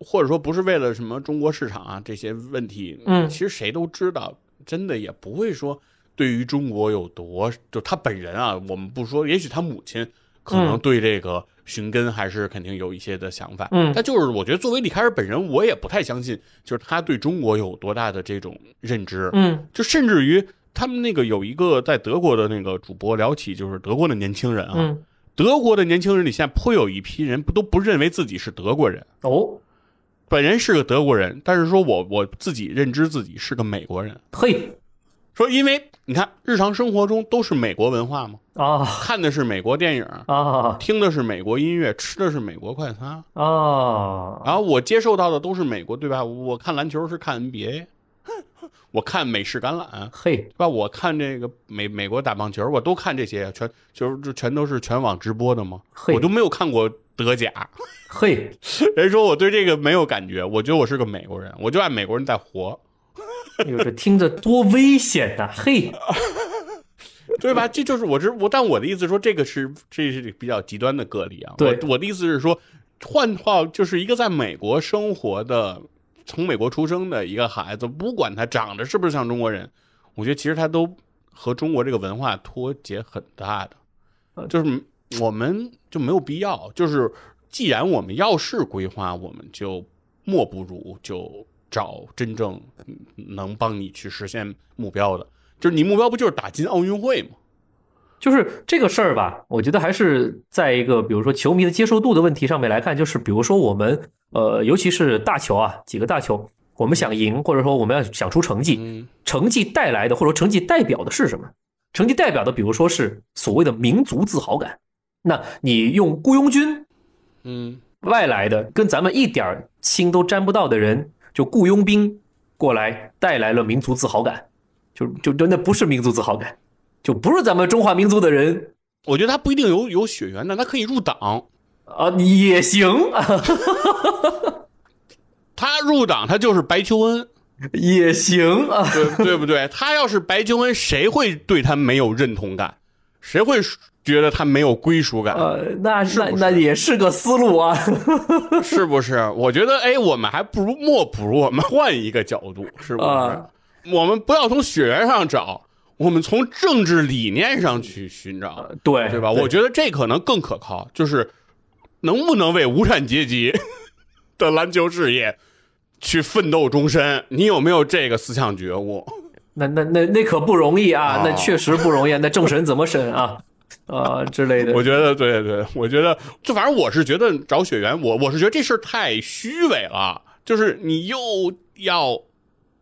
[SPEAKER 1] 或者说不是为了什么中国市场啊这些问题，
[SPEAKER 2] 嗯
[SPEAKER 1] 其实谁都知道，真的也不会说对于中国有多，就他本人啊，我们不说，也许他母亲可能
[SPEAKER 2] 嗯
[SPEAKER 1] 对这个寻根还是肯定有一些的想法，
[SPEAKER 2] 嗯
[SPEAKER 1] 但就是我觉得作为李凯尔本人，我也不太相信，就是他对中国有多大的这种认知，
[SPEAKER 2] 嗯
[SPEAKER 1] 就甚至于他们那个有一个在德国的那个主播聊起，就是德国的年轻人啊，
[SPEAKER 2] 嗯，
[SPEAKER 1] 德国的年轻人里现在颇有一批人不都不认为自己是德国人，
[SPEAKER 2] 哦，
[SPEAKER 1] 本人是个德国人，但是说我我自己认知自己是个美国人，
[SPEAKER 2] 嘿
[SPEAKER 1] 说因为你看日常生活中都是美国文化嘛，
[SPEAKER 2] 啊
[SPEAKER 1] 看的是美国电影，
[SPEAKER 2] 啊
[SPEAKER 1] 听的是美国音乐，吃的是美国快餐，
[SPEAKER 2] 啊！
[SPEAKER 1] 然后我接受到的都是美国，对吧？我看篮球是看 NBA，我看美式橄榄，
[SPEAKER 2] 嘿
[SPEAKER 1] 对吧？我看这个美美国打棒球，我都看这些，全就是这全都是全网直播的嘛，
[SPEAKER 2] 嘿
[SPEAKER 1] 我都没有看过德甲。 <laughs>
[SPEAKER 2] 嘿，
[SPEAKER 1] 人说我对这个没有感觉，我觉得我是个美国人，我就按美国人在活，
[SPEAKER 2] 哎呦，这听着多危险呐、嘿，
[SPEAKER 1] 对吧？这就是我这我，但我的意思说，这个是这是比较极端的个例啊。
[SPEAKER 2] 对
[SPEAKER 1] 我我的意思是说，换话就是一个在美国生活的，从美国出生的一个孩子，不管他长得是不是像中国人，我觉得其实他都和中国这个文化脱节很大的，
[SPEAKER 2] 呃
[SPEAKER 1] 就是我们就没有必要，就是既然我们要是规划，我们就莫不如就找真正能帮你去实现目标的。就是你目标不就是打进奥运会吗？
[SPEAKER 2] 就是这个事儿吧，我觉得还是在一个比如说球迷的接受度的问题上面来看，就是比如说我们呃，尤其是大球啊，几个大球，我们想赢，或者说我们要想出成绩，
[SPEAKER 1] 嗯
[SPEAKER 2] 成绩带来的或者成绩代表的是什么？成绩代表的，比如说是所谓的民族自豪感。那你用雇佣军
[SPEAKER 1] 嗯
[SPEAKER 2] 外来的跟咱们一点儿亲都沾不到的人，就雇佣兵过来，带来了民族自豪感，就就真的不是民族自豪感，就不是咱们中华民族的人
[SPEAKER 1] 我觉得他不一定有有血缘的，他可以入党，
[SPEAKER 2] 啊，也行 <laughs> 啊，
[SPEAKER 1] 他入党他就是白求恩，
[SPEAKER 2] 也行啊，
[SPEAKER 1] 对对不对？ <laughs> 他要是白求恩，谁会对他没有认同感？谁会觉得他没有归属感？
[SPEAKER 2] 呃，那
[SPEAKER 1] 是
[SPEAKER 2] 那
[SPEAKER 1] 不是
[SPEAKER 2] 那也是个思路啊，
[SPEAKER 1] 是不是？我觉得，哎，我们还不如莫不如我们换一个角度，是不是？
[SPEAKER 2] 啊
[SPEAKER 1] 我们不要从血缘上找，我们从政治理念上去寻找，
[SPEAKER 2] 对
[SPEAKER 1] <laughs> 对吧？我觉得这可能更可靠，就是能不能为无产阶级 <laughs> 的篮球事业去奋斗终身？你有没有这个思想觉悟？
[SPEAKER 2] 那那那那可不容易啊
[SPEAKER 1] 啊，
[SPEAKER 2] 那确实不容易啊，那政审怎么审啊？啊之类的
[SPEAKER 1] 我，觉得，对对对，我觉得，就反正我是觉得找血缘，我我是觉得这事儿太虚伪了，就是你又要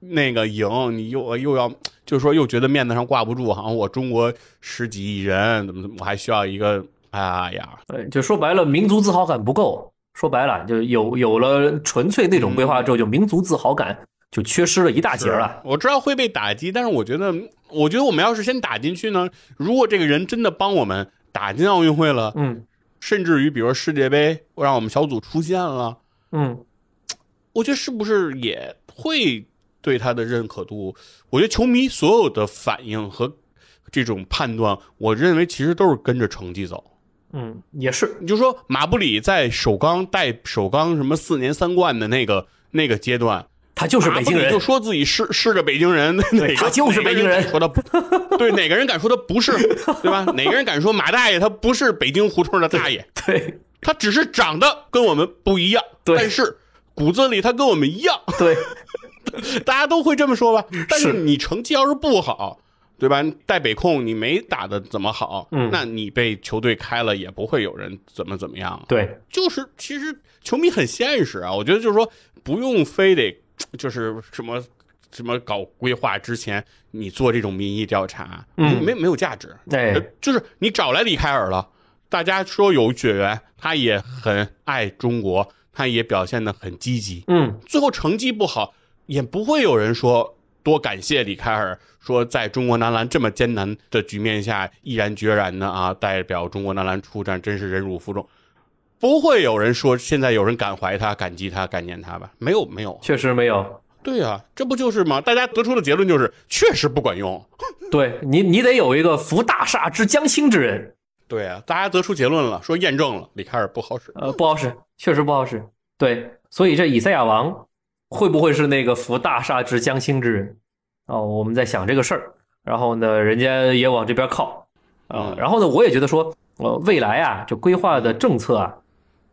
[SPEAKER 1] 那个赢，你又又要就是说又觉得面子上挂不住，好像我中国十几亿人，怎么怎么，我还需要一个，哎呀，
[SPEAKER 2] 呃，就说白了，民族自豪感不够。说白了，就有有了纯粹那种规
[SPEAKER 1] 嗯
[SPEAKER 2] 划之后，就民族自豪感就缺失了一大截儿啊了。
[SPEAKER 1] 我知道会被打击，但是我觉得，我觉得我们要是先打进去呢，如果这个人真的帮我们打进奥运会了，
[SPEAKER 2] 嗯
[SPEAKER 1] 甚至于比如说世界杯让我们小组出现了，
[SPEAKER 2] 嗯，
[SPEAKER 1] 我觉得是不是也会对他的认可度？我觉得球迷所有的反应和这种判断，我认为其实都是跟着成绩走。
[SPEAKER 2] 嗯，也是，
[SPEAKER 1] 你就说马布里在首钢带首钢什么四年三冠的那个那个阶段，
[SPEAKER 2] 他就是
[SPEAKER 1] 马
[SPEAKER 2] 北
[SPEAKER 1] 布
[SPEAKER 2] 京
[SPEAKER 1] 里
[SPEAKER 2] 人
[SPEAKER 1] 就。说自己是是个北京人， <laughs> 哪个
[SPEAKER 2] 他就是北京
[SPEAKER 1] 哪
[SPEAKER 2] 人
[SPEAKER 1] 个敢说他不 <laughs> 对，哪个人敢说他不是，对吧？哪个人敢说马大爷他不是北京胡同的大爷？
[SPEAKER 2] 对
[SPEAKER 1] 他只是长得跟我们不一样，
[SPEAKER 2] 对
[SPEAKER 1] 但是骨子里他跟我们一样，
[SPEAKER 2] 对，
[SPEAKER 1] 大家都会这么说吧？但是
[SPEAKER 2] 是
[SPEAKER 1] 你成绩要是不好，对吧？带北控你没打的怎么好，
[SPEAKER 2] 嗯
[SPEAKER 1] 那你被球队开了也不会有人怎么怎么样。
[SPEAKER 2] 对，
[SPEAKER 1] 就是其实球迷很现实啊，我觉得就是说不用非得就是什么什么搞规划之前你做这种民意调查，
[SPEAKER 2] 嗯
[SPEAKER 1] 没没有价值。
[SPEAKER 2] 哎
[SPEAKER 1] 呃，就是你找来李凯尔了，大家说有血缘，他也很爱中国，他也表现得很积极，
[SPEAKER 2] 嗯，
[SPEAKER 1] 最后成绩不好，也不会有人说多感谢李凯尔，说在中国男篮这么艰难的局面下，毅然决然的啊，代表中国男篮出战，真是忍辱负重。不会有人说现在有人感怀他、感激他、感念他吧？没有，没有。
[SPEAKER 2] 确实没有。
[SPEAKER 1] 对啊，这不就是吗？大家得出的结论就是确实不管用。
[SPEAKER 2] 对你，你得有一个扶大厦之将倾之人。
[SPEAKER 1] 对啊，大家得出结论了，说验证了李凯尔不好使。
[SPEAKER 2] 呃，不好使，确实不好使。对，所以这以赛亚王会不会是那个扶大厦之将倾之人？哦，我们在想这个事儿。然后呢，人家也往这边靠啊、
[SPEAKER 1] 嗯
[SPEAKER 2] 然后呢，我也觉得说，呃，未来啊，这规划的政策啊，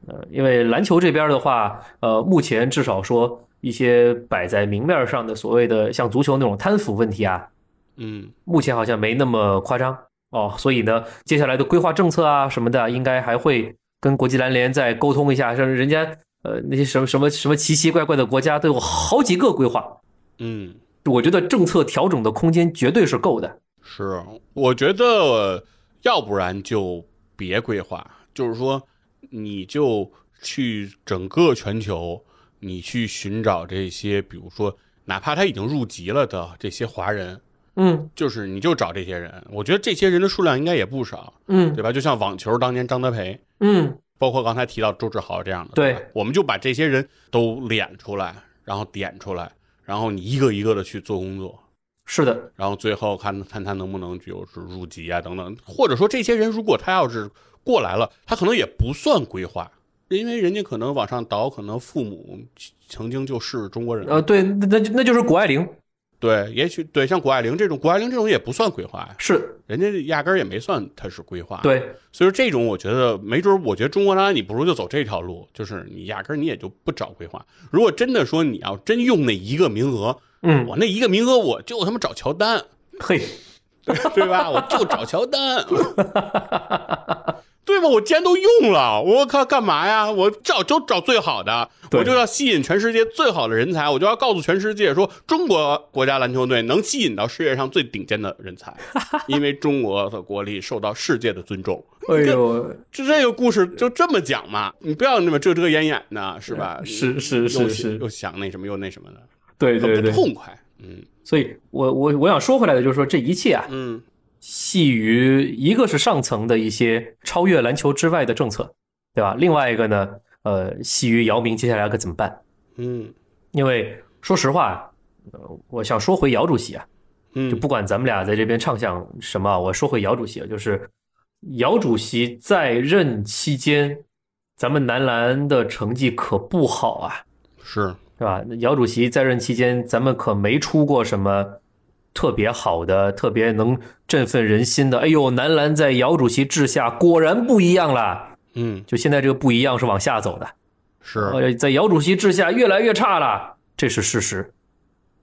[SPEAKER 2] 呃，因为篮球这边的话，呃，目前至少说一些摆在明面上的所谓的像足球那种贪腐问题啊，
[SPEAKER 1] 嗯
[SPEAKER 2] 目前好像没那么夸张哦，所以呢，接下来的规划政策啊什么的，应该还会跟国际篮联再沟通一下，像人家呃那些什么什么什么奇奇怪怪的国家都有好几个规划，
[SPEAKER 1] 嗯。
[SPEAKER 2] 我觉得政策调整的空间绝对是够的。
[SPEAKER 1] 是，啊我觉得要不然就别规划，就是说你就去整个全球，你去寻找这些，比如说哪怕他已经入籍了的这些华人，
[SPEAKER 2] 嗯
[SPEAKER 1] 就是你就找这些人，我觉得这些人的数量应该也不少，
[SPEAKER 2] 嗯
[SPEAKER 1] 对吧？就像网球当年张德培。
[SPEAKER 2] 嗯，
[SPEAKER 1] 包括刚才提到周志豪这样的，
[SPEAKER 2] 对
[SPEAKER 1] 吧我们就把这些人都敛出来，然后点出来，然后你一个一个的去做工作，
[SPEAKER 2] 是的，
[SPEAKER 1] 然后最后看看他能不能就是入籍啊等等，或者说这些人如果他要是过来了，他可能也不算规划，因为人家可能往上倒，可能父母曾经就是中国人，
[SPEAKER 2] 呃，对，那那就那就是谷爱凌，
[SPEAKER 1] 对，也许对像谷爱凌这种，谷爱凌这种也不算规划呀，
[SPEAKER 2] 是
[SPEAKER 1] 人家压根儿也没算他是规划，，
[SPEAKER 2] 对，
[SPEAKER 1] 所以说这种我觉得没准儿，我觉得中国男篮你不如就走这条路，就是你压根儿你也就不找规划，如果真的说你要真用那一个名额，
[SPEAKER 2] 嗯，
[SPEAKER 1] 我那一个名额我就他妈找乔丹。
[SPEAKER 2] 嘿，
[SPEAKER 1] <laughs> 对吧？我就找乔丹，对吧？我既然都用了，我靠，干嘛呀？我找就找最好的，
[SPEAKER 2] 对
[SPEAKER 1] 我就要吸引全世界最好的人才，我就要告诉全世界说，中国国家篮球队能吸引到世界上最顶尖的人才，因为中国的国力受到世界的尊重。
[SPEAKER 2] 哎呦，
[SPEAKER 1] 就这个故事就这么讲嘛，你不要那么遮遮掩掩的，是吧？
[SPEAKER 2] 是是
[SPEAKER 1] 又
[SPEAKER 2] 是是，
[SPEAKER 1] 又想那什么又那什么的，
[SPEAKER 2] 对
[SPEAKER 1] 很
[SPEAKER 2] 对
[SPEAKER 1] 不
[SPEAKER 2] 对，
[SPEAKER 1] 痛快。嗯
[SPEAKER 2] 所以我我我想说回来的就是说这一切啊，
[SPEAKER 1] 嗯
[SPEAKER 2] 系于一个是上层的一些超越篮球之外的政策，对吧？另外一个呢，呃，系于姚明接下来该怎么办？
[SPEAKER 1] 嗯
[SPEAKER 2] 因为说实话，呃，我想说回姚主席啊，就
[SPEAKER 1] 嗯
[SPEAKER 2] 不管咱们俩在这边畅想什么啊，我说回姚主席啊，就是姚主席在任期间，咱们男篮的成绩可不好啊。
[SPEAKER 1] 是
[SPEAKER 2] 是吧？那姚主席在任期间，咱们可没出过什么特别好的、特别能振奋人心的。哎呦，男篮在姚主席治下果然不一样啦！
[SPEAKER 1] 嗯
[SPEAKER 2] 就现在这个不一样是往下走的，
[SPEAKER 1] 是
[SPEAKER 2] 呃，在姚主席治下越来越差了，这是事实。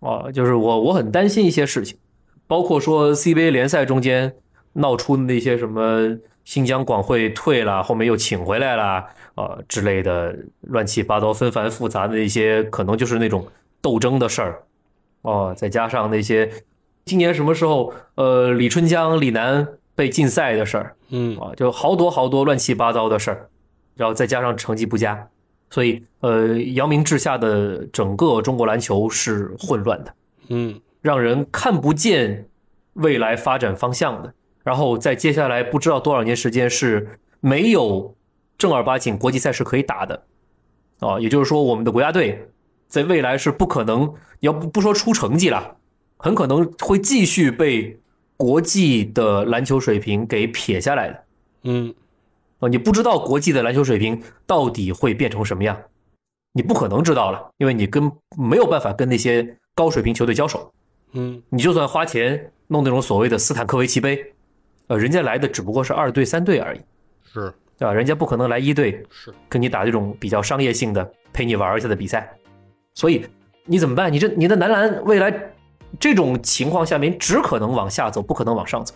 [SPEAKER 2] 哦，就是我我很担心一些事情，包括说 CBA 联赛中间闹出那些什么新疆广汇退了，后面又请回来了啊、之类的乱七八糟、纷繁复杂的一些，可能就是那种斗争的事儿。哦，再加上那些今年什么时候，呃，李春江、李楠被禁赛的事儿
[SPEAKER 1] 嗯
[SPEAKER 2] 啊，就好多好多乱七八糟的事儿，然后再加上成绩不佳，所以呃，姚明治下的整个中国篮球是混乱的，
[SPEAKER 1] 嗯
[SPEAKER 2] 让人看不见未来发展方向的。然后在接下来不知道多少年时间是没有正儿八经国际赛事可以打的啊，也就是说，我们的国家队在未来是不可能，要不不说出成绩了，很可能会继续被国际的篮球水平给撇下来的。
[SPEAKER 1] 嗯
[SPEAKER 2] 啊，你不知道国际的篮球水平到底会变成什么样，你不可能知道了，因为你跟没有办法跟那些高水平球队交手。
[SPEAKER 1] 嗯
[SPEAKER 2] 你就算花钱弄那种所谓的斯坦科维奇杯，呃，人家来的只不过是二队、三队而已，
[SPEAKER 1] 是
[SPEAKER 2] 对吧？人家不可能来一队
[SPEAKER 1] 是
[SPEAKER 2] 跟你打这种比较商业性的陪你玩一下的比赛，所以你怎么办？你这你的男篮未来这种情况下面，只可能往下走，不可能往上走。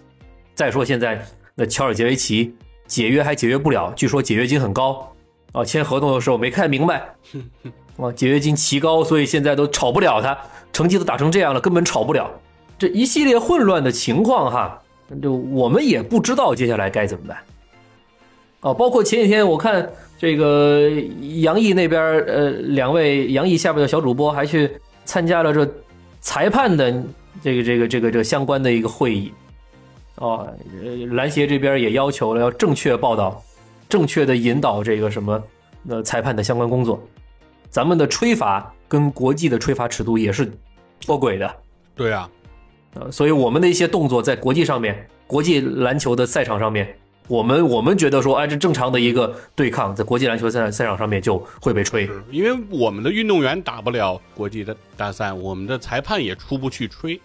[SPEAKER 2] 再说现在那乔尔杰维奇解约还解约不了，据说解约金很高啊，签合同的时候没看明白啊，解约金奇高，所以现在都炒不了他，成绩都打成这样了，根本炒不了。这一系列混乱的情况哈，就我们也不知道接下来该怎么办。哦，包括前几天我看这个杨毅那边儿，呃，两位杨毅下边的小主播还去参加了这裁判的这个这个这个这个相关的一个会议。哦，呃，篮协这边也要求了要正确报道，正确的引导这个什么呃裁判的相关工作。咱们的吹罚跟国际的吹罚尺度也是脱轨的，
[SPEAKER 1] 对啊，
[SPEAKER 2] 呃，所以我们的一些动作在国际上面，国际篮球的赛场上面，我们我们觉得说，哎，这正常的一个对抗，在国际篮球赛赛场上面就会被吹。
[SPEAKER 1] 是因为我们的运动员打不了国际的大赛，我们的裁判也出不去吹。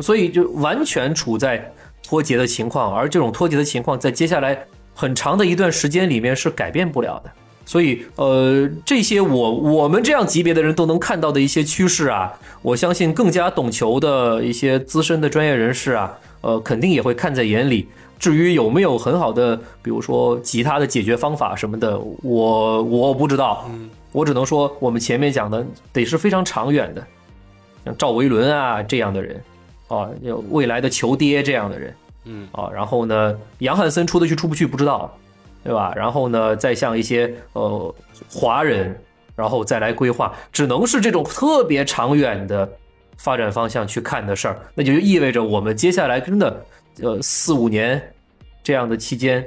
[SPEAKER 2] 所以就完全处在脱节的情况，而这种脱节的情况在接下来很长的一段时间里面是改变不了的。所以，呃，这些我我们这样级别的人都能看到的一些趋势啊，我相信更加懂球的一些资深的专业人士啊，呃，肯定也会看在眼里。至于有没有很好的，比如说其他的解决方法什么的，我我不知道，我只能说我们前面讲的得是非常长远的，像赵维伦啊这样的人，啊，有未来的球爹这样的人，
[SPEAKER 1] 嗯
[SPEAKER 2] 啊，然后呢，杨汉森出得去出不去不知道，对吧？然后呢，再像一些呃华人，然后再来规划，只能是这种特别长远的发展方向去看的事儿。那就意味着我们接下来真的呃四五年这样的期间，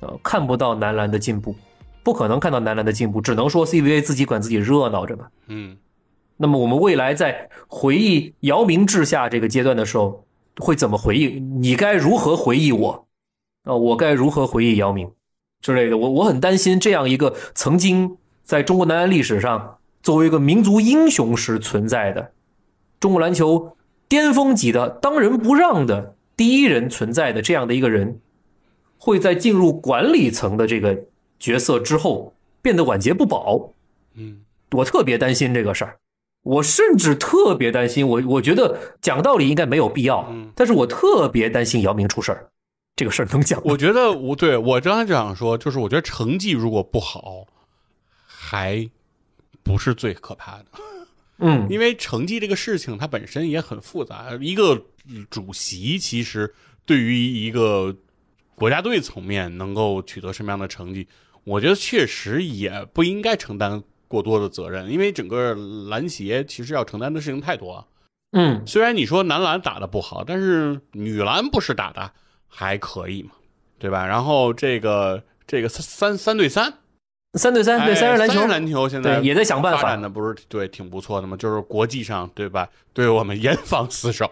[SPEAKER 2] 呃看不到男篮的进步，不可能看到男篮的进步，只能说 CBA 自己管自己热闹着吧。
[SPEAKER 1] 嗯
[SPEAKER 2] 那么我们未来在回忆姚明治下这个阶段的时候，会怎么回忆？你该如何回忆我？啊、我该如何回忆姚明之类的？我我很担心这样一个曾经在中国男篮历史上作为一个民族英雄时存在的中国篮球巅峰级的当仁不让的第一人存在的这样的一个人，会在进入管理层的这个角色之后变得晚节不保。
[SPEAKER 1] 嗯
[SPEAKER 2] 我特别担心这个事儿，我甚至特别担心，我我觉得讲道理应该没有必要
[SPEAKER 1] 嗯，
[SPEAKER 2] 但是我特别担心姚明出事儿，这个事儿能讲吗？
[SPEAKER 1] <laughs> 我觉得我对我刚才就想说，就是我觉得成绩如果不好，还不是最可怕的。
[SPEAKER 2] 嗯
[SPEAKER 1] 因为成绩这个事情，它本身也很复杂。一个主席其实对于一个国家队层面能够取得什么样的成绩，我觉得确实也不应该承担过多的责任，因为整个篮协其实要承担的事情太多了。
[SPEAKER 2] 嗯，
[SPEAKER 1] 虽然你说男篮打得不好，但是女篮不是打的还可以嘛，对吧？然后这个这个三三三对三，
[SPEAKER 2] 三对三对三人
[SPEAKER 1] 哎
[SPEAKER 2] 篮球，
[SPEAKER 1] 篮球现在
[SPEAKER 2] 对也在想办
[SPEAKER 1] 发
[SPEAKER 2] 法
[SPEAKER 1] 展，的不是对挺不错的吗？就是国际上对吧？对我们严防死守，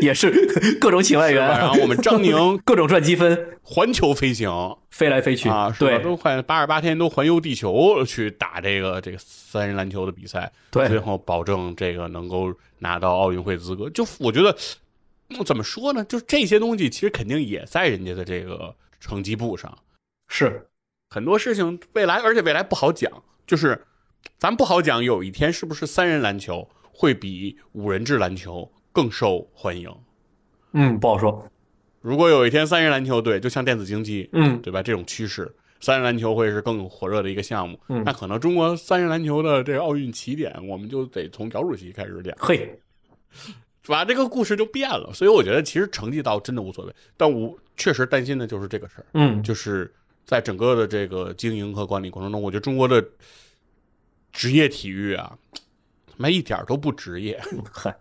[SPEAKER 2] 也是 <laughs> 各种 <laughs> 请外
[SPEAKER 1] 对
[SPEAKER 2] 援
[SPEAKER 1] 吧？然
[SPEAKER 2] 啊，
[SPEAKER 1] 后我们张宁 <laughs>
[SPEAKER 2] 各种赚积分，
[SPEAKER 1] 环球飞行
[SPEAKER 2] 飞来飞 <laughs> 去
[SPEAKER 1] 啊，是吧？
[SPEAKER 2] 对
[SPEAKER 1] 都快八十八天都环游地球去打这个这个三人篮球的比赛，最
[SPEAKER 2] 对，
[SPEAKER 1] 后保证这个能够拿到奥运会资格。就我觉得嗯怎么说呢？就这些东西其实肯定也在人家的这个成绩簿上，
[SPEAKER 2] 是
[SPEAKER 1] 很多事情未来，而且未来不好讲，就是咱不好讲，有一天是不是三人篮球会比五人制篮球更受欢迎？
[SPEAKER 2] 嗯，不好说，
[SPEAKER 1] 如果有一天三人篮球队就像电子竞技，
[SPEAKER 2] 嗯
[SPEAKER 1] 对吧？这种趋势，三人篮球会是更火热的一个项目。
[SPEAKER 2] 嗯
[SPEAKER 1] 那可能中国三人篮球的这个奥运起点，我们就得从姚主席开始讲，
[SPEAKER 2] 嘿，
[SPEAKER 1] 是吧？这个故事就变了。所以我觉得其实成绩倒真的无所谓，但我确实担心的就是这个事儿。
[SPEAKER 2] 嗯，
[SPEAKER 1] 就是在整个的这个经营和管理过程中，我觉得中国的职业体育啊，他妈一点儿都不职业，
[SPEAKER 2] 嗨，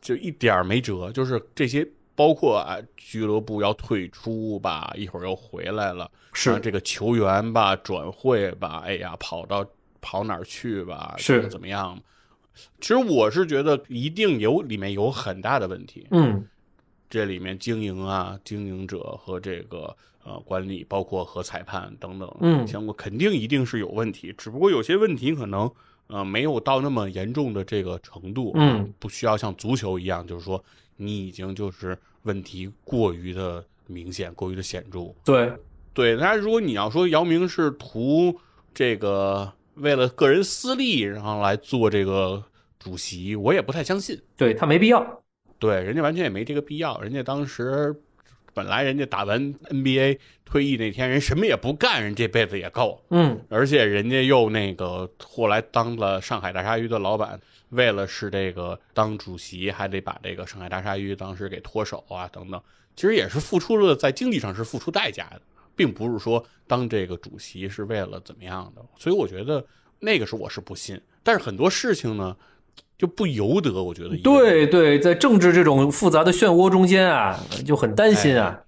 [SPEAKER 1] 就一点儿没辙。就是这些，包括啊俱乐部要退出吧，一会儿又回来了，啊
[SPEAKER 2] 是
[SPEAKER 1] 这个球员吧转会吧，哎呀，跑到跑哪儿去吧，
[SPEAKER 2] 是
[SPEAKER 1] 怎么怎么样？其实我是觉得一定有里面有很大的问题，
[SPEAKER 2] 嗯，
[SPEAKER 1] 这里面经营啊、经营者和这个呃管理，包括和裁判等等，
[SPEAKER 2] 嗯
[SPEAKER 1] 相关肯定一定是有问题，只不过有些问题可能呃没有到那么严重的这个程度，
[SPEAKER 2] 嗯，
[SPEAKER 1] 不需要像足球一样，就是说你已经就是问题过于的明显、过于的显著。
[SPEAKER 2] 对，
[SPEAKER 1] 对，但是如果你要说姚明是图这个为了个人私利，然后来做这个主席，我也不太相信。
[SPEAKER 2] 对他没必要，
[SPEAKER 1] 对，人家完全也没这个必要。人家当时本来人家打完 NBA 退役那天，人什么也不干，人这辈子也够。
[SPEAKER 2] 嗯，
[SPEAKER 1] 而且人家又那个后来当了上海大鲨鱼的老板，为了是这个当主席，还得把这个上海大鲨鱼当时给脱手啊等等，其实也是付出了在经济上是付出代价的，并不是说当这个主席是为了怎么样的，所以我觉得那个是我是不信，但是很多事情呢就不由得，我觉得一个人
[SPEAKER 2] 对对，在政治这种复杂的漩涡中间啊，就很担心啊，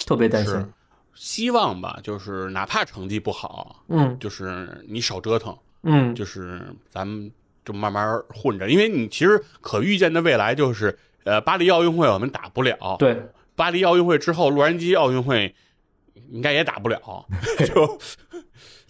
[SPEAKER 2] 特别担
[SPEAKER 1] 哎是
[SPEAKER 2] 心。
[SPEAKER 1] 希望吧，就是哪怕成绩不好，
[SPEAKER 2] 嗯
[SPEAKER 1] 就是你少折腾，
[SPEAKER 2] 嗯，
[SPEAKER 1] 就是咱们就慢慢混着，因为你其实可预见的未来就是，呃，巴黎奥运会我们打不了，
[SPEAKER 2] 对，
[SPEAKER 1] 巴黎奥运会之后，洛杉矶奥运会应该也打不
[SPEAKER 2] <laughs>
[SPEAKER 1] 了，就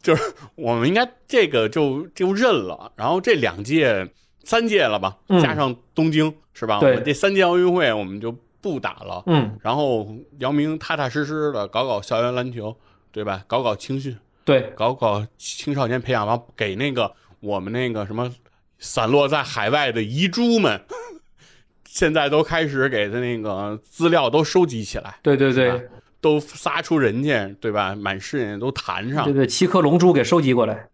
[SPEAKER 1] 就是我们应该这个就就认了，然后这两届三届了吧，
[SPEAKER 2] 嗯
[SPEAKER 1] 加上东京是吧？
[SPEAKER 2] 对
[SPEAKER 1] 我们这三届奥运会我们就不打了，
[SPEAKER 2] 嗯
[SPEAKER 1] 然后姚明踏踏实实的搞搞校园篮球，对吧？搞搞青训，
[SPEAKER 2] 对，
[SPEAKER 1] 搞搞青少年培养，完给那个我们那个什么散落在海外的遗珠们，现在都开始给他那个资料都收集起来，
[SPEAKER 2] 对对
[SPEAKER 1] 是
[SPEAKER 2] 对
[SPEAKER 1] 都撒出人家，对吧？满世界都谈上
[SPEAKER 2] 对，对，七颗龙珠给收集过来。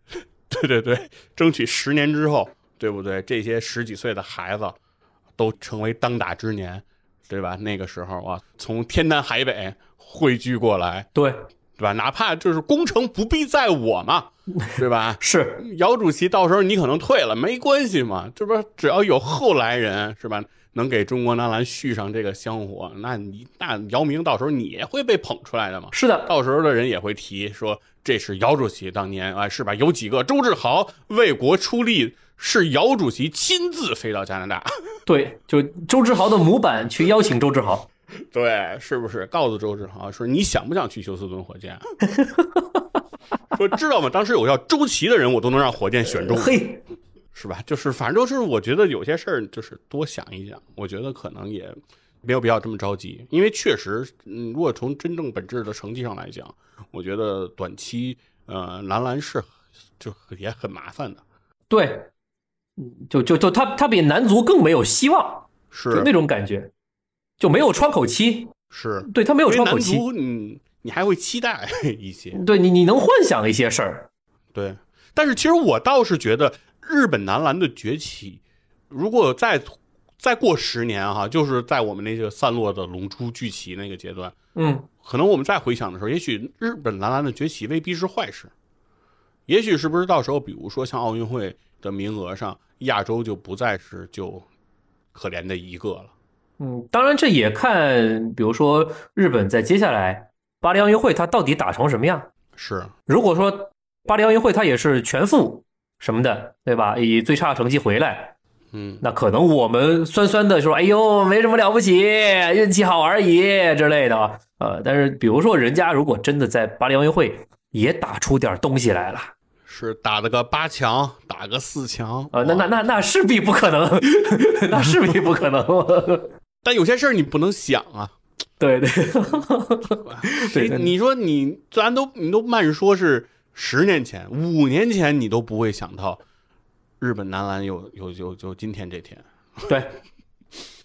[SPEAKER 1] 对对对，争取十年之后，对不对？这些十几岁的孩子都成为当打之年，对吧？那个时候啊，从天南海北汇聚过来，
[SPEAKER 2] 对，？
[SPEAKER 1] 对吧？哪怕就是功成不必在我嘛，对吧 <laughs>
[SPEAKER 2] 是，
[SPEAKER 1] 姚主席到时候你可能退了，没关系嘛，这不只要有后来人是吧，能给中国男篮续上这个香火，那你那姚明到时候你也会被捧出来的嘛。
[SPEAKER 2] 是的，
[SPEAKER 1] 到时候的人也会提说，这是姚主席当年啊，是吧？有几个周志豪为国出力，是姚主席亲自飞到加拿大，
[SPEAKER 2] 对，就周志豪的模板去邀请周志豪。
[SPEAKER 1] 对，是不是？告诉周志豪说，你想不想去休斯顿火箭？啊
[SPEAKER 2] <laughs>
[SPEAKER 1] 说知道吗？当时有叫周琦的人，我都能让火箭选中，
[SPEAKER 2] 嘿，
[SPEAKER 1] 是吧？就是反正就是，我觉得有些事儿就是多想一想，我觉得可能也没有必要这么着急，因为确实，嗯，如果从真正本质的成绩上来讲，我觉得短期呃男篮是就也很麻烦的，
[SPEAKER 2] 对，嗯就就就他他比男足更没有希望，就是那种感觉，就没有窗口期。
[SPEAKER 1] 是，
[SPEAKER 2] 对他没有
[SPEAKER 1] 因为
[SPEAKER 2] 窗口
[SPEAKER 1] 男
[SPEAKER 2] 期，
[SPEAKER 1] 足你你还会期待一些，
[SPEAKER 2] 对你你能幻想一些事儿。
[SPEAKER 1] 对，但是其实我倒是觉得日本男篮的崛起，如果再再过十年哈、就是在我们那个散落的龙珠聚齐那个阶段。
[SPEAKER 2] 嗯，
[SPEAKER 1] 可能我们再回想的时候，也许日本男篮的崛起未必是坏事，也许是不是到时候，比如说像奥运会的名额上，亚洲就不再是就可怜的一个了。
[SPEAKER 2] 嗯，当然这也看，比如说日本在接下来巴黎奥运会它到底打成什么样。
[SPEAKER 1] 是，
[SPEAKER 2] 如果说巴黎奥运会它也是全负什么的，对吧？以最差成绩回来，
[SPEAKER 1] 嗯，
[SPEAKER 2] 那可能我们酸酸的说：“哎呦，没什么了不起，运气好而已之类的啊。”呃，但是比如说人家如果真的在巴黎奥运会也打出点东西来了，
[SPEAKER 1] 是打了个八强，打个四强啊
[SPEAKER 2] 呃，那那
[SPEAKER 1] 哇
[SPEAKER 2] 那那势必不可
[SPEAKER 1] <laughs>
[SPEAKER 2] 能，那势必不可能。 <laughs>
[SPEAKER 1] 但有些事儿你不能想啊。<laughs>
[SPEAKER 2] 对对，对
[SPEAKER 1] 谁
[SPEAKER 2] 对
[SPEAKER 1] 你说你咱都你都慢说是十年前、五年前，你都不会想到日本男篮有有有有今天这天。
[SPEAKER 2] 对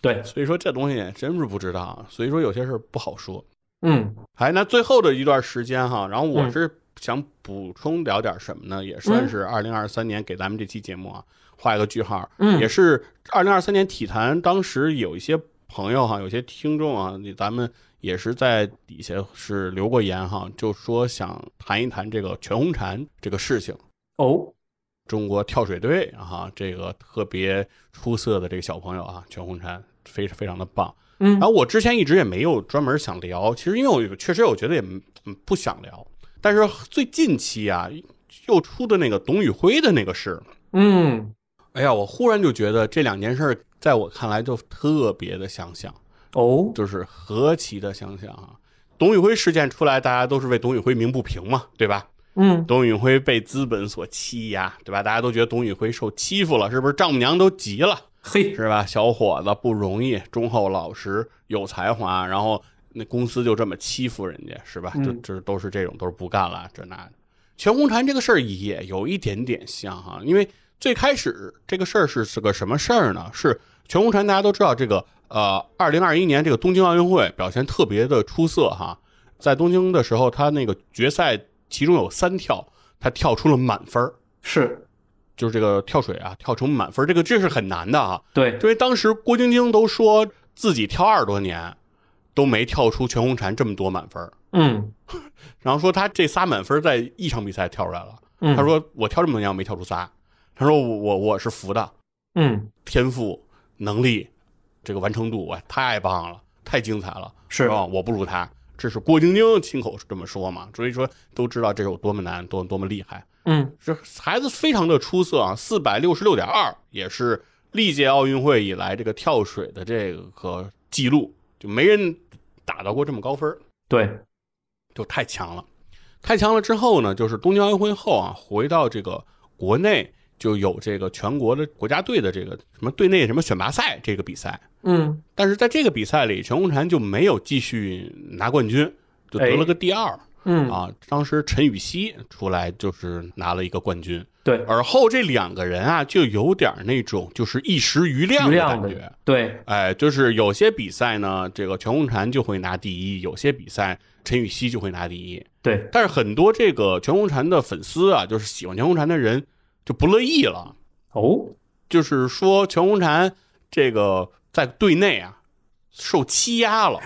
[SPEAKER 2] 对，
[SPEAKER 1] 所以说这东西真是不知道啊，所以说有些事儿不好说。
[SPEAKER 2] 嗯
[SPEAKER 1] 哎，那最后的一段时间哈，然后我是想补充聊点什么呢？也算是二零二三年给咱们这期节目啊画一个句号。
[SPEAKER 2] 嗯
[SPEAKER 1] 也是二零二三年体坛，当时有一些朋友哈，有些听众啊，你咱们也是在底下是留过言哈，就说想谈一谈这个全红婵这个事情。
[SPEAKER 2] 哦，
[SPEAKER 1] 中国跳水队啊，这个特别出色的这个小朋友啊，全红婵非非常的棒。
[SPEAKER 2] 嗯
[SPEAKER 1] 然后我之前一直也没有专门想聊，其实因为我确实我觉得也嗯不想聊，但是最近期啊又出的那个董宇辉的那个事，
[SPEAKER 2] 嗯，
[SPEAKER 1] 哎呀，我忽然就觉得这两件事儿在我看来就特别的相像，
[SPEAKER 2] 哦，
[SPEAKER 1] 就是何其的相像啊！董宇辉事件出来，大家都是为董宇辉鸣不平嘛，对吧？
[SPEAKER 2] 嗯，
[SPEAKER 1] 董宇辉被资本所欺压，对吧？大家都觉得董宇辉受欺负了，是不是？丈母娘都急了，
[SPEAKER 2] 嘿，
[SPEAKER 1] 是吧？小伙子不容易，忠厚老实，有才华，然后那公司就这么欺负人家，是吧？这
[SPEAKER 2] 嗯
[SPEAKER 1] 这都是这种，都是不干了，这那的。全红婵这个事儿也有一点点像哈，因为最开始这个事儿是是个什么事儿呢？是全红婵大家都知道，这个呃，二零二一年这个东京奥运会表现特别的出色哈，在东京的时候，她那个决赛其中有三跳，她跳出了满分儿
[SPEAKER 2] 是
[SPEAKER 1] 就是这个跳水啊，跳成满分儿，这个这是很难的啊。
[SPEAKER 2] 对，
[SPEAKER 1] 因为当时郭晶晶都说自己跳二十多年都没跳出全红婵这么多满分儿，
[SPEAKER 2] 嗯
[SPEAKER 1] 然后说她这仨满分在一场比赛跳出来了。
[SPEAKER 2] 嗯，
[SPEAKER 1] 她说我跳这么多年我没跳出仨，她说我我我是服的，
[SPEAKER 2] 嗯
[SPEAKER 1] 天赋、能力、这个完成度，哇，太棒了，太精彩了，
[SPEAKER 2] 是
[SPEAKER 1] 吧？我不如她，这是郭晶晶亲口这么说嘛，所以说都知道这有多么难，多多么厉害。
[SPEAKER 2] 嗯
[SPEAKER 1] 这孩子非常的出色啊，四百六十六点二也是历届奥运会以来这个跳水的这个记录，就没人打到过这么高分儿，
[SPEAKER 2] 对，
[SPEAKER 1] 就太强了。太强了之后呢，就是东京奥运会后啊，回到这个国内就有这个全国的国家队的这个什么队内什么选拔赛这个比赛，
[SPEAKER 2] 嗯
[SPEAKER 1] 但是在这个比赛里，全红婵就没有继续拿冠军，就得了个第二、
[SPEAKER 2] 嗯
[SPEAKER 1] 啊。当时陈芋汐出来就是拿了一个冠军。
[SPEAKER 2] 对，
[SPEAKER 1] 而后这两个人啊，就有点那种就是一时余亮
[SPEAKER 2] 余
[SPEAKER 1] 的
[SPEAKER 2] 亮
[SPEAKER 1] 感
[SPEAKER 2] 的
[SPEAKER 1] 觉。，
[SPEAKER 2] 对，
[SPEAKER 1] 哎，就是有些比赛呢，这个全红婵就会拿第一；有些比赛陈芋汐就会拿第一。
[SPEAKER 2] 对，
[SPEAKER 1] 但是很多这个全红婵的粉丝啊，就是喜欢全红婵的人就不乐意了，
[SPEAKER 2] 哦，
[SPEAKER 1] 就是说全红婵这个在队内啊受欺压
[SPEAKER 2] <laughs>
[SPEAKER 1] 了，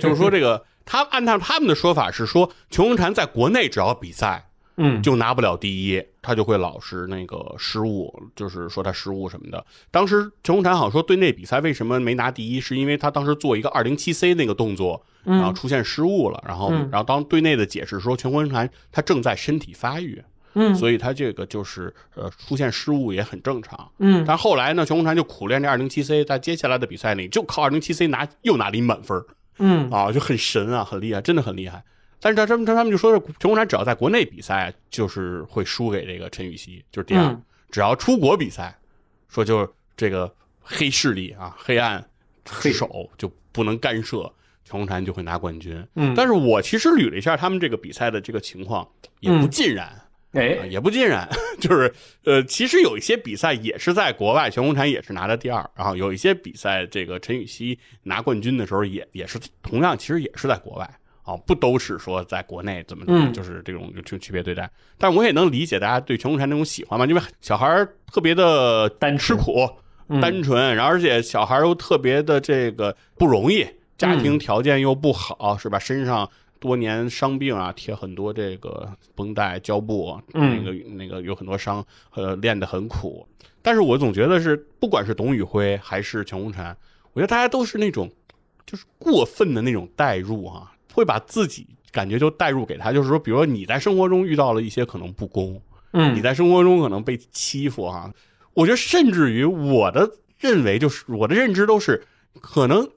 [SPEAKER 1] 就是说这个他按照他们的说法是说全红婵在国内只要比赛
[SPEAKER 2] 嗯，
[SPEAKER 1] 就拿不了第一，他就会老是那个失误，就是说他失误什么的。当时陈红婵好像说对那比赛为什么没拿第一，是因为他当时做一个二零七 C 那个动作，然后
[SPEAKER 2] 嗯
[SPEAKER 1] 出现失误了，然后
[SPEAKER 2] 嗯
[SPEAKER 1] 然后当队内的解释说全红婵她正在身体发育，
[SPEAKER 2] 嗯
[SPEAKER 1] 所以她这个就是呃出现失误也很正常。
[SPEAKER 2] 嗯，
[SPEAKER 1] 但后来呢，全红婵就苦练这二零七 C，在接下来的比赛里就靠二零七 C 拿又拿了一满分儿。
[SPEAKER 2] 嗯
[SPEAKER 1] 啊，就很神啊，很厉害，真的很厉害。但是他他们他们就说是全红婵只要在国内比赛，就是会输给这个陈芋汐，就是第二；
[SPEAKER 2] 嗯
[SPEAKER 1] 只要出国比赛，说就是这个黑势力啊、黑暗之手就不能干涉，全红婵就会拿冠军。
[SPEAKER 2] 嗯
[SPEAKER 1] 但是我其实捋了一下他们这个比赛的这个情况，也不
[SPEAKER 2] 嗯
[SPEAKER 1] 尽然。啊，
[SPEAKER 2] 哎，
[SPEAKER 1] 也不尽然， <laughs> 就是呃，其实有一些比赛也是在国外，全红婵也是拿了第二，然后有一些比赛，这个陈芋汐拿冠军的时候也也是同样，其实也是在国外啊，不都是说在国内怎么怎么样，
[SPEAKER 2] 嗯
[SPEAKER 1] 就是这种就就区别对待。但我也能理解大家对全红婵那种喜欢嘛，因为小孩儿特别的
[SPEAKER 2] 单
[SPEAKER 1] 吃
[SPEAKER 2] 纯嗯
[SPEAKER 1] 苦，单纯，然后而且小孩又特别的这个不容易，家
[SPEAKER 2] 嗯
[SPEAKER 1] 庭条件又不好，是吧？身上多年伤病啊，贴很多这个绷带、胶布，啊
[SPEAKER 2] 嗯
[SPEAKER 1] 那个那个有很多伤，呃，练得很苦。但是我总觉得是，不管是董宇辉还是全红婵，我觉得大家都是那种就是过分的那种代入啊，会把自己感觉就代入给他，就是说，比如说你在生活中遇到了一些可能不公，你
[SPEAKER 2] 嗯
[SPEAKER 1] 在生活中可能被欺负哈、我觉得甚至于我的认为就是我的认知都是可能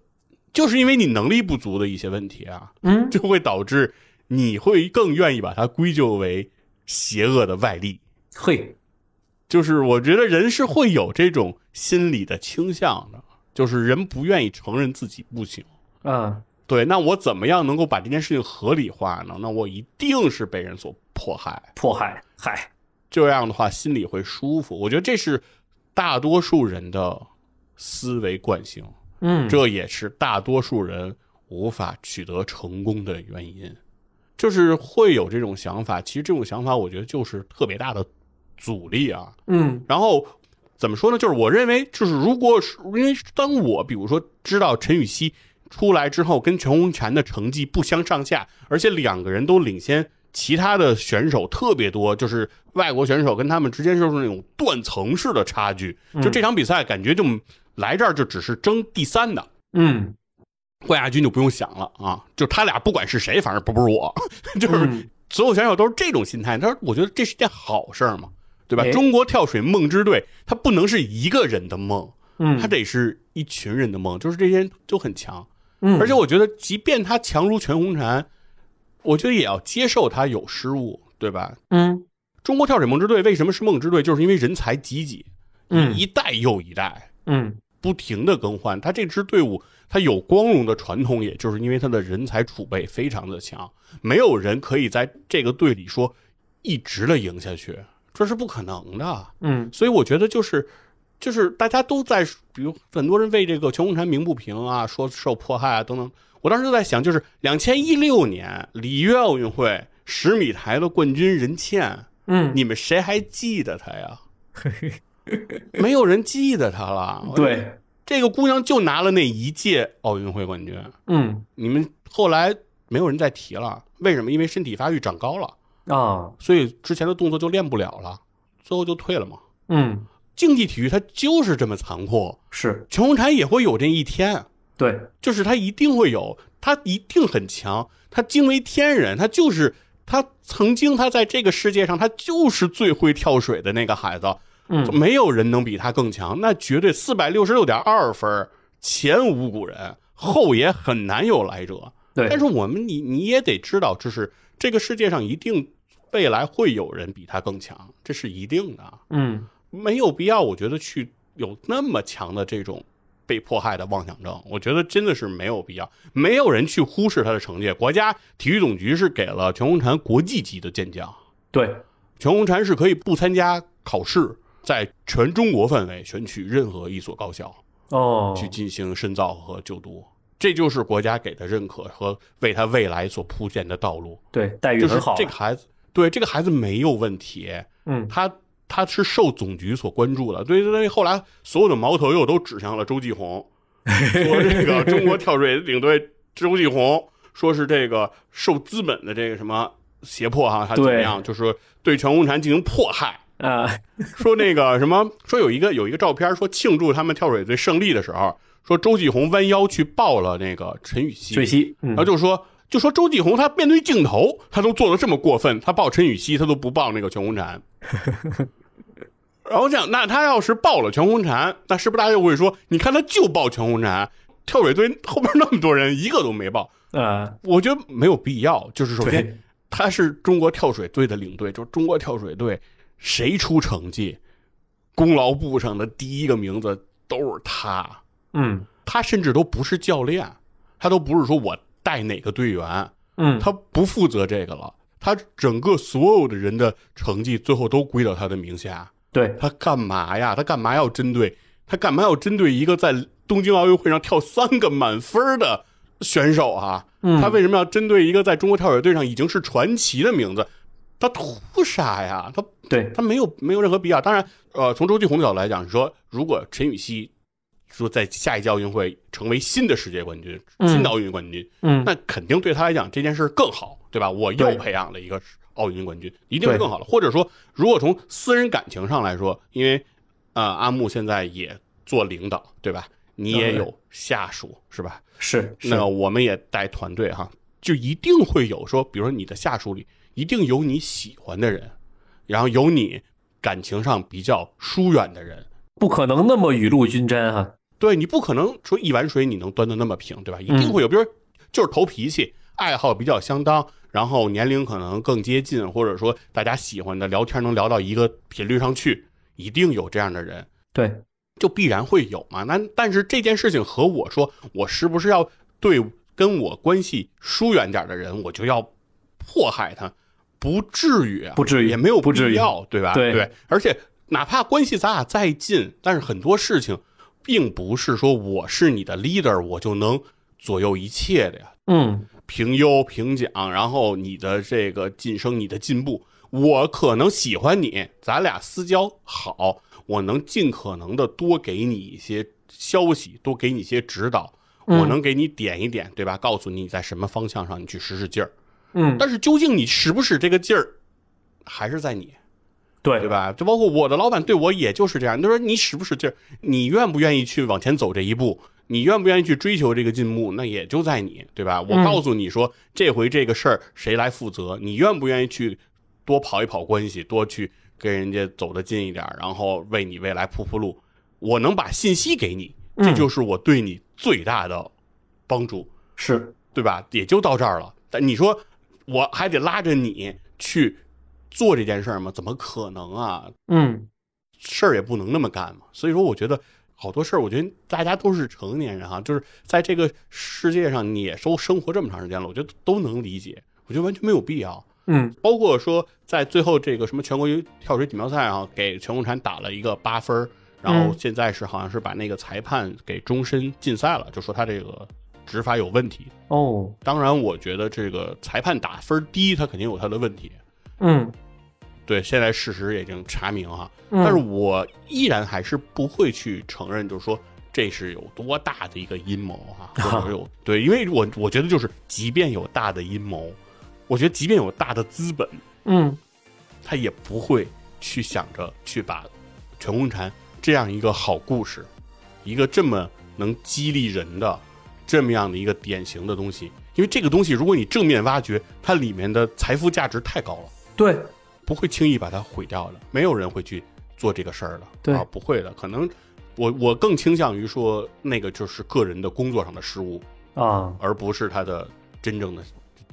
[SPEAKER 1] 就是因为你能力不足的一些问题啊，
[SPEAKER 2] 嗯，
[SPEAKER 1] 就会导致你会更愿意把它归咎为邪恶的外力。
[SPEAKER 2] 嘿，
[SPEAKER 1] 就是我觉得人是会有这种心理的倾向的，就是人不愿意承认自己不行。
[SPEAKER 2] 啊，
[SPEAKER 1] 对，那我怎么样能够把这件事情合理化呢？那我一定是被人所迫害。
[SPEAKER 2] 迫害，嗨，
[SPEAKER 1] 这样的话心里会舒服。我觉得这是大多数人的思维惯性，
[SPEAKER 2] 嗯，
[SPEAKER 1] 这也是大多数人无法取得成功的原因。就是会有这种想法。其实这种想法，我觉得就是特别大的阻力啊。
[SPEAKER 2] 嗯
[SPEAKER 1] 然后怎么说呢？就是我认为，就是如果是因为当我比如说知道陈禹锡出来之后，跟全红婵的成绩不相上下，而且两个人都领先其他的选手特别多，就是外国选手跟他们之间就是那种断层式的差距。就这场比赛，感觉就来这儿就只是争第三的。
[SPEAKER 2] 嗯
[SPEAKER 1] 冠亚军就不用想了啊，就他俩不管是谁，反正不不是我， <laughs> 就是
[SPEAKER 2] 嗯
[SPEAKER 1] 所有选手都是这种心态。他说，我觉得这是件好事儿嘛，对吧？
[SPEAKER 2] 哎
[SPEAKER 1] 中国跳水梦之队，它不能是一个人的梦，
[SPEAKER 2] 嗯，
[SPEAKER 1] 它得是一群人的梦，就是这些人都很强。
[SPEAKER 2] 嗯
[SPEAKER 1] 而且我觉得，即便他强如全红婵，我觉得也要接受他有失误，对吧？
[SPEAKER 2] 嗯
[SPEAKER 1] 中国跳水梦之队为什么是梦之队？就是因为人才济济，
[SPEAKER 2] 嗯
[SPEAKER 1] 一代又一代，
[SPEAKER 2] 嗯
[SPEAKER 1] 不停的更换。他这支队伍，他有光荣的传统，也就是因为他的人才储备非常的强，没有人可以在这个队里说一直的赢下去，这是不可能的。
[SPEAKER 2] 嗯
[SPEAKER 1] 所以我觉得就是。就是大家都在，比如很多人为这个全红婵鸣不平啊，说受迫害啊等等。我当时就在想，就是两千一六年里约奥运会十米台的冠军任倩，
[SPEAKER 2] 嗯，
[SPEAKER 1] 你们谁还记得她呀？没有人记得她了。我
[SPEAKER 2] 对，
[SPEAKER 1] 这个姑娘就拿了那一届奥运会冠军，
[SPEAKER 2] 嗯
[SPEAKER 1] 你们后来没有人再提了，为什么？因为身体发育长高了，
[SPEAKER 2] 啊，
[SPEAKER 1] 所以之前的动作就练不了了，最后就退了嘛。
[SPEAKER 2] 嗯
[SPEAKER 1] 竞技体育它就是这么残酷，
[SPEAKER 2] 是
[SPEAKER 1] 全红婵也会有这一天，
[SPEAKER 2] 对，
[SPEAKER 1] 就是她一定会有，她一定很强，她惊为天人，她就是她曾经她在这个世界上她就是最会跳水的那个孩子，
[SPEAKER 2] 嗯
[SPEAKER 1] 没有人能比他更强，那绝对四百六十六点二分，前无古人，后也很难有来者。
[SPEAKER 2] 对
[SPEAKER 1] 但，是我们你你也得知道，就是这个世界上一定未来会有人比他更强，这是一定的，
[SPEAKER 2] 嗯
[SPEAKER 1] 没有必要，我觉得去有那么强的这种。被迫害的妄想症，我觉得真的是没有必要，没有人去忽视他的成绩。国家体育总局是给了全红婵国际级的健将，
[SPEAKER 2] 对，
[SPEAKER 1] 全红婵是可以不参加考试，在全中国范围选取任何一所高校
[SPEAKER 2] 哦，
[SPEAKER 1] 去进行深造和就读，这就是国家给的认可和为他未来所铺建的道路。
[SPEAKER 2] 对，待遇
[SPEAKER 1] 就是
[SPEAKER 2] 很好，啊
[SPEAKER 1] 这个孩子，对这个孩子没有问题，
[SPEAKER 2] 嗯
[SPEAKER 1] 他他是受总局所关注的。对对对，后来所有的矛头又都指向了周继
[SPEAKER 2] <laughs>
[SPEAKER 1] 红，说这个中国跳水领队周继红，说是这个受资本的这个什么胁迫哈、还是怎么样，就是说对全红婵进行迫害。
[SPEAKER 2] 啊，
[SPEAKER 1] 说那个什么，说有一个有一个照片，说庆祝他们跳水队胜利的时候，说周继红弯腰去抱了那个陈禹锡，
[SPEAKER 2] 水西，嗯
[SPEAKER 1] 然后就说就说周继红他面对镜头，他都做的这么过分，他抱陈禹锡，他都不抱那个全红婵。然后我想，那他要是抱了全红婵，那是不是大家就会说，你看他就抱全红婵，跳水队后边那么多人，一个都没抱？
[SPEAKER 2] 啊，
[SPEAKER 1] 我觉得没有必要。就是首先
[SPEAKER 2] 对，
[SPEAKER 1] 他是中国跳水队的领队，就是中国跳水队谁出成绩，功劳簿上的第一个名字都是他。
[SPEAKER 2] 嗯
[SPEAKER 1] 他甚至都不是教练，他都不是说我带哪个队员，
[SPEAKER 2] 嗯，
[SPEAKER 1] 他不负责这个了。他整个所有的人的成绩最后都归到他的名下，
[SPEAKER 2] 对，
[SPEAKER 1] 他干嘛呀？他干嘛要针对他干嘛要针对一个在东京奥运会上跳三个满分的选手啊？
[SPEAKER 2] 嗯
[SPEAKER 1] 他为什么要针对一个在中国跳水队上已经是传奇的名字？他图啥呀？他
[SPEAKER 2] 对，
[SPEAKER 1] 他没有没有任何必要。当然，呃，从周继红的角度来讲，你说如果陈禹锡说在下一届奥运会成为新的世界冠军、
[SPEAKER 2] 嗯
[SPEAKER 1] 新的奥运冠军，
[SPEAKER 2] 嗯
[SPEAKER 1] 那肯定对他来讲这件事更好，对吧？我又
[SPEAKER 2] 对
[SPEAKER 1] 培养了一个奥运冠军，一定会更好的。或者说，如果从私人感情上来说，因为呃，阿木现在也做领导，对吧？你也
[SPEAKER 2] 嗯
[SPEAKER 1] 有下属，是吧？
[SPEAKER 2] 是是
[SPEAKER 1] 那，我们也带团队哈，就一定会有说，比如说你的下属里一定有你喜欢的人，然后有你感情上比较疏远的人。
[SPEAKER 2] 不可能那么雨露均沾哈，
[SPEAKER 1] 对你不可能说一碗水你能端得那么平，对吧？一定会有，比如就是投脾气，爱好比较相当，然后年龄可能更接近，或者说大家喜欢的聊天能聊到一个频率上去，一定有这样的人。
[SPEAKER 2] 对，
[SPEAKER 1] 就必然会有嘛。那但是这件事情和我说，我是不是要对跟我关系疏远点的人，我就要迫害他？不至于啊，
[SPEAKER 2] 不至于
[SPEAKER 1] 也没有
[SPEAKER 2] 不至于
[SPEAKER 1] 必要，对吧？
[SPEAKER 2] 对
[SPEAKER 1] 而且哪怕关系咱俩再近，但是很多事情并不是说我是你的 leader，我就能左右一切的呀。
[SPEAKER 2] 嗯
[SPEAKER 1] 评优、评奖，啊然后你的这个晋升、你的进步。我可能喜欢你，咱俩私交好，我能尽可能的多给你一些消息，多给你一些指导，
[SPEAKER 2] 嗯
[SPEAKER 1] 我能给你点一点，对吧？告诉你你在什么方向上，你去使使劲儿。
[SPEAKER 2] 嗯，
[SPEAKER 1] 但是究竟你使不使这个劲儿，还是在你，
[SPEAKER 2] 对
[SPEAKER 1] 对？吧？就包括我的老板对我也就是这样，他说你使不使劲儿，你愿不愿意去往前走这一步，你愿不愿意去追求这个进步，那也就在你，对吧？我
[SPEAKER 2] 嗯
[SPEAKER 1] 告诉你说，这回这个事儿谁来负责，你愿不愿意去多跑一跑关系，多去跟人家走得近一点儿，然后为你未来铺铺路。我能把信息给你，这
[SPEAKER 2] 嗯
[SPEAKER 1] 就是我对你最大的帮助。
[SPEAKER 2] 是，
[SPEAKER 1] 对吧？也就到这儿了。但你说我还得拉着你去做这件事儿吗？怎么可能啊？
[SPEAKER 2] 嗯，
[SPEAKER 1] 事儿也不能那么干嘛。所以说，我觉得好多事儿，我觉得大家都是成年人哈、就是在这个世界上，你也都生活这么长时间了，我觉得都能理解。我觉得完全没有必要。
[SPEAKER 2] 嗯，
[SPEAKER 1] 包括说在最后这个什么全国跳水锦标赛啊，给全共产打了一个八分儿，然后
[SPEAKER 2] 嗯
[SPEAKER 1] 现在是好像是把那个裁判给终身禁赛了，就说他这个执法有问题。
[SPEAKER 2] 哦，
[SPEAKER 1] 当然，我觉得这个裁判打分低，他肯定有他的问题。
[SPEAKER 2] 嗯，
[SPEAKER 1] 对，现在事实已经查明哈，
[SPEAKER 2] 嗯
[SPEAKER 1] 但是我依然还是不会去承认，就是说这是有多大的一个阴谋哈、或者有对，因为我我觉得就是，即便有大的阴谋，我觉得即便有大的资本，
[SPEAKER 2] 嗯，
[SPEAKER 1] 他也不会去想着去把全共产这样一个好故事，一个这么能激励人的这么样的一个典型的东西，因为这个东西如果你正面挖掘，它里面的财富价值太高了，
[SPEAKER 2] 对，
[SPEAKER 1] 不会轻易把它毁掉的，没有人会去做这个事儿的，
[SPEAKER 2] 对
[SPEAKER 1] 啊，不会的，可能。我我更倾向于说，那个就是个人的工作上的失误，
[SPEAKER 2] 啊，
[SPEAKER 1] 而不是他的真正的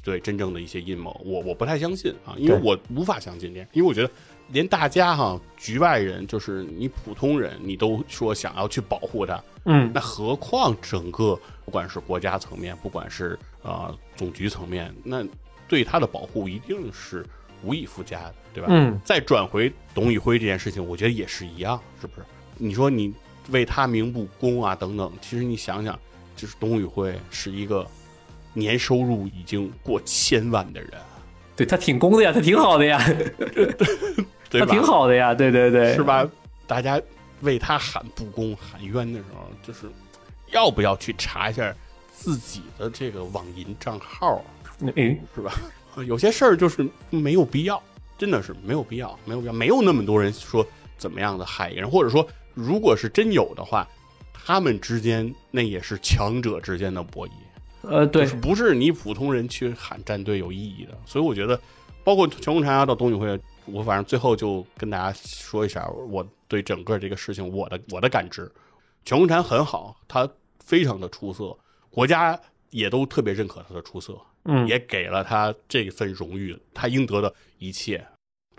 [SPEAKER 1] 对真正的一些阴谋，我我不太相信啊，因为
[SPEAKER 2] 对
[SPEAKER 1] 我无法相信这啊样，因为我觉得连大家哈局外人，就是你普通人，你都说想要去保护他，
[SPEAKER 2] 嗯，
[SPEAKER 1] 那何况整个不管是国家层面，不管是呃总局层面，那对他的保护一定是无以复加的，对吧？
[SPEAKER 2] 嗯，
[SPEAKER 1] 再转回董宇辉这件事情，我觉得也是一样，是不是？你说你为他鸣不公啊，等等，其实你想想，就是董宇辉是一个年收入已经过千万的人，
[SPEAKER 2] 对他挺攻的呀，他挺好的呀，
[SPEAKER 1] 对
[SPEAKER 2] <laughs> 他
[SPEAKER 1] 吧？
[SPEAKER 2] 挺好的哎呀，对对对，
[SPEAKER 1] 是？吧？大家为他喊不公、喊冤的时候，就是要不要去查一下自己的这个网银账号？
[SPEAKER 2] 哎，
[SPEAKER 1] 呃有些事儿就是没有必要，真的是没有必要，没有必要，没有那么多人说怎么样的害人，或者说如果是真有的话，他们之间那也是强者之间的博弈，
[SPEAKER 2] 呃，对
[SPEAKER 1] 就是，不是你普通人去喊战队有意义的。所以我觉得，包括全国长沙到董宇辉，我反正最后就跟大家说一下我对整个这个事情我的我的感知。全国长很好，他非常的出色，国家也都特别认可他的出色，
[SPEAKER 2] 嗯，
[SPEAKER 1] 也给了他这份荣誉，他应得的一切，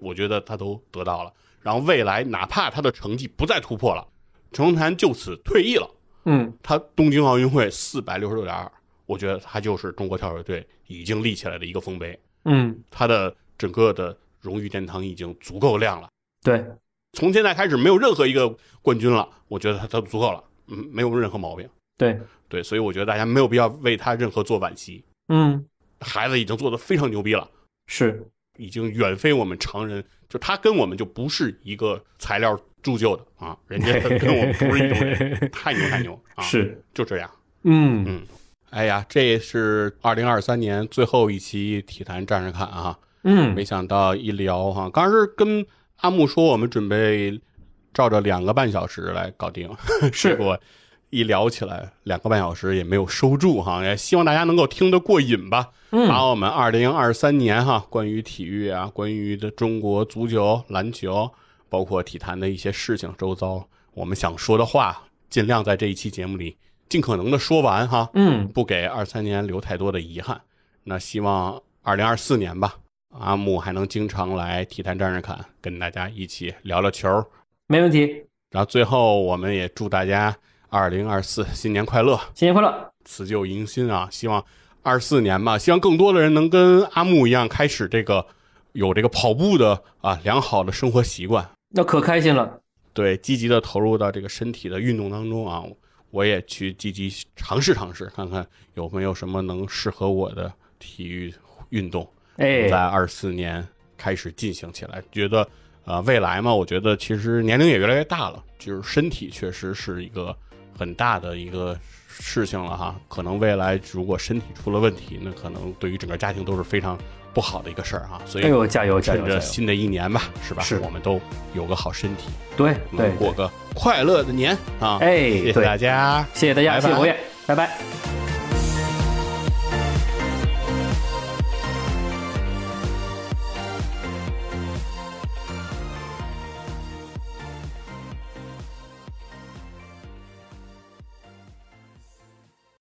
[SPEAKER 1] 我觉得他都得到了。然后未来哪怕他的成绩不再突破了，陈龙潭就此退役了，
[SPEAKER 2] 嗯，
[SPEAKER 1] 他东京奥运会四百六十六点二，我觉得他就是中国跳水队已经立起来的一个丰碑，
[SPEAKER 2] 嗯，
[SPEAKER 1] 他的整个的荣誉殿堂已经足够亮了。
[SPEAKER 2] 对，
[SPEAKER 1] 从现在开始，没有任何一个冠军了，我觉得他他足够了，嗯，没有任何毛病。
[SPEAKER 2] 对，
[SPEAKER 1] 对，所以我觉得大家没有必要为他任何做惋惜，
[SPEAKER 2] 嗯，
[SPEAKER 1] 孩子已经做得非常牛逼了。
[SPEAKER 2] 是，
[SPEAKER 1] 已经远非我们常人，就他跟我们就不是一个材料铸就的啊，人家
[SPEAKER 2] <laughs>
[SPEAKER 1] 跟跟我们不是一种人，太牛太牛啊！，
[SPEAKER 2] 是，
[SPEAKER 1] 就这样。
[SPEAKER 2] 嗯，
[SPEAKER 1] 嗯，哎呀，这是二零二三年最后一期《体坛战士看》啊，
[SPEAKER 2] 嗯，
[SPEAKER 1] 没想到一聊哈、刚是跟阿木说我们准备照着两个半小时来搞定，结
[SPEAKER 2] 是，
[SPEAKER 1] 果一聊起来两个半小时也没有收住哈，也希望大家能够听得过瘾吧。把
[SPEAKER 2] 嗯，
[SPEAKER 1] 我们二零二三年哈，关于体育啊，关于的中国足球、篮球，包括体坛的一些事情，周遭我们想说的话，尽量在这一期节目里尽可能的说完哈，
[SPEAKER 2] 嗯，
[SPEAKER 1] 不给二三年留太多的遗憾。那希望二零二四年吧，阿木还能经常来体坛战士侃，跟大家一起聊聊球。
[SPEAKER 2] 没问题，
[SPEAKER 1] 然后最后，我们也祝大家二零二四新年快乐！
[SPEAKER 2] 新年快乐，
[SPEAKER 1] 辞旧迎新啊，希望二四年吧，希望更多的人能跟阿木一样，开始这个有这个跑步的啊良好的生活习惯，
[SPEAKER 2] 那可开心了，
[SPEAKER 1] 对，积极的投入到这个身体的运动当中啊。我也去积极尝试尝试，看看有没有什么能适合我的体育运动，
[SPEAKER 2] 哎，
[SPEAKER 1] 在二四年开始进行起来。觉得呃，未来嘛，我觉得其实年龄也越来越大了，就是身体确实是一个很大的一个事情了哈。可能未来如果身体出了问题，那可能对于整个家庭都是非常不好的一个事儿哈。所以
[SPEAKER 2] 哎呦，加油加
[SPEAKER 1] 趁
[SPEAKER 2] 油加
[SPEAKER 1] 着
[SPEAKER 2] 油！
[SPEAKER 1] 新的一年吧，是吧？
[SPEAKER 2] 是
[SPEAKER 1] 我们都有个好身体，
[SPEAKER 2] 对对
[SPEAKER 1] 能，过个快乐的年啊！
[SPEAKER 2] 哎，
[SPEAKER 1] 谢谢
[SPEAKER 2] 对
[SPEAKER 1] 大，家，
[SPEAKER 2] 谢谢大家，
[SPEAKER 1] 拜
[SPEAKER 2] 谢
[SPEAKER 1] 拜
[SPEAKER 2] 谢侯爷，拜拜。